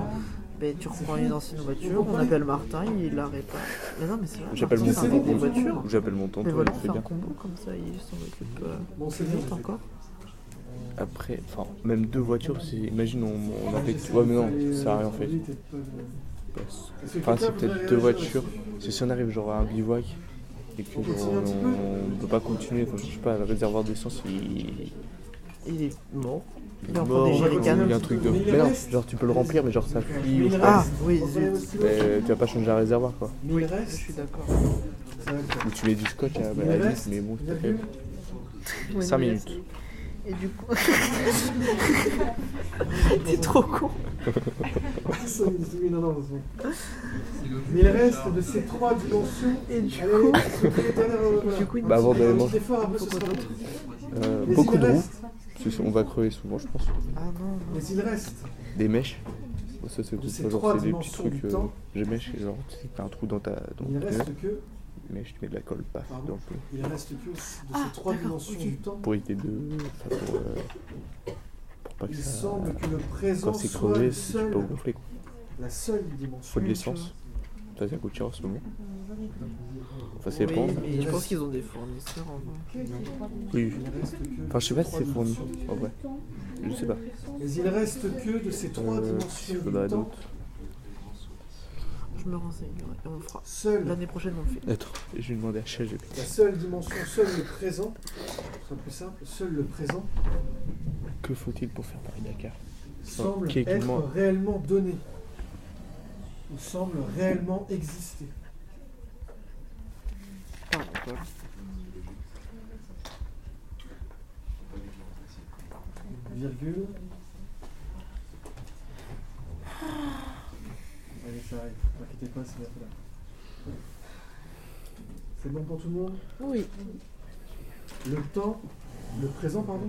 Ben, tu reprends une ancienne voiture, on appelle Martin, il la répare. Mais non, mais c'est vrai. J'appelle Martin, mon c'est un mec des tonton. voitures. J'appelle mon Mais tonton, voilà, il on fait fait un bien. combo comme ça, il s'en occupe. euh, Bon, c'est bien. vite encore. Après, enfin, même deux voitures, c'est. Imagine, on, on appelle. Ouais, mais non, ça a rien fait. Parce- Enfin, c'est peut-être deux voitures. C'est si on arrive genre à un bivouac et que genre, on, on peut pas continuer, enfin, je sais pas, le réservoir d'essence il. Il est mort. Il il est est encore mort, des ou il y jerrycans. a un truc de. Mais non, genre tu peux le remplir, mais genre ça fuit ou je sais pas. Ah, oui, zut. Mais euh, tu vas pas changer un réservoir quoi. Mais il Je reste, suis d'accord. ça va être- Ou tu mets du scotch à à Il la reste vis, mais bon, ça fait virgule, 5 minutes. Et du coup. T'es trop con. personne ne dit *laughs* oui, non, non, c'est bon. Mais il reste de ces trois dimensions. Et du Allez, coup. ce qui est derrière, euh, voilà. Du coup, *laughs* il Bah, avant Un d'aller petit manger. effort, après, ce sera l'autre. Euh, Mais beaucoup il de roues, reste- parce que on va crever souvent, je pense. Ah non, non. Mais il reste Des mèches. Ça, c'est De ces ça, trois genre, c'est des petits dimensions du trucs. euh, temps. J'ai mèche, genre, tu sais, t'as un trou dans ta. Dans Il ton pneu, reste que. mais je te mets de la colle, paf, Pardon. dans le pneu. Il reste que de ces Ah, trois d'accord, dimensions ok. du temps. Pour éviter de. enfin, Pour, euh, pour pas que Il ça. semble que le présent Quand c'est soit crevé, le c'est- tu peux pas seul, gonfler quoi. la seule dimension. Faut de l'essence. Ça, c'est un coup de cher en ce moment. Enfin, c'est Oui, bon. mais je pense qu'ils ont des fournisseurs en vrai. Oui. Il reste que- Enfin, je sais pas si c'est fourni, en vrai. Je sais pas. Mais il reste que de ces trois Euh, dimensions il du faudrait temps. d'autres. Je me renseigne, ouais, et on le fera. Seule, L'année prochaine, on le fait. Attends, je vais demander à ChatGPT. la seule dimension, seul le présent. C'est plus simple. Seul le présent Que faut-il pour faire Paris-Dakar semble Qui est qui être demande réellement donné. Ou semble réellement exister. Ah, voilà. Virgule. savais que ça arrive. T'inquiète pas, c'est bien fait là. C'est bon pour tout le monde Oui. Le temps, le présent, pardon,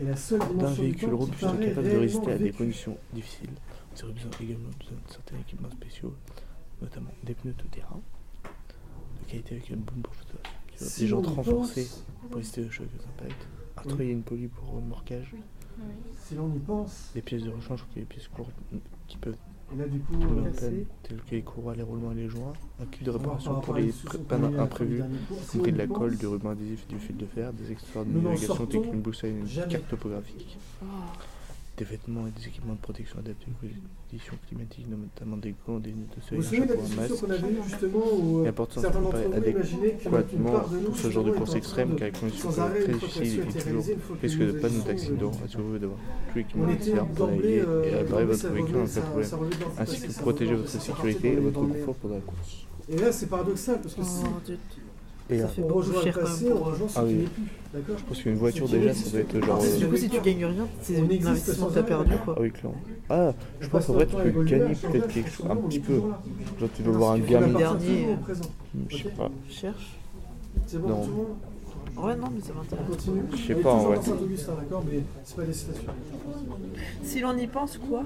est la seule D'un dimension du véhicule temps robuste qui paraît capable de résister à réellement des vécu. conditions difficiles, nous aurons besoin également de certains équipements spéciaux, notamment des pneus de terrain, de qualité avec une bombe pour Si des jantes l'on y renforcées pense- pour résister aux chocs aux impacts, un treuil et une polie pour remorquage, Si l'on y pense, des pièces de rechange pour que les pièces courtes qui peuvent Et là, du coup, tomber en euh, panne, telles que les courroies, les roulements et les joints, un kit de On va réparation pas pour parler les sous son pré- premier- pannes premier imprévues, dernier cours. y Si compris on de y la colle, pense, du ruban adhésif, du fil de fer, des accessoires de nous n'en navigation, sortons technique, une boussole et une jamais. carte topographique. des vêtements et des équipements de protection adaptés aux conditions climatiques, notamment des gants, des lunettes de Vous soleil, vous un souvenez de la chapeau, un discussion masque. qu'on avait eue justement où Il est euh, important de se certains d'entre préparer vous imaginaient que une adéquatement part de nous, pour ce justement, genre de est en course train extrême, de- car les conditions sans peuvent arrêt, être très une fois que la difficiles situation a été et toujours réalisée, une fois que risque nous de pas nous agissons, accidents, euh, assurez-vous d'avoir tout On l'équipement était nécessaire pour d'emblée, naviguer et euh, réparer d'emblée, votre ça véhicule en revenait, cas de ça- problème, ça revenait dans le ainsi passé, que ça protéger revenait, votre ça repartait sécurité et dans le- votre dans le- confort pendant la course. Et là, c'est paradoxal Oh, parce que si Et on rejoint le cher quand passé, même on pour- rejoint ce Ah qui oui. n'est plus. D'accord Je pense qu'une voiture déjà, ça doit être genre. Parce que euh, du coup, si tu gagnes rien, c'est On un existe investissement que sans t'as arrêt, perdu quoi. Ah oui, clairement. Ah, je pense en vrai, tu peux gagner peut-être quelque chose, un petit peu. Genre, tu peux voir un Parce que le gamin. dernier, Hmm, euh, Je sais pas. Cherche. C'est bon, Non. tout le monde Ouais, non, mais ça On m'intéresse. continue. Je sais On est pas, en toujours vrai. dans Saint-Augustin, d'accord, mais c'est pas des citations. Si l'on y pense, quoi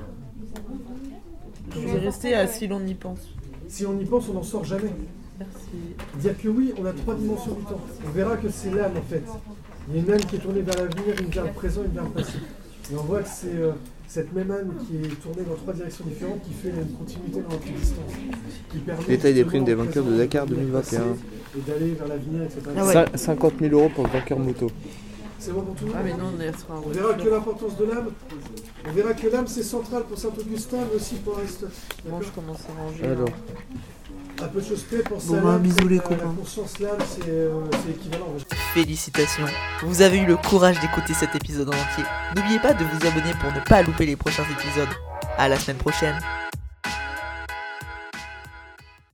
Je vais rester à si l'on y pense. Si on y pense, on n'en sort jamais. Merci. Dire que oui, on a trois dimensions du temps. On verra que c'est l'âme en fait. Il y a une âme qui est tournée vers l'avenir, une vers le présent, une vers le passé. Et on voit que c'est euh, cette même âme qui est tournée dans trois directions différentes qui fait une continuité dans notre existence. Qui permet Détail des justement primes des au vainqueurs de présent Dakar de venir 2021. passer Et d'aller vers l'avenir, etc. Ah Cin- 50 000 euros pour le vainqueur moto. C'est bon pour tout le monde Ah, mais non, on est resté en On verra voiture. que l'importance de l'âme, on verra que l'âme c'est central pour Saint-Augustin, mais aussi pour Aristote. Bon, je commence à ranger. Alors. À peu de choses près pour ça. bah, l'âme, bisous, c'est les que la- copains. La conscience, l'âme, c'est euh, c'est équivalent. on va dire. Félicitations, vous avez eu le courage d'écouter cet épisode en entier. N'oubliez pas de vous abonner pour ne pas louper les prochains épisodes. À la semaine prochaine.